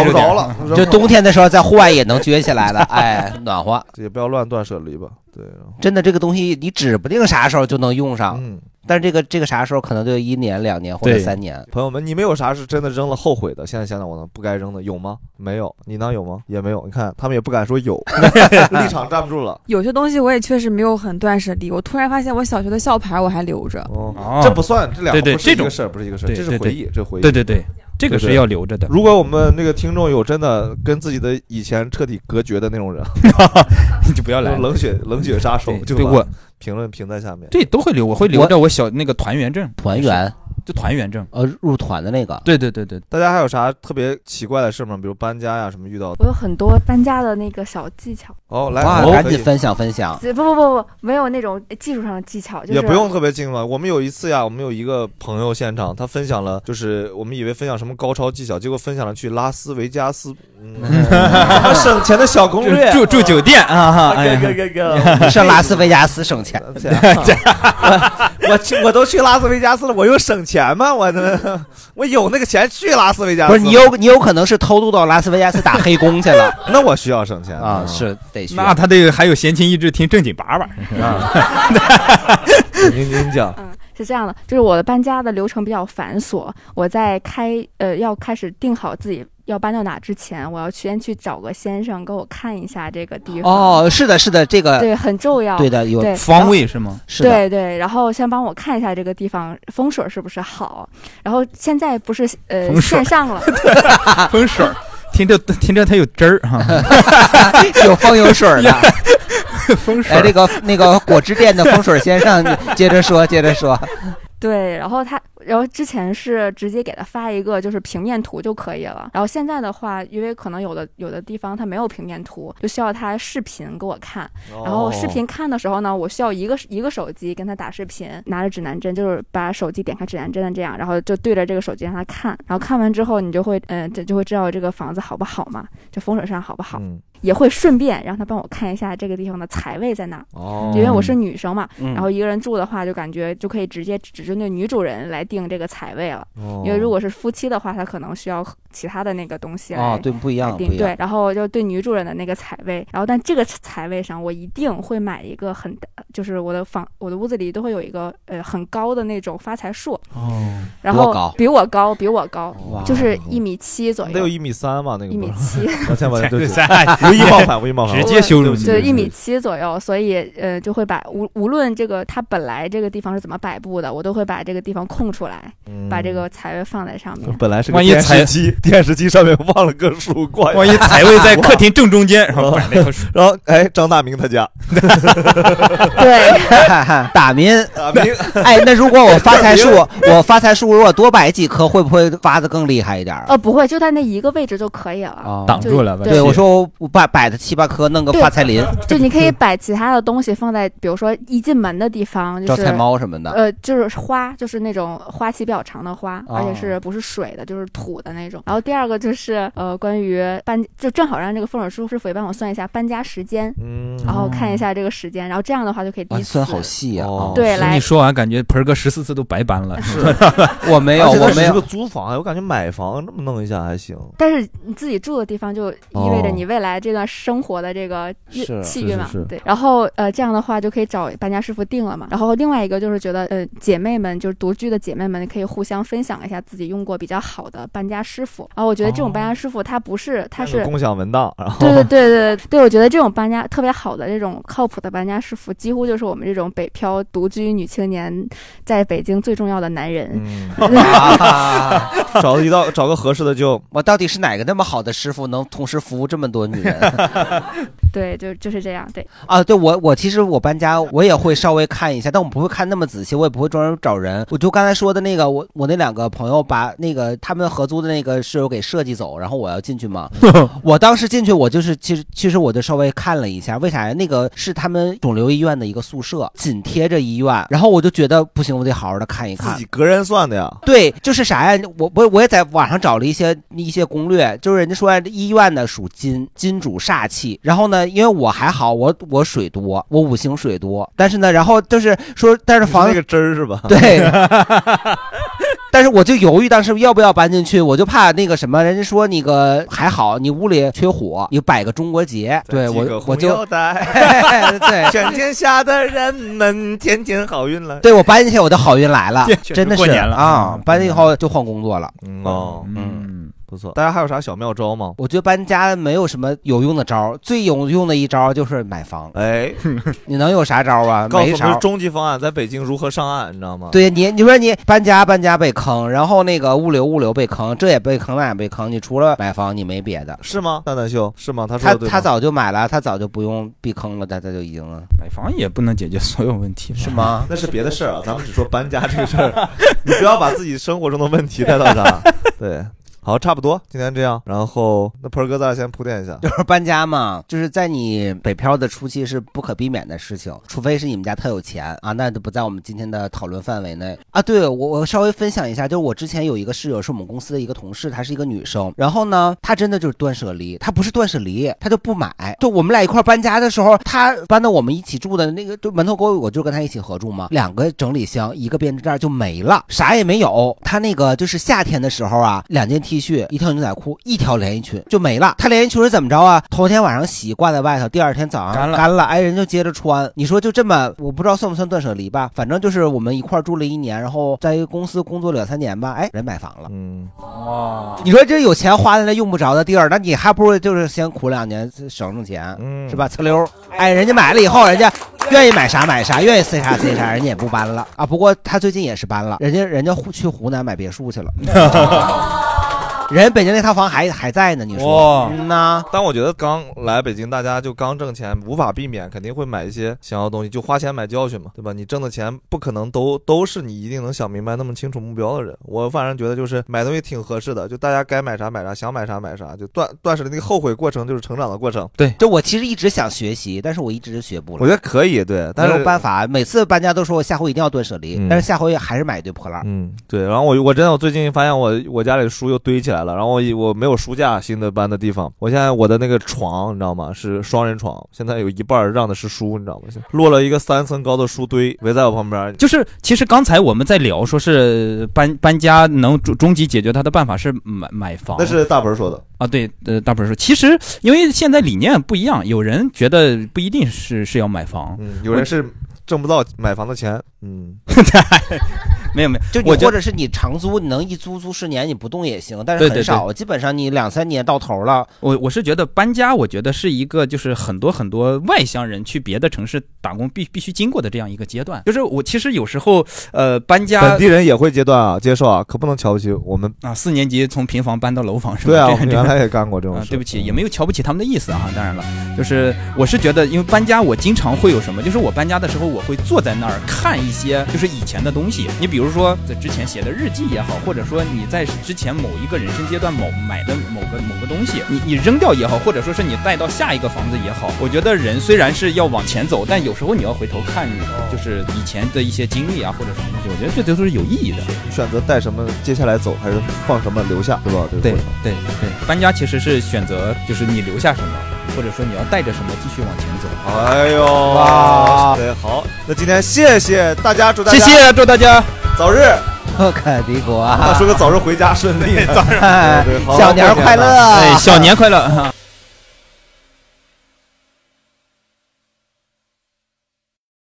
Speaker 2: 不
Speaker 1: 点
Speaker 2: 着
Speaker 1: 儿
Speaker 2: 了。
Speaker 3: 就冬天的时候在户外也能撅起来的，哎，暖和。
Speaker 2: 也不要乱断舍离吧。对，
Speaker 3: 真的这个东西你指不定啥时候就能用上，
Speaker 2: 嗯，
Speaker 3: 但是这个这个啥时候可能就一年两年或者三年。
Speaker 2: 朋友们，你们有啥是真的扔了后悔的？现在想想，我呢不该扔的有吗？没有，你呢有吗？也没有。你看他们也不敢说有， 立场站不住了。
Speaker 11: 有些东西我也确实没有很断舍离。我突然发现我小学的校牌我还留着，
Speaker 2: 哦，这不算，这两个
Speaker 1: 啊对对
Speaker 2: 不是一
Speaker 1: 这
Speaker 2: 个
Speaker 1: 种
Speaker 2: 事儿，不是一个事儿，
Speaker 1: 对
Speaker 2: 这是
Speaker 1: 对
Speaker 2: 回
Speaker 1: 对
Speaker 2: 忆，这是回忆。
Speaker 1: 对对对这个是
Speaker 2: 对
Speaker 1: 要留着的
Speaker 2: 如果我们那个听众有真的跟自己的以前彻底隔绝的那种人，
Speaker 1: 你 就不要来了
Speaker 2: 冷血冷血杀手，
Speaker 1: 对
Speaker 2: 就
Speaker 1: 对
Speaker 2: 把
Speaker 1: 我
Speaker 2: 评论评在下面。
Speaker 1: 对，都会留，我会留着我小那个团员证。
Speaker 3: 团员
Speaker 1: 就团员证，
Speaker 3: 呃，入团的那个。
Speaker 1: 对对对对，
Speaker 2: 大家还有啥特别奇怪的事吗？比如搬家呀什么遇到
Speaker 12: 我
Speaker 2: 的？
Speaker 12: 有很多搬家的那个小技巧。
Speaker 2: 哦，来，
Speaker 3: 哇
Speaker 2: 哦
Speaker 3: 赶
Speaker 2: 可以
Speaker 3: 紧分享分享
Speaker 12: 不不不不，没有那种技术上的技巧，就是
Speaker 2: 也不用特别近嘛。我们有一次呀，我们有一个朋友现场，他分享了，就是我们以为分享什么高超技巧，结果分享了去拉斯维加斯， 嗯， 省钱的小攻略，
Speaker 1: 住住酒店 啊哈哎呀
Speaker 2: 哥哥哥 哥，
Speaker 3: 上拉斯维加斯省钱，
Speaker 2: 我去，我都去拉斯维加斯了，我又省钱吗？我的， 我有那个钱去拉斯维加斯
Speaker 3: 不
Speaker 2: 吗。
Speaker 3: 是你有你有可能是偷渡到拉斯维加斯打黑工去 了，
Speaker 2: 那我需要省钱
Speaker 3: 啊，是得需要
Speaker 1: 嗯那他得还有闲情逸致听正经 叭叭。
Speaker 2: 您您 讲，
Speaker 12: 是这样的，就是我的搬家的流程比较繁琐，我在开呃要开始定好自己要搬到哪之前，我要先去找个先生给我看一下这个地方。
Speaker 3: 哦，是的，是的，这个
Speaker 12: 对，很重要。
Speaker 3: 对的，有
Speaker 12: 对然
Speaker 1: 方
Speaker 12: 后
Speaker 1: 位是吗？
Speaker 3: 是的
Speaker 12: 对对，然后先帮我看一下这个地方风水是不是好，然后现在不是呃
Speaker 1: 风水
Speaker 12: 线 上了，
Speaker 1: 风 水儿，听着听着它有汁儿哈，
Speaker 3: 有风有水儿的。
Speaker 1: 风
Speaker 3: 哎，这个那个果汁店的风水先生，你接着说，接着说。
Speaker 12: 对，然后他，然后之前是直接给他发一个就是平面图就可以了。然后现在的话，因为可能有的有的地方它没有平面图，就需要他视频给我看。然后视频看的时候呢，我需要一个一个手机跟他打视频，拿着指南针，就是把手机点开指南针的这样，然后就对着这个手机让他看。然后看完之后，你就会，嗯、这就会知道这个房子好不好嘛，这风水上好不好。
Speaker 3: 嗯
Speaker 12: 也会顺便让他帮我看一下这个地方的财位在哪儿，
Speaker 15: 哦
Speaker 12: 因为我是女生嘛，
Speaker 15: 嗯
Speaker 12: 然后一个人住的话，就感觉就可以直接只针对女主人来定这个财位了，
Speaker 3: 哦
Speaker 12: 因为如果是夫妻的话，他可能需要其他的那个东西来、
Speaker 3: 哦对不一样
Speaker 12: 来
Speaker 3: 不
Speaker 12: 定
Speaker 3: 一样
Speaker 12: 对，然后就对女主人的那个财位，然后但这个财位上，我一定会买一个很大，就是我的房我的屋子里都会有一个呃很高的那种发财树，
Speaker 2: 哦
Speaker 12: 然后比我高，比我高，
Speaker 2: 哇
Speaker 12: 就是一米七左右，
Speaker 2: 得有一米三吧，那个
Speaker 12: 一米 七
Speaker 2: 抱歉抱歉，对不起
Speaker 1: 三 哎，
Speaker 2: 无意冒犯，无意冒犯，
Speaker 1: 直接羞辱
Speaker 2: 对不起
Speaker 12: 就
Speaker 2: 对
Speaker 12: 是
Speaker 2: 不起
Speaker 12: 一米七左右，所以呃就会把无无论这个它本来这个地方是怎么摆布的，我都会把这个地方空出来，把这个财位放在上面。
Speaker 2: 嗯 本来是个
Speaker 1: 万一
Speaker 2: 电视
Speaker 1: 财
Speaker 2: 机，电视机上面忘了个树冠，
Speaker 1: 万一财位在客厅正 中间，然后
Speaker 2: 哇
Speaker 1: 摆那棵树，
Speaker 2: 然后哎，张大明他家，
Speaker 3: 对，打民，
Speaker 2: 打民。
Speaker 3: 哎，那如果我发财树
Speaker 2: 打，
Speaker 3: 我发财树如果多摆几棵，会不会发的更厉害一点儿？
Speaker 12: 呃，不会，就在那一个位置就可以了。
Speaker 3: 哦
Speaker 12: 挡住了吧
Speaker 3: 对，我说我摆摆的七八棵，弄个
Speaker 12: 对
Speaker 3: 发财林， 嗯
Speaker 12: 就你可以把其他的东西放在，比如说一进门的地方，就是
Speaker 3: 招财猫什么的
Speaker 12: 呃，就是花，就是那种花期比较长的花，
Speaker 3: 哦
Speaker 12: 而且是不是水的，就是土的那种。然后第二个就是呃，关于搬，就正好让这个风水师傅也帮我算一下搬家时间，
Speaker 2: 嗯
Speaker 12: 然后
Speaker 3: 哦
Speaker 12: 看一下这个时间，然后这样的话就可以第一次。
Speaker 3: 细啊！
Speaker 12: 对来
Speaker 1: 哦你说完感觉盆儿哥十四次都白搬了，啊是
Speaker 3: 我没 有
Speaker 2: 而且它
Speaker 3: 我没
Speaker 2: 只
Speaker 3: 有
Speaker 2: 是个租房，我感觉买房这么弄一下还行。
Speaker 12: 但是你自己住的地方就意味着
Speaker 2: 哦
Speaker 12: 你未来这段生活的这个日
Speaker 2: 是是
Speaker 12: 气运
Speaker 2: 是
Speaker 12: 嘛
Speaker 2: 是，
Speaker 12: 对。然后呃，这样的话就可以找搬家师傅定了嘛。然后另外一个就是觉得呃，姐妹们就是独居的姐妹们可以互相分享一下自己用过比较好的搬家师傅。然后我觉得这种搬家师傅他不是他
Speaker 2: 有
Speaker 12: 是
Speaker 2: 共享文档，然后
Speaker 12: 对 对对对对，我觉得这种搬家特别好的这种靠谱的搬家师傅，几乎就是我们这种北漂独居女青年在北京最重要的男人。
Speaker 2: 啊 找一道找个合适的就，
Speaker 3: 我到底是哪个那么好的师傅，能同时服务这么多女人？
Speaker 12: 对，就就是这样。对，
Speaker 3: 啊，对我我其实我搬家我也会稍微看一下，但我不会看那么仔细，我也不会专门找人。我就刚才说的那个，我我那两个朋友把那个他们合租的那个室友给设计走，然后我要进 去嘛。我当时进去，我就是其实其实我就稍微看了一下，为啥呀？那个是他们肿瘤医院的一个宿舍，紧贴着医院，然后我就觉得不行，我得好好的看一看。
Speaker 2: 自己隔人算的呀。
Speaker 3: 对，就是啥呀？我我我也在网上找了一些一些攻略，就是人家说医院呢属金，金主煞气。然后呢，因为我还好，我我水多，我五行水多，但是呢，然后就是说，但是房
Speaker 2: 那个汁儿是吧？
Speaker 3: 对，但是我就犹豫当时要不要搬进去，我就怕那个什么，人家说那个还好，你屋里缺火，你摆个中国结，对
Speaker 2: 系个
Speaker 3: 我我
Speaker 2: 红
Speaker 3: 就
Speaker 2: 腰带
Speaker 3: 对
Speaker 2: 哎全天下的人们天天好运 来。
Speaker 3: 对我搬进去我的好运来了
Speaker 2: 确实，
Speaker 3: 真的
Speaker 2: 过
Speaker 3: 是
Speaker 2: 年了
Speaker 3: 啊，搬进去以后就换工作了。啊
Speaker 2: 嗯哦，
Speaker 1: 嗯，
Speaker 2: 不错。大家还有啥小妙招吗？
Speaker 3: 我觉得搬家没有什么有用的招儿，最有用的一招儿就是买房。
Speaker 2: 哎，
Speaker 3: 你能有啥招儿啊？
Speaker 2: 告诉
Speaker 3: 没
Speaker 2: 我
Speaker 3: 啥
Speaker 2: 们
Speaker 3: 儿。
Speaker 2: 终极方案，在北京如何上岸，你知道吗？
Speaker 3: 对你，你说你搬家搬家被坑，然后那个物流物流被坑，这也被坑那也被坑，你除了买房你没别的。
Speaker 2: 是吗？蛋蛋秀是吗？他说
Speaker 3: 他
Speaker 2: 的对吗
Speaker 3: 他早就买了，他早就不用避坑了，他他就已经了。
Speaker 1: 买房也不能解决所有问题，是
Speaker 3: 吗？
Speaker 2: 那是别的事儿啊，咱们只说搬家这个事儿，你不要把自己生活中的问题带到这儿。啊 对，好，差不多，今天这样。然后，那盆儿哥，咱俩先铺垫一下。
Speaker 3: 就是搬家嘛，就是在你北漂的初期是不可避免的事情，除非是你们家特有钱啊，那就不在我们今天的讨论范围内啊。对我，我稍微分享一下，就是我之前有一个室友是我们公司的一个同事，她是一个女生，然后呢，她真的就是断舍离，她不是断舍离，她就不买。就我们俩一块儿搬家的时候，她搬到我们一起住的那个就门头沟，我就跟她一起合住嘛，两个整理箱，一个编织袋就没了，啥也没有。她那个就是夏天的时候啊，两件 T 恤，一条牛仔裤，一条连衣裙就没了。她连衣裙是怎么着啊？头天晚上洗挂在外头，第二天早上干了，干了，哎，人就接着穿。你说就这么，我不知道算不算断舍离吧，反正就是我们一块儿住了一年，然后在一个公司工作两三年吧，哎，人买房了，
Speaker 2: 嗯。
Speaker 7: 哦
Speaker 1: 哇，
Speaker 3: 你说这有钱花在那用不着的地儿，那你还不如就是先苦两年省省钱，
Speaker 2: 嗯
Speaker 3: 是吧？呲溜儿，哎，人家买了以后，人家愿意买啥买啥，愿意塞啥塞啥，人家也不搬了啊。不过他最近也是搬了，人家人家去湖南买别墅去了。人北京那套房还还在呢，你说？嗯呐，
Speaker 2: 但我觉得刚来北京，大家就刚挣钱，无法避免肯定会买一些想要的东西，就花钱买教训嘛，对吧？你挣的钱不可能都都是你一定能想明白那么清楚目标的人。我反正觉得就是买东西挺合适的，就大家该买啥买啥，想买啥买啥，就断断舍离那个后悔过程就是成长的过程。
Speaker 3: 对，就我其实一直想学习，但是我一直学不了。
Speaker 2: 我觉得可以，对，但
Speaker 3: 没
Speaker 2: 是
Speaker 3: 有办法，每次搬家都说我下回一定要断舍离，
Speaker 2: 嗯
Speaker 3: 但是下回还是买一堆破烂。
Speaker 2: 嗯，对，然后我我真的我最近发现我我家里书又堆起来了，然后我一我没有书架，新的搬的地方，我现在我的那个床你知道吗？是双人床，现在有一半儿让的是书，你知道吗？落了一个三层高的书堆围在我旁边，
Speaker 1: 就是其实刚才我们在聊，说是搬搬家能终终极解决它的办法是买买房，
Speaker 2: 那是大盆说的。
Speaker 1: 啊，对，呃，大本说，其实因为现在理念不一样，有人觉得不一定是是要买房，
Speaker 2: 嗯有人是挣不到买房的钱， 嗯，
Speaker 1: 没有没有，
Speaker 3: 就你
Speaker 1: 我觉
Speaker 3: 或者是你长租，你能一租租十年，你不动也行，但是
Speaker 1: 对
Speaker 3: 很
Speaker 1: 对对
Speaker 3: 少， 基本上你两三年到头了。
Speaker 1: 我我是觉得搬家，我觉得是一个就是很多很多外乡人去别的城市打工必必须经过的这样一个阶段。就是我其实有时候呃搬家，
Speaker 2: 本地人也会阶段啊，接受啊，可不能瞧不起我们。
Speaker 1: 啊四年级从平房搬到楼房是吧？
Speaker 2: 对啊，我
Speaker 1: 这样
Speaker 2: 们
Speaker 1: 这样
Speaker 2: 原来也干过这种
Speaker 1: 啊
Speaker 2: 事。，嗯
Speaker 1: 对不起，也没有瞧不起他们的意思啊。当然了，就是我是觉得，因为搬家，我经常会有什么，就是我搬家的时候，我会坐在那儿看一些就是以前的东西。你比如说在之前写的日记也好，或者说你在之前某一个人生阶段某买的某个某个东西，你你扔掉也好，或者说是你带到下一个房子也好，我觉得人虽然是要往前走，但有时候你要回头看，就是以前的一些经历啊，或者什么东西，我觉得这都是有意义的。
Speaker 2: 选择带什么接下来走，还是放什么留下，对吧？这个
Speaker 1: 对
Speaker 2: 过程
Speaker 1: 对对，搬家其实是选择，就是你留下什么，或者说你要带着什么继续往前走。
Speaker 2: 哎呦，
Speaker 1: 哇
Speaker 2: 对，好，那今天谢谢大家，祝大家
Speaker 1: 谢谢祝大家
Speaker 2: 早日，
Speaker 3: 凯迪国
Speaker 2: 啊，说个早日回家顺利，
Speaker 3: 早日
Speaker 2: 对对好好
Speaker 3: 小年儿
Speaker 2: 过年
Speaker 3: 快乐
Speaker 2: 啊
Speaker 1: 哎，小年快乐！